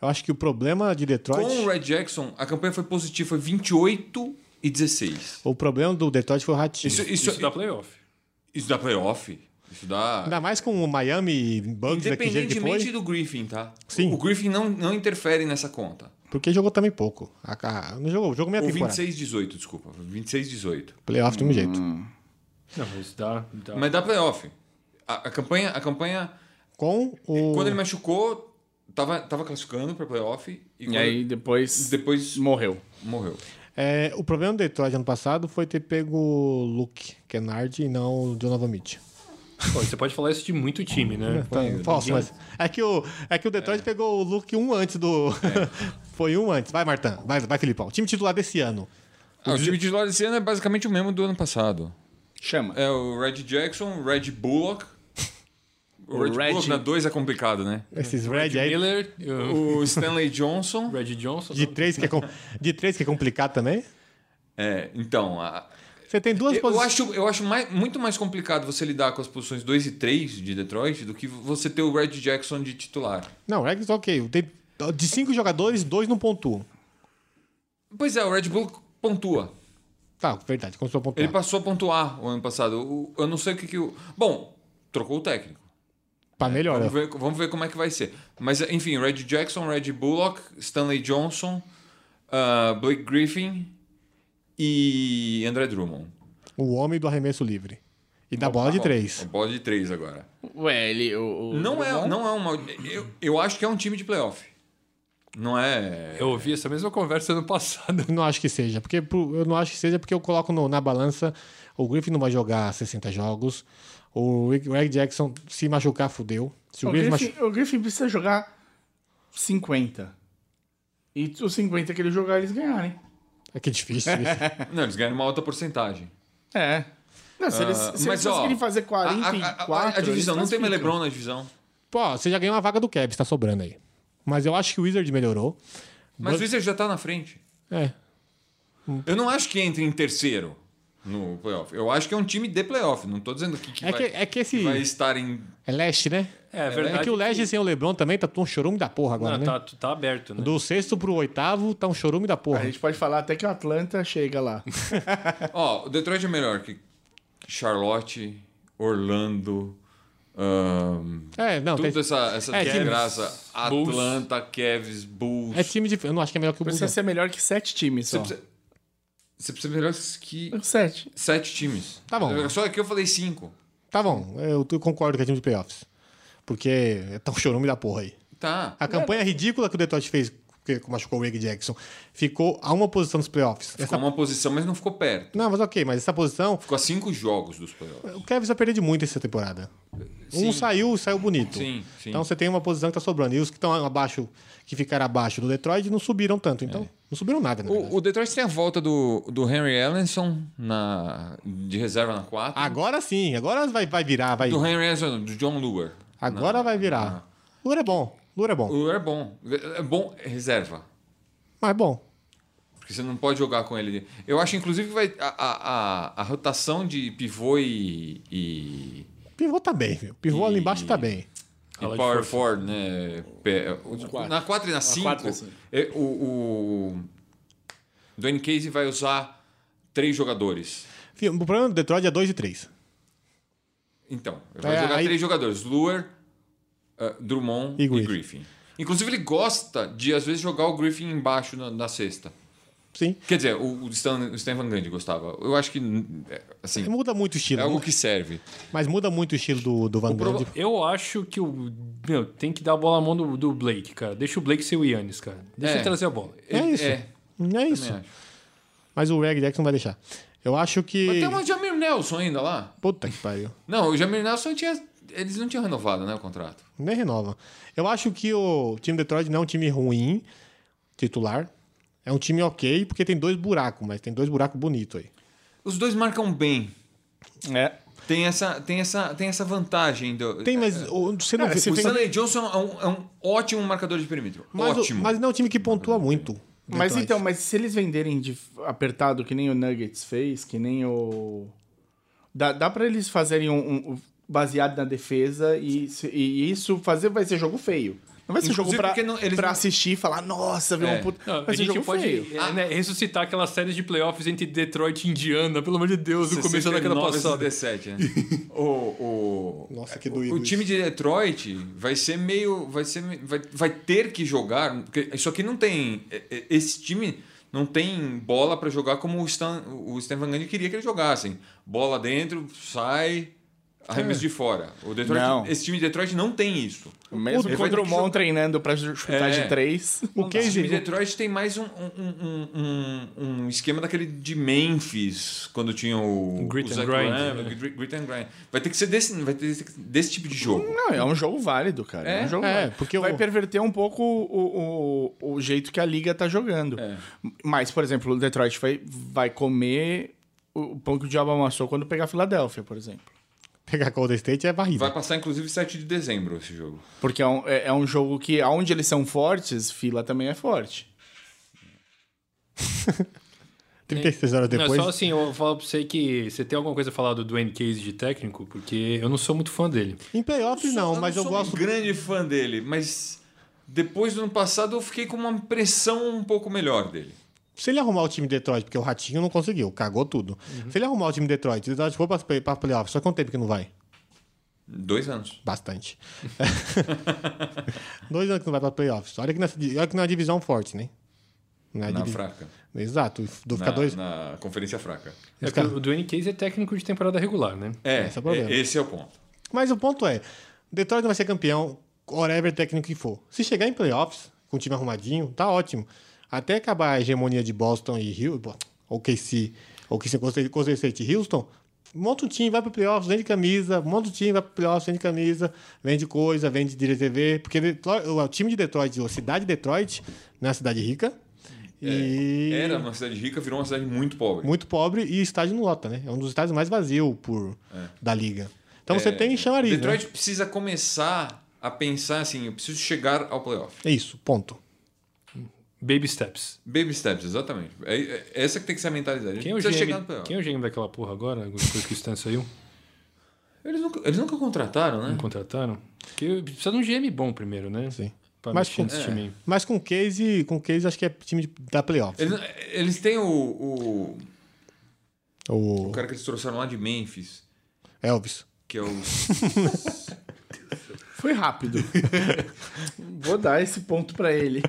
S3: Eu acho que o problema de Detroit...
S1: Com o Red Jackson, a campanha foi positiva, foi 28 e 16.
S3: O problema do Detroit foi o Ratinho.
S1: Isso, isso,
S4: Isso,
S1: isso,
S4: dá playoff.
S1: dá playoff. Isso dá.
S3: Ainda mais com o Miami e Bugs daquele jeito é que
S1: Independentemente
S3: foi,
S1: do Griffin, tá?
S3: Sim.
S1: O Griffin não, não interfere nessa conta.
S3: porque jogou também pouco. A, a, não jogou, jogou meia
S1: Ou
S3: temporada.
S1: 26-18, desculpa. 26-18.
S3: Playoff de um jeito.
S4: Não, mas dá. dá.
S1: Mas dá playoff. A, a campanha, a campanha
S3: Com o.
S1: quando ele machucou, tava, tava classificando pra playoff. E,
S2: E
S1: quando-
S2: aí depois
S1: depois
S2: morreu.
S1: morreu.
S3: É, o problema do Detroit ano passado foi ter pego o Luke Kennard e não o Donovan Mitchell.
S4: Pô, você pode falar isso de muito time, né?
S3: Tá, falso, mas. É que o, é que o Detroit pegou o Luke um antes do. foi um antes. Vai, Martã. Vai, vai, Filipão. Time titular desse ano.
S1: Ah, o time titular desse ano é basicamente o mesmo do ano passado.
S2: Chama.
S1: É o Red Jackson, o Red Bullock. O
S2: O
S1: Red,
S2: Red-
S1: Bullock na 2 é complicado, né?
S3: Esses Red aí.
S4: Miller, o
S1: O Stanley Johnson.
S4: Red Johnson.
S3: De três, que é com- de três que é complicado também.
S1: É, então. a-
S3: Você tem duas
S1: eu
S3: posições.
S1: acho, eu acho mais- muito mais complicado você lidar com as posições 2 e 3 de Detroit do que você ter o Red Jackson de titular.
S3: Não, é que ok. Tem- De cinco jogadores, dois não pontuam.
S1: Pois é, o Red Bullock pontua.
S3: Tá, verdade. Começou a pontuar.
S1: Ele passou a pontuar o ano passado. O- Eu não sei o que que o. Bom, trocou o técnico.
S3: Pra melhor.
S1: Vamos
S3: né?
S1: ver, vamos ver como é que vai ser. Mas, enfim, Red Jackson, Red Bullock, Stanley Johnson, ah, Blake Griffin e André Drummond.
S3: O homem do arremesso livre. E da bola de três.
S1: Uma bola um de três agora.
S2: Ué, ele. O, o-
S1: Não é, não é uma. Eu, eu acho que é um time de playoff. Não é.
S4: Eu ouvi essa mesma conversa ano passado.
S3: Não acho que seja. Porque pro- eu não acho que seja porque eu coloco no- na balança. O Griffin não vai jogar 60 jogos. O Rick- Greg Jackson, se machucar, fudeu. Se o,
S2: O
S3: Griffin,
S2: Griffin,
S3: machu-
S2: o Griffin precisa jogar 50. E os 50 que ele jogar, eles ganharem.
S3: É que difícil isso.
S1: Não, eles ganham uma alta porcentagem. Ah,
S2: É. Não, se eles, se eles conseguirem fazer
S1: A, a,
S2: 44.
S1: a, a divisão, não tem
S2: mais
S1: Melebron na divisão.
S3: Pô, você já ganhou uma vaga do Cavs, tá sobrando aí. Mas eu acho que o Wizard melhorou.
S1: Mas o Wizards já tá na frente.
S3: É.
S1: Eu não acho que entre em terceiro no playoff. Eu acho que é um time de playoff. Não tô dizendo que, que
S3: É
S1: vai,
S3: que, é que esse.
S1: vai estar em.
S3: É leste, né?
S4: É,
S3: É
S4: verdade.
S3: que o leste sem o Lebron também tá um chorume da porra agora, né?
S4: Não, tá, tá aberto, né?
S3: Do sexto pro oitavo tá um chorume da porra.
S2: A gente pode falar até que o Atlanta chega lá.
S1: Ó, o Detroit é melhor que Charlotte, Orlando, ahn,
S3: É, não, tem...
S1: tudo essa, essa
S3: é,
S1: desgraça.
S4: Bulls.
S1: Atlanta, Cavs, Bulls.
S3: é time de. Eu não acho que é melhor que o
S2: Precisa
S3: Bulls.
S2: ser melhor que sete times
S1: Você
S2: só.
S1: precisa, você precisa melhor que
S2: Sete.
S1: sete times.
S3: Tá bom.
S1: Só que eu falei cinco.
S3: Tá bom, eu t- concordo que é time de playoffs. Porque é tão chorume da porra aí.
S1: Tá.
S3: A campanha ridícula que o Detroit fez, que machucou o Wade Jackson, ficou a uma posição dos playoffs.
S1: Ficou
S3: Essa-
S1: uma posição, mas não ficou perto.
S3: Não, mas ok, mas essa posição.
S1: Ficou a cinco jogos dos playoffs.
S3: O Kevin vai perder de muito essa temporada.
S1: Sim.
S3: Um saiu, saiu bonito.
S1: Sim, sim.
S3: Então você tem uma posição que tá sobrando. E os que estão abaixo, que ficaram abaixo do Detroit, não subiram tanto. Então, não subiram nada, na verdade.
S1: É. O, o Detroit tem a volta do, do Henry Ellenson na, de reserva na 4.
S3: Agora sim, agora vai, vai virar, vai.
S1: Do Henry Ellenson, do John Luer.
S3: Agora vai virar. Lura é bom, Lura é
S1: O
S3: bom.
S1: Luer é bom. É bom é reserva.
S3: Mas é bom.
S1: Porque você não pode jogar com ele. Eu acho, inclusive, que vai, a, a, a, a rotação de pivô e. e
S3: Pivô tá bem, viu? Pivô ali
S1: E-
S3: embaixo tá bem.
S1: e E
S4: ala de
S1: Power
S4: força.
S1: Forward, né? pé-
S2: quatro.
S1: Na 4 e na
S2: quatro e na
S1: 5,
S2: cinco.
S1: o, o Dwayne Casey vai usar três jogadores.
S3: Enfim, o problema do Detroit é 2 e 3.
S1: Então, ele vai
S3: É,
S1: jogar
S3: aí-
S1: três jogadores: Luer, eh, Drummond
S3: E
S1: e,
S3: Griffin.
S1: Griffin. Inclusive, ele gosta de, às vezes, jogar o Griffin embaixo na, na cesta.
S3: Sim.
S1: Quer dizer, o, o Stan, o Stan Van Gundy gostava. Eu acho que, n- é, assim,
S3: Muda muito o estilo.
S1: é algo que serve.
S3: Mas muda muito o estilo do, do Van Gundy.
S4: Eu acho que o. Meu, tem que dar a bola à mão do, do Blake, cara. Deixa o Blake ser o Yannis, cara. Deixa
S1: É.
S4: ele trazer a bola.
S3: É
S1: Ele-
S3: isso.
S1: É,
S3: É isso.
S1: também acho.
S3: Mas o Reg Jackson vai deixar. Eu acho que.
S1: Mas tem uma Jamir Nelson ainda lá.
S3: Puta que pariu.
S1: Não, o Jamir Nelson tinha. Eles não tinham renovado, né, o contrato.
S3: Nem renova. Eu acho que o time Detroit não é um time ruim, titular. É um time ok, porque tem dois buracos, mas tem dois buracos bonitos aí.
S1: Os dois marcam bem.
S2: É.
S1: Tem essa, tem essa, tem essa vantagem do.
S3: Tem, mas
S1: É,
S3: o- você não
S2: Cara,
S3: vê.
S2: se
S1: O
S3: você-
S1: Stanley Johnson é um, é um ótimo marcador de perímetro.
S3: mas, o-
S1: ótimo. Uhum.
S3: mas não é um time que pontua muito.
S2: Mas
S3: Detroit.
S2: então, mas se eles venderem de f- apertado que nem o Nuggets fez, que nem o. Dá, dá para eles fazerem um, um- um baseado na defesa e, se- e isso fazer vai ser jogo feio. Não vai ser
S1: Inclusive
S2: jogo pra,
S1: porque não- eles
S2: pra
S1: não-
S2: assistir e falar, nossa, viu
S1: É.
S2: um puto.
S4: Não, a
S2: vai ser
S4: gente
S2: jogo
S4: pode
S2: feio.
S4: é, né, ressuscitar aquelas séries de playoffs entre Detroit e Indiana, pelo amor de Deus, no começo daquela
S1: 69
S4: passada.
S1: 17, né? o, o,
S3: é Nossa, que
S1: o-
S3: doído
S1: O time de Detroit vai ser meio. Vai, ser, vai, vai ter que jogar. Porque isso aqui não tem. é- é- Esse time não tem bola pra jogar como o Stan, o Stan Van Gundy queria que eles jogassem. Bola dentro, sai,
S3: É.
S1: arremesso de fora. O Detroit,
S2: Não.
S1: esse time de Detroit não tem isso.
S2: Mesmo
S1: Ele
S2: com o
S1: vai ter que
S2: Drummond
S1: jogar-
S2: treinando pra ju- chutar
S1: É.
S2: de três.
S3: O
S1: O time de
S3: Casey,
S1: Detroit tem mais um, um, um- um- um- um esquema daquele de Memphis, quando tinha o.
S4: Grit
S1: o
S4: and
S1: Zach
S4: grind,
S1: Lamb,
S4: né?
S1: Grit Grit and Grind. Vai ter que ser desse, vai ter que ser desse tipo de jogo.
S2: Não, é um jogo válido, cara. É,
S1: É?
S2: um jogo
S3: É,
S2: válido.
S3: porque
S2: vai
S3: o-
S2: perverter um pouco o, o, o jeito que a liga tá jogando. Mas, por exemplo, o Detroit vai, vai comer o pão que o diabo amassou quando pegar a Filadélfia, por exemplo.
S3: pegar Golden State é barriga.
S1: Vai passar, inclusive, 7 de dezembro esse jogo.
S2: Porque é um, é, é um jogo que, onde eles são fortes, fila também é forte.
S3: 36 horas
S1: é
S4: Não,
S3: depois.
S4: só assim, eu falo pra você que você tem alguma coisa a falar do Dwayne Case de técnico, porque eu não sou muito fã dele.
S3: Em playoffs, não, mas eu
S1: sou
S3: gosto.
S1: um grande fã dele, mas depois do ano passado eu fiquei com uma impressão um pouco melhor dele.
S3: Se ele arrumar o time de Detroit, porque o Ratinho não conseguiu, cagou tudo.
S1: Uhum.
S3: Se ele arrumar o time de Detroit, o Detroit for pra, play- pra playoffs, só quanto tempo que não vai?
S1: Dois anos.
S3: Bastante. Dois anos que não vai pra playoffs. Olha que, nessa, di- olha que não é uma divisão forte, né? Não é
S1: Na
S3: divi-
S1: fraca.
S3: Exato. e Do
S1: Na,
S3: ficar dois.
S1: na conferência fraca.
S4: É que o Dwayne Case é técnico de temporada regular, né?
S1: É,
S3: Esse é o problema.
S1: é- esse é o ponto.
S3: Mas o ponto é: Detroit não vai ser campeão, whatever técnico que for. Se chegar em playoffs, com o time arrumadinho, tá ótimo. Até acabar a hegemonia de Boston e Houston, ou KC, ou KC, Golden State e Houston, monta um time, vai pro playoffs, vende camisa, monta um time, vai pro playoffs, vende camisa, vende coisa, vende direito TV. Porque Detroit- o time de Detroit, ou a cidade de Detroit, não é uma cidade rica. E
S1: É, Era uma cidade rica, virou uma cidade muito pobre.
S3: muito pobre e estádio não lota, né? É um dos estádios mais vazios por, da liga. Então você tem chamariz. né?
S1: É. Detroit precisa começar a pensar assim, eu preciso chegar ao playoff.
S3: É isso, ponto.
S4: Baby Steps.
S1: Baby steps, exatamente. É, é- essa que tem que ser a mentalidade. A gente
S4: Quem é o
S1: precisa chegar
S4: GM,
S1: no playoff.
S4: quem é o GM daquela porra agora, depois que o Stan saiu?
S1: Eles, nunca, eles nunca contrataram, né?
S4: Não contrataram? Porque precisa de um GM bom primeiro, né?
S3: Sim.
S4: Pra
S3: Mas
S4: mexer
S3: com-
S4: nesse
S1: é.
S4: time aí.
S3: Mas com o Case, com o Case acho que é time de- da playoff.
S1: Eles, eles têm o, o,
S3: O
S1: o cara que eles trouxeram lá de Memphis,
S3: Elvis.
S1: que é o.
S2: Foi rápido. Vou dar esse ponto pra ele.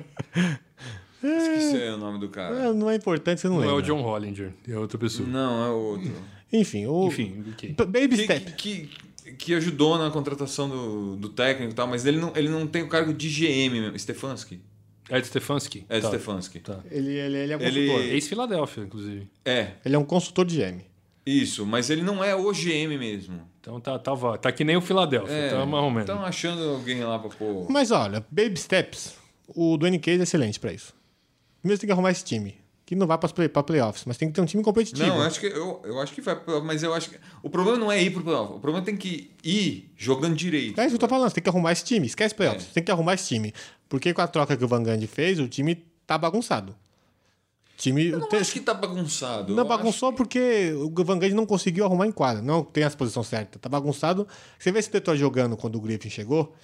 S1: Esqueci o nome do
S3: É,
S1: cara.
S3: não é importante, você não,
S4: Não é o
S3: lembra.
S4: John Hollinger, é outra pessoa.
S1: Não, é o outro.
S3: Enfim, o
S4: Enfim, ok.
S3: P- Baby
S1: Que, que,
S3: Step.
S1: que- que ajudou na contratação do, do técnico e tal, mas ele não, ele não tem o cargo de GM mesmo. Stefanski?
S4: Ed Stefanski?
S1: É
S4: Tá.
S1: Stefanski.
S4: Tá.
S3: Ele, ele, ele é um
S1: Ele-
S3: consultor.
S4: Ex-Filadélfia, inclusive.
S1: É,
S3: Ele é um consultor de GM.
S1: isso, mas ele não é o GM mesmo.
S4: Então tá, tá, va- tá que nem o Filadélfia,
S1: É,
S4: tá mais ou menos.
S1: Estão achando alguém lá pra pôr.
S3: Mas olha, Baby Steps, o Dwayne Case é excelente pra isso. Mesmo tem que arrumar esse time. Que não vai para play, pra playoffs, mas tem que ter um time competitivo.
S1: Não, eu acho que eu, eu acho que vai, pro- mas eu acho que o problema não é ir pro playoff, o problema tem que ir jogando direito.
S3: É isso que eu tô falando, você tem que arrumar esse time. Esquece
S4: É.
S3: playoffs, tem que arrumar esse time. Porque com a troca que o Van Gundy fez, o time tá bagunçado. Time,
S1: Eu
S3: o
S1: não
S3: te-
S1: acho que tá bagunçado.
S3: É, Não, é
S1: eu
S3: bagunçou porque o Van Gundy não conseguiu arrumar em quadra. Não tem as posições certas. Tá bagunçado. Você vê esse Detroit jogando quando o Griffin chegou.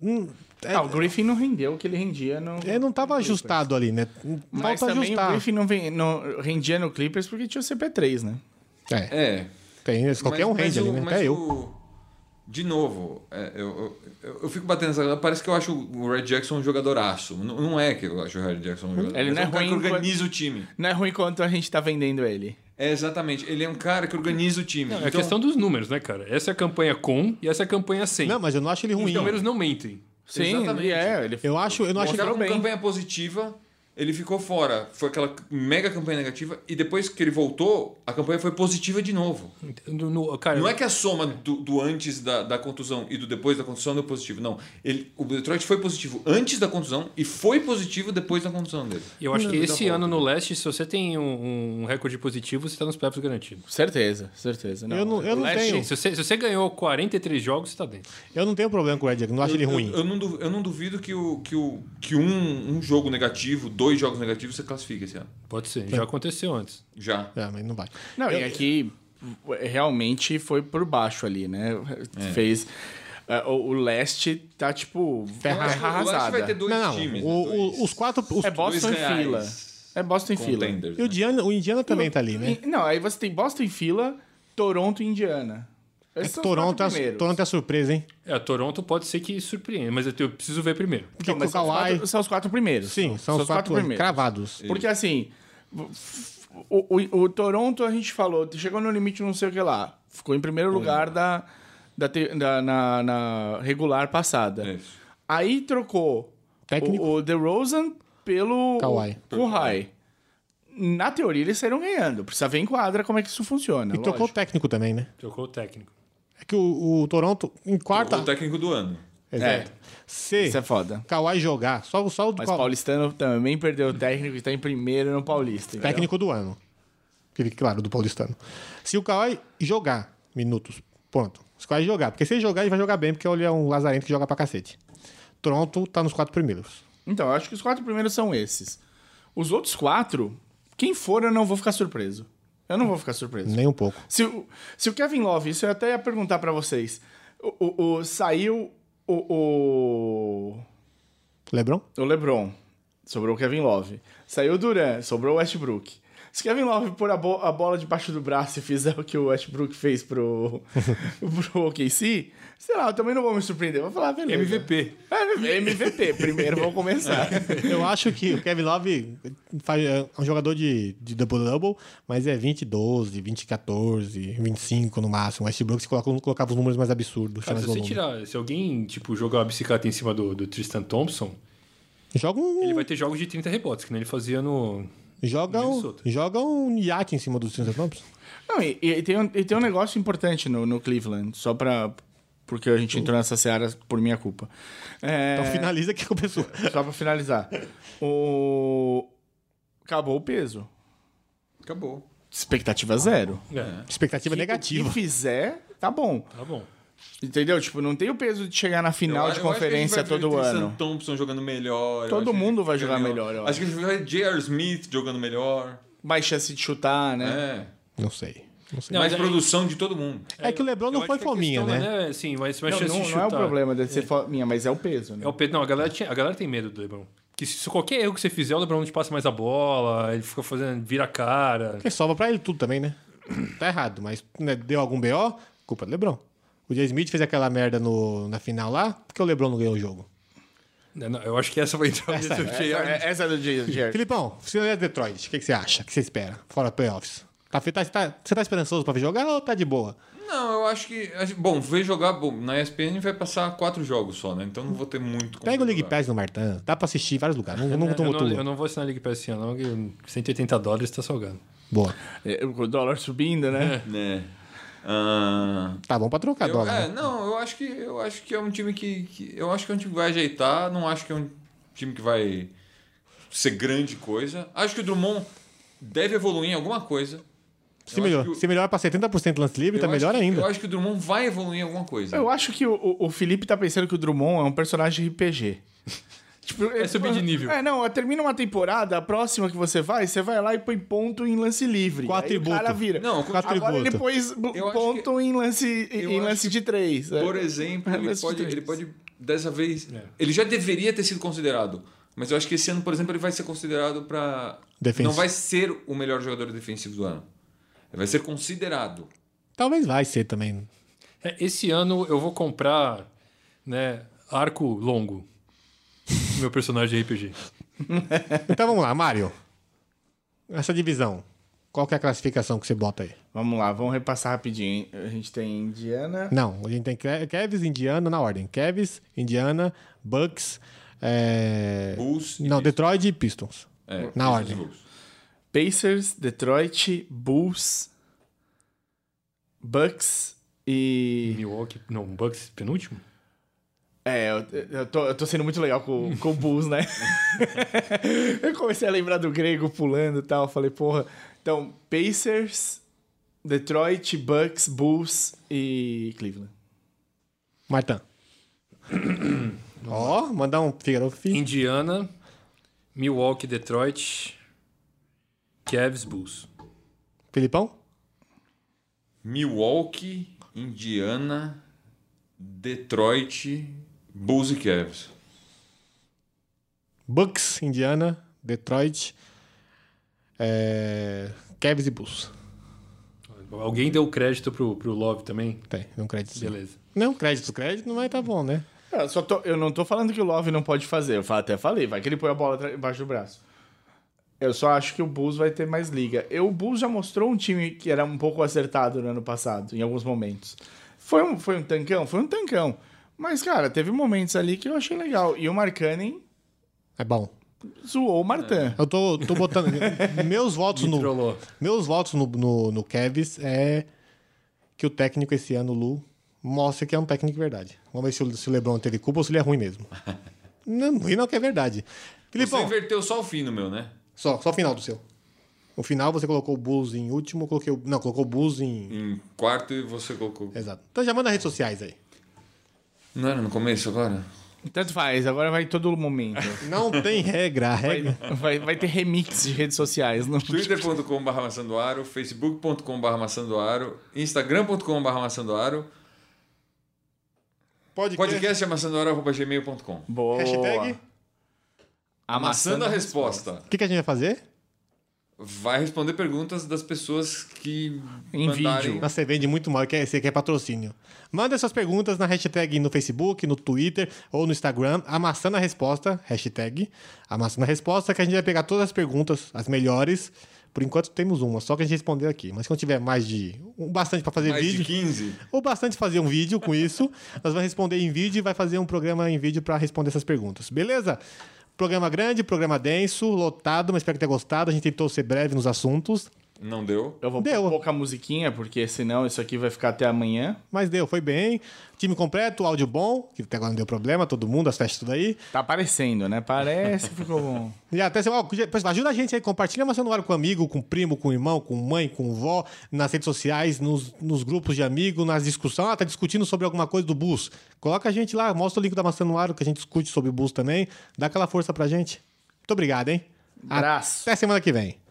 S3: hum, é-
S2: Ah, o Griffin não rendeu o que ele rendia no.
S3: é, não tava
S2: no Clippers.
S3: ajustado ali, né?
S2: Mas
S3: Falta
S2: também o
S3: ajustar.
S2: Griffin não, vem- não rendia no Clippers porque tinha o CP3, né?
S3: É,
S1: É.
S3: tem, qualquer
S1: Mas-
S3: um
S1: mas
S3: rende ali,
S1: o-
S3: né?
S1: mas
S3: Até eu.
S1: o- De novo, é, eu, eu, eu fico batendo nessa. Parece que eu acho o Red Jackson um jogadoraço. Não, não é que eu acho o Red Jackson um jogador.
S2: Ele não
S1: mas
S2: é
S1: um cara
S2: ruim
S1: que organiza o time.
S2: Não é ruim quanto a gente tá vendendo ele.
S1: É, exatamente. Ele é um cara que organiza o time. Então,
S4: É a questão dos números, né, cara? Essa é a campanha com e essa é a campanha sem.
S3: Não, um. mas eu não acho ele
S4: Os
S3: ruim.
S4: números não mentem.
S2: Sim,
S1: Exatamente.
S2: ele é. Ele
S3: Eu acho, eu
S1: Eu
S3: não acho
S1: acho que
S2: Mostraram
S1: com
S2: bem.
S1: campanha positiva, ele ficou fora. Foi aquela mega campanha negativa. E depois que ele voltou, a campanha foi positiva de novo.
S4: No- no- cara,
S1: Não é que a soma do, do antes da, da contusão e do depois da contusão deu positivo. Não. Ele, o Detroit foi positivo antes da contusão e foi positivo depois da contusão dele.
S4: Eu acho que
S1: Não,
S4: esse
S1: da
S4: ano
S1: volta.
S4: no leste, se você tem um, um recorde positivo, você tá nos playoffs garantido.
S2: Certeza, certeza. Não,
S3: Eu não- eu não
S2: Leste-
S3: tenho.
S4: Se você, se você ganhou 43 jogos, você tá dentro.
S3: Eu não tenho problema com o Red Jackson, não acho ele
S1: Eu-
S3: ruim.
S1: Eu, eu não, du- eu não duvido que, o, que, o, que um, um jogo negativo, dois jogos negativos, você classifica esse ano.
S4: Pode ser, já aconteceu antes.
S1: Já.
S3: É, mas não vai.
S2: Não,
S3: Eu-
S2: e aqui realmente foi por baixo ali, né? Fez. eh, o, o leste tá tipo.
S3: Ferra-
S2: ferra
S1: O Leste vai ter
S2: arrasada.
S1: dois
S3: É não, não.
S1: times.
S3: o-
S1: né?
S3: o-
S1: Dois-
S3: os quatro. Os,
S2: É Boston
S1: dois
S2: em fila.
S1: reais
S2: É Boston em fila.
S1: contenders,
S3: e o,
S1: né?
S3: Diana, o Indiana também tá ali, né?
S2: E- Não, aí você tem Boston em fila, Toronto e Indiana.
S3: É
S2: Esses
S3: que
S2: são os
S3: Toronto,
S2: quatro
S3: é,
S2: primeiros.
S3: Toronto é surpresa, hein?
S4: É, Toronto pode ser que surpreenda, mas eu, te- eu preciso ver primeiro.
S3: Porque
S2: Não,
S3: com o
S2: mas são, os
S3: Kawhi.
S2: quatro, são os quatro primeiros.
S3: Sim, são os quatro, cravados.
S2: Porque assim, o, o- o Toronto, a gente falou, chegou no limite não sei o que lá. Ficou em primeiro lugar da, da, te- da- na, na regular passada.
S1: É Isso.
S2: Aí trocou
S3: Técnico.
S2: o, o DeRozan pelo
S3: Kawhi.
S2: Kawhi. Na teoria, eles saíram ganhando. Precisa ver em quadra como é que isso funciona.
S3: E trocou o
S2: lógico.
S3: técnico também, né?
S4: Trocou o técnico.
S3: É que o, o Toronto, em quarta.
S1: O técnico do ano.
S4: é.
S3: Exato. Se
S2: Isso é foda.
S3: Kawhi jogar, só, só o
S2: Mas
S3: Kawhi-
S2: paulistano também perdeu o técnico e tá em primeiro no paulista. entendeu?
S4: né?
S3: técnico do ano. Que fique Claro, do paulistano. Se o Kawhi jogar minutos, ponto. Se o Kawhi jogar, porque se ele jogar, ele vai jogar bem, porque ele é um lazarento que joga pra cacete. Toronto tá nos quatro primeiros.
S2: Então, eu acho que os quatro primeiros são esses. Os outros quatro, quem for, eu não vou ficar surpreso. Eu não vou ficar surpreso.
S3: Nem um pouco.
S2: Se, o- se o Kevin Love, isso eu até ia perguntar pra vocês. O, o- o- saiu o,
S3: Lebron?
S2: o, o LeBron, sobrou o Kevin Love. Saiu o Durant, sobrou o Westbrook. Se o Kevin Love pôr a, bo- a bola debaixo do braço e fizer o que o Westbrook fez pro, pro OKC, sei lá, eu também não vou me surpreender. Eu Vou falar, "Ah, beleza.
S4: MVP.
S2: É, MVP, primeiro vamos começar.
S3: Eu acho que o Kevin Love faz- é um jogador de, de double-double, mas é 20, 12, 20, 14, 25 no máximo. O Westbrook se coloca, colocava os números mais absurdos. tinha
S4: Cara,
S3: mais
S4: se você
S3: volume.
S4: tirar, se alguém, tipo, jogar uma bicicleta em cima do, do Tristan Thompson,
S3: Joga um,
S4: ele vai ter jogos de 30 rebotes, que nem ele fazia no...
S3: joga, um,
S4: Minnesota.
S3: joga um iate em cima dos Tristan Thompson.
S2: Não, e, e tem um, e tem um negócio importante no, no Cleveland, só pra. Porque a gente entrou nessa seara por minha culpa. É,
S3: Então finaliza que começou.
S2: Só pra finalizar. O... Acabou o peso.
S1: Acabou.
S2: Expectativa zero.
S4: É,
S3: Expectativa negativa.
S2: Se fizer, tá bom.
S4: tá bom.
S2: Entendeu? Tipo, não tem o peso de chegar na final
S1: Eu-
S2: de
S1: eu acho que a gente
S2: conferência
S1: vai ver o
S2: todo
S1: Tristan
S2: ano.
S1: Thompson jogando melhor. eu acho
S2: Todo
S1: que
S2: mundo vai
S1: Kevin
S2: jogar
S1: Love-
S2: melhor, eu
S1: Acho que a gente vai ver J.R. Smith jogando melhor.
S2: Mais chance de chutar, né?
S1: É.
S3: Não sei. Não sei.
S1: Mais
S4: mas aí-
S1: produção de todo mundo.
S3: É que o Lebron não
S4: Eu
S3: foi
S4: acho que a
S3: fominha,
S4: questão
S3: né?
S4: é, Sim, mas, mas
S2: Não,
S4: chance
S2: não,
S4: de
S2: não é o
S4: chutar.
S2: problema de ser fo- minha, mas é o peso, né?
S4: É o Pedro. Não, a galera, tinha- a galera tem medo do Lebron. Que se, se qualquer erro que você fizer, o Lebron não te passa mais a bola, ele fica fazendo, vira a cara.
S3: Porque sobra pra ele tudo também, né? Tá errado, mas né, deu algum BO, culpa do Lebron. O Jay Smith fez aquela merda no, na final lá, porque o Lebron não ganhou o jogo.
S4: Não, não, eu acho que essa vai entrar nesse
S2: Essa, é- essa é do Jared.
S3: Filipão, você é Detroit, o que, que você acha? O que você espera? Fora playoffs. Tá, fe- tá, tá- você tá esperançoso pra jogar ou tá de boa?
S1: Não, eu acho que. acho- Bom, ver jogar. Bom, na ESPN vai passar quatro jogos só, né? Então não vou ter muito. como
S3: Pega o League
S1: jogar.
S3: Pass no Martin, dá pra assistir em vários lugares. Não, não,
S4: Eu
S3: não,
S4: não, eu não vou assinar a League Pass esse ano, não, que 180 dólares tá salgado.
S3: Boa.
S2: É, O dólar subindo, né?
S1: Né? Ah,
S3: Tá bom pra trocar
S1: eu-
S3: dólar.
S1: é,
S3: né?
S1: não, eu acho que eu acho que é um time que, que- Eu acho que é um time que vai ajeitar. Não acho que é um time que vai ser grande coisa. Acho que o Drummond deve evoluir em alguma coisa.
S3: se,
S1: eu
S3: melhor,
S1: acho que o-
S3: se melhor é pra 70% lance livre,
S1: Eu
S3: tá
S1: acho
S3: melhor
S1: que-
S3: ainda.
S1: Eu acho que o Drummond vai evoluir em alguma coisa.
S2: Eu acho que o- o, o Felipe tá pensando que o Drummond é um personagem RPG. Tipo, é
S4: subir de nível.
S2: É, não, termina uma temporada, a próxima que você vai, você vai lá e põe ponto em lance livre.
S3: Com
S2: Aí
S3: atributo.
S2: O cara vira.
S1: Não, com
S2: agora
S3: atributo.
S2: ele pôs b-
S1: Eu acho
S2: ponto em lance,
S1: eu
S2: em
S1: acho
S2: lance
S1: que,
S2: de três. é.
S1: Por exemplo, ele
S3: É,
S2: Lance de
S1: pode,
S2: três.
S1: ele pode dessa vez.
S4: É.
S1: Ele já deveria ter sido considerado. Mas eu acho que esse ano, por exemplo, ele vai ser considerado para.
S3: Defensivo.
S1: Não vai ser o melhor jogador defensivo do ano. Ele vai ser considerado.
S3: Talvez vai ser também.
S4: É, Esse ano eu vou comprar né, arco longo. Meu personagem de RPG.
S3: Então vamos lá, Mário. Essa divisão. Qual que é a classificação que você bota aí?
S2: Vamos lá, vamos repassar rapidinho. A gente tem Indiana.
S3: Não, a gente tem Ke- Cavs, Indiana na ordem. Cavs, Indiana, Bucks, é...
S1: Bulls.
S3: não, Detroit e Pistons.
S1: É, Pistons
S3: na
S1: e
S3: ordem.
S1: Bulls.
S2: Pacers, Detroit, Bulls, Bucks e.
S4: Milwaukee. Não, Bucks, penúltimo?
S2: É, eu, eu tô, eu tô sendo muito legal com, com o Bulls, né? eu comecei a lembrar do grego pulando e tal. eu Falei, porra. Então, Pacers, Detroit, Bucks, Bulls e Cleveland.
S3: Martã. Ó, mandar um Figaro Fi.
S4: Indiana, Milwaukee, Detroit, Cavs, Bulls.
S3: Filipão?
S1: Milwaukee, Indiana, Detroit, Bulls e Cavs.
S3: Bucks, Indiana, Detroit, é... Cavs e Bulls.
S4: Alguém deu crédito pro, pro Love também?
S3: Tem, não crédito.
S4: Beleza.
S3: Não, crédito, crédito não vai tá bom, né?
S2: Eu, só tô- eu não tô falando que o Love não pode fazer. Eu fa- até falei, vai que ele põe a bola atra- embaixo do braço. Eu só acho que o Bulls vai ter mais liga. E o Bulls já mostrou um time que era um pouco acertado no ano passado, em alguns momentos. Foi um, foi um tancão? Foi um tancão. Mas, cara, teve momentos ali que eu achei legal. E o Markkanen
S3: É bom.
S2: zoou o Martin.
S3: Eu tô, tô botando. meus votos
S4: Me
S3: no.
S4: trollou.
S3: Meus votos no, no, no Cavs é que o técnico esse ano, o Lu, mostra que é um técnico de verdade. Vamos ver se o, se o Lebron teve culpa ou se ele é ruim mesmo. não, ruim não que é verdade.
S1: Você
S3: Filipão,
S1: inverteu só o fim no meu, né?
S3: só, só o final do seu. O final você colocou o Bulls em último, eu coloquei o. Não, colocou o Bulls em.
S1: Em quarto e você colocou.
S3: Exato. Então já manda redes sociais aí.
S1: Não era no começo agora?
S2: Tanto faz, agora vai em todo momento.
S3: Não tem regra. A
S2: Vai,
S3: regra.
S2: vai, vai ter remix de redes sociais. Não...
S1: twitter.com.br maçandoaro, facebook.com.br maçandoaro, instagram.com.br maçandoaro,
S3: Pode
S1: podcast amaçandoaro.gmail.com.
S2: Boa.
S3: Hashtag.
S1: Amassando a resposta.
S3: O que, que a gente vai fazer?
S1: Vai responder perguntas das pessoas que
S2: Em
S1: mandarem.
S2: vídeo.
S3: Nossa, você vende muito mal, quer- você quer patrocínio. Manda suas perguntas na hashtag no Facebook, no Twitter ou no Instagram, amassando a resposta, hashtag amassando a resposta, que a gente vai pegar todas as perguntas, as melhores. Por enquanto temos uma, só que a gente respondeu aqui. Mas quando tiver mais de. um bastante pra fazer
S1: Mais de
S3: vídeo.
S1: 15.
S3: Ou bastante fazer um vídeo com isso. Nós vamos responder em vídeo e vai fazer um programa em vídeo pra responder essas perguntas. Beleza? Programa grande, programa denso, lotado, mas espero que tenha gostado. A gente tentou ser breve nos assuntos.
S1: Não deu.
S2: Eu vou
S3: Deu.
S2: pôr pouca musiquinha, porque senão isso aqui vai ficar até amanhã.
S3: Mas deu, foi bem. Time completo, áudio bom, que até agora não deu problema, todo mundo, as festas tudo aí.
S2: Tá aparecendo, né? Parece que ficou bom.
S3: E até semana. ó, pessoal, ajuda a gente aí, compartilha Maçã no ar com amigo, com primo, com irmão, com mãe, com vó, nas redes sociais, nos, nos grupos de amigo, nas discussões. Ah, tá discutindo sobre alguma coisa do bus. Coloca a gente lá, mostra o link da Maçã no ar, que a gente discute sobre o bus também. Dá aquela força pra gente. Muito obrigado, hein?
S2: Abraço.
S3: Até semana que vem.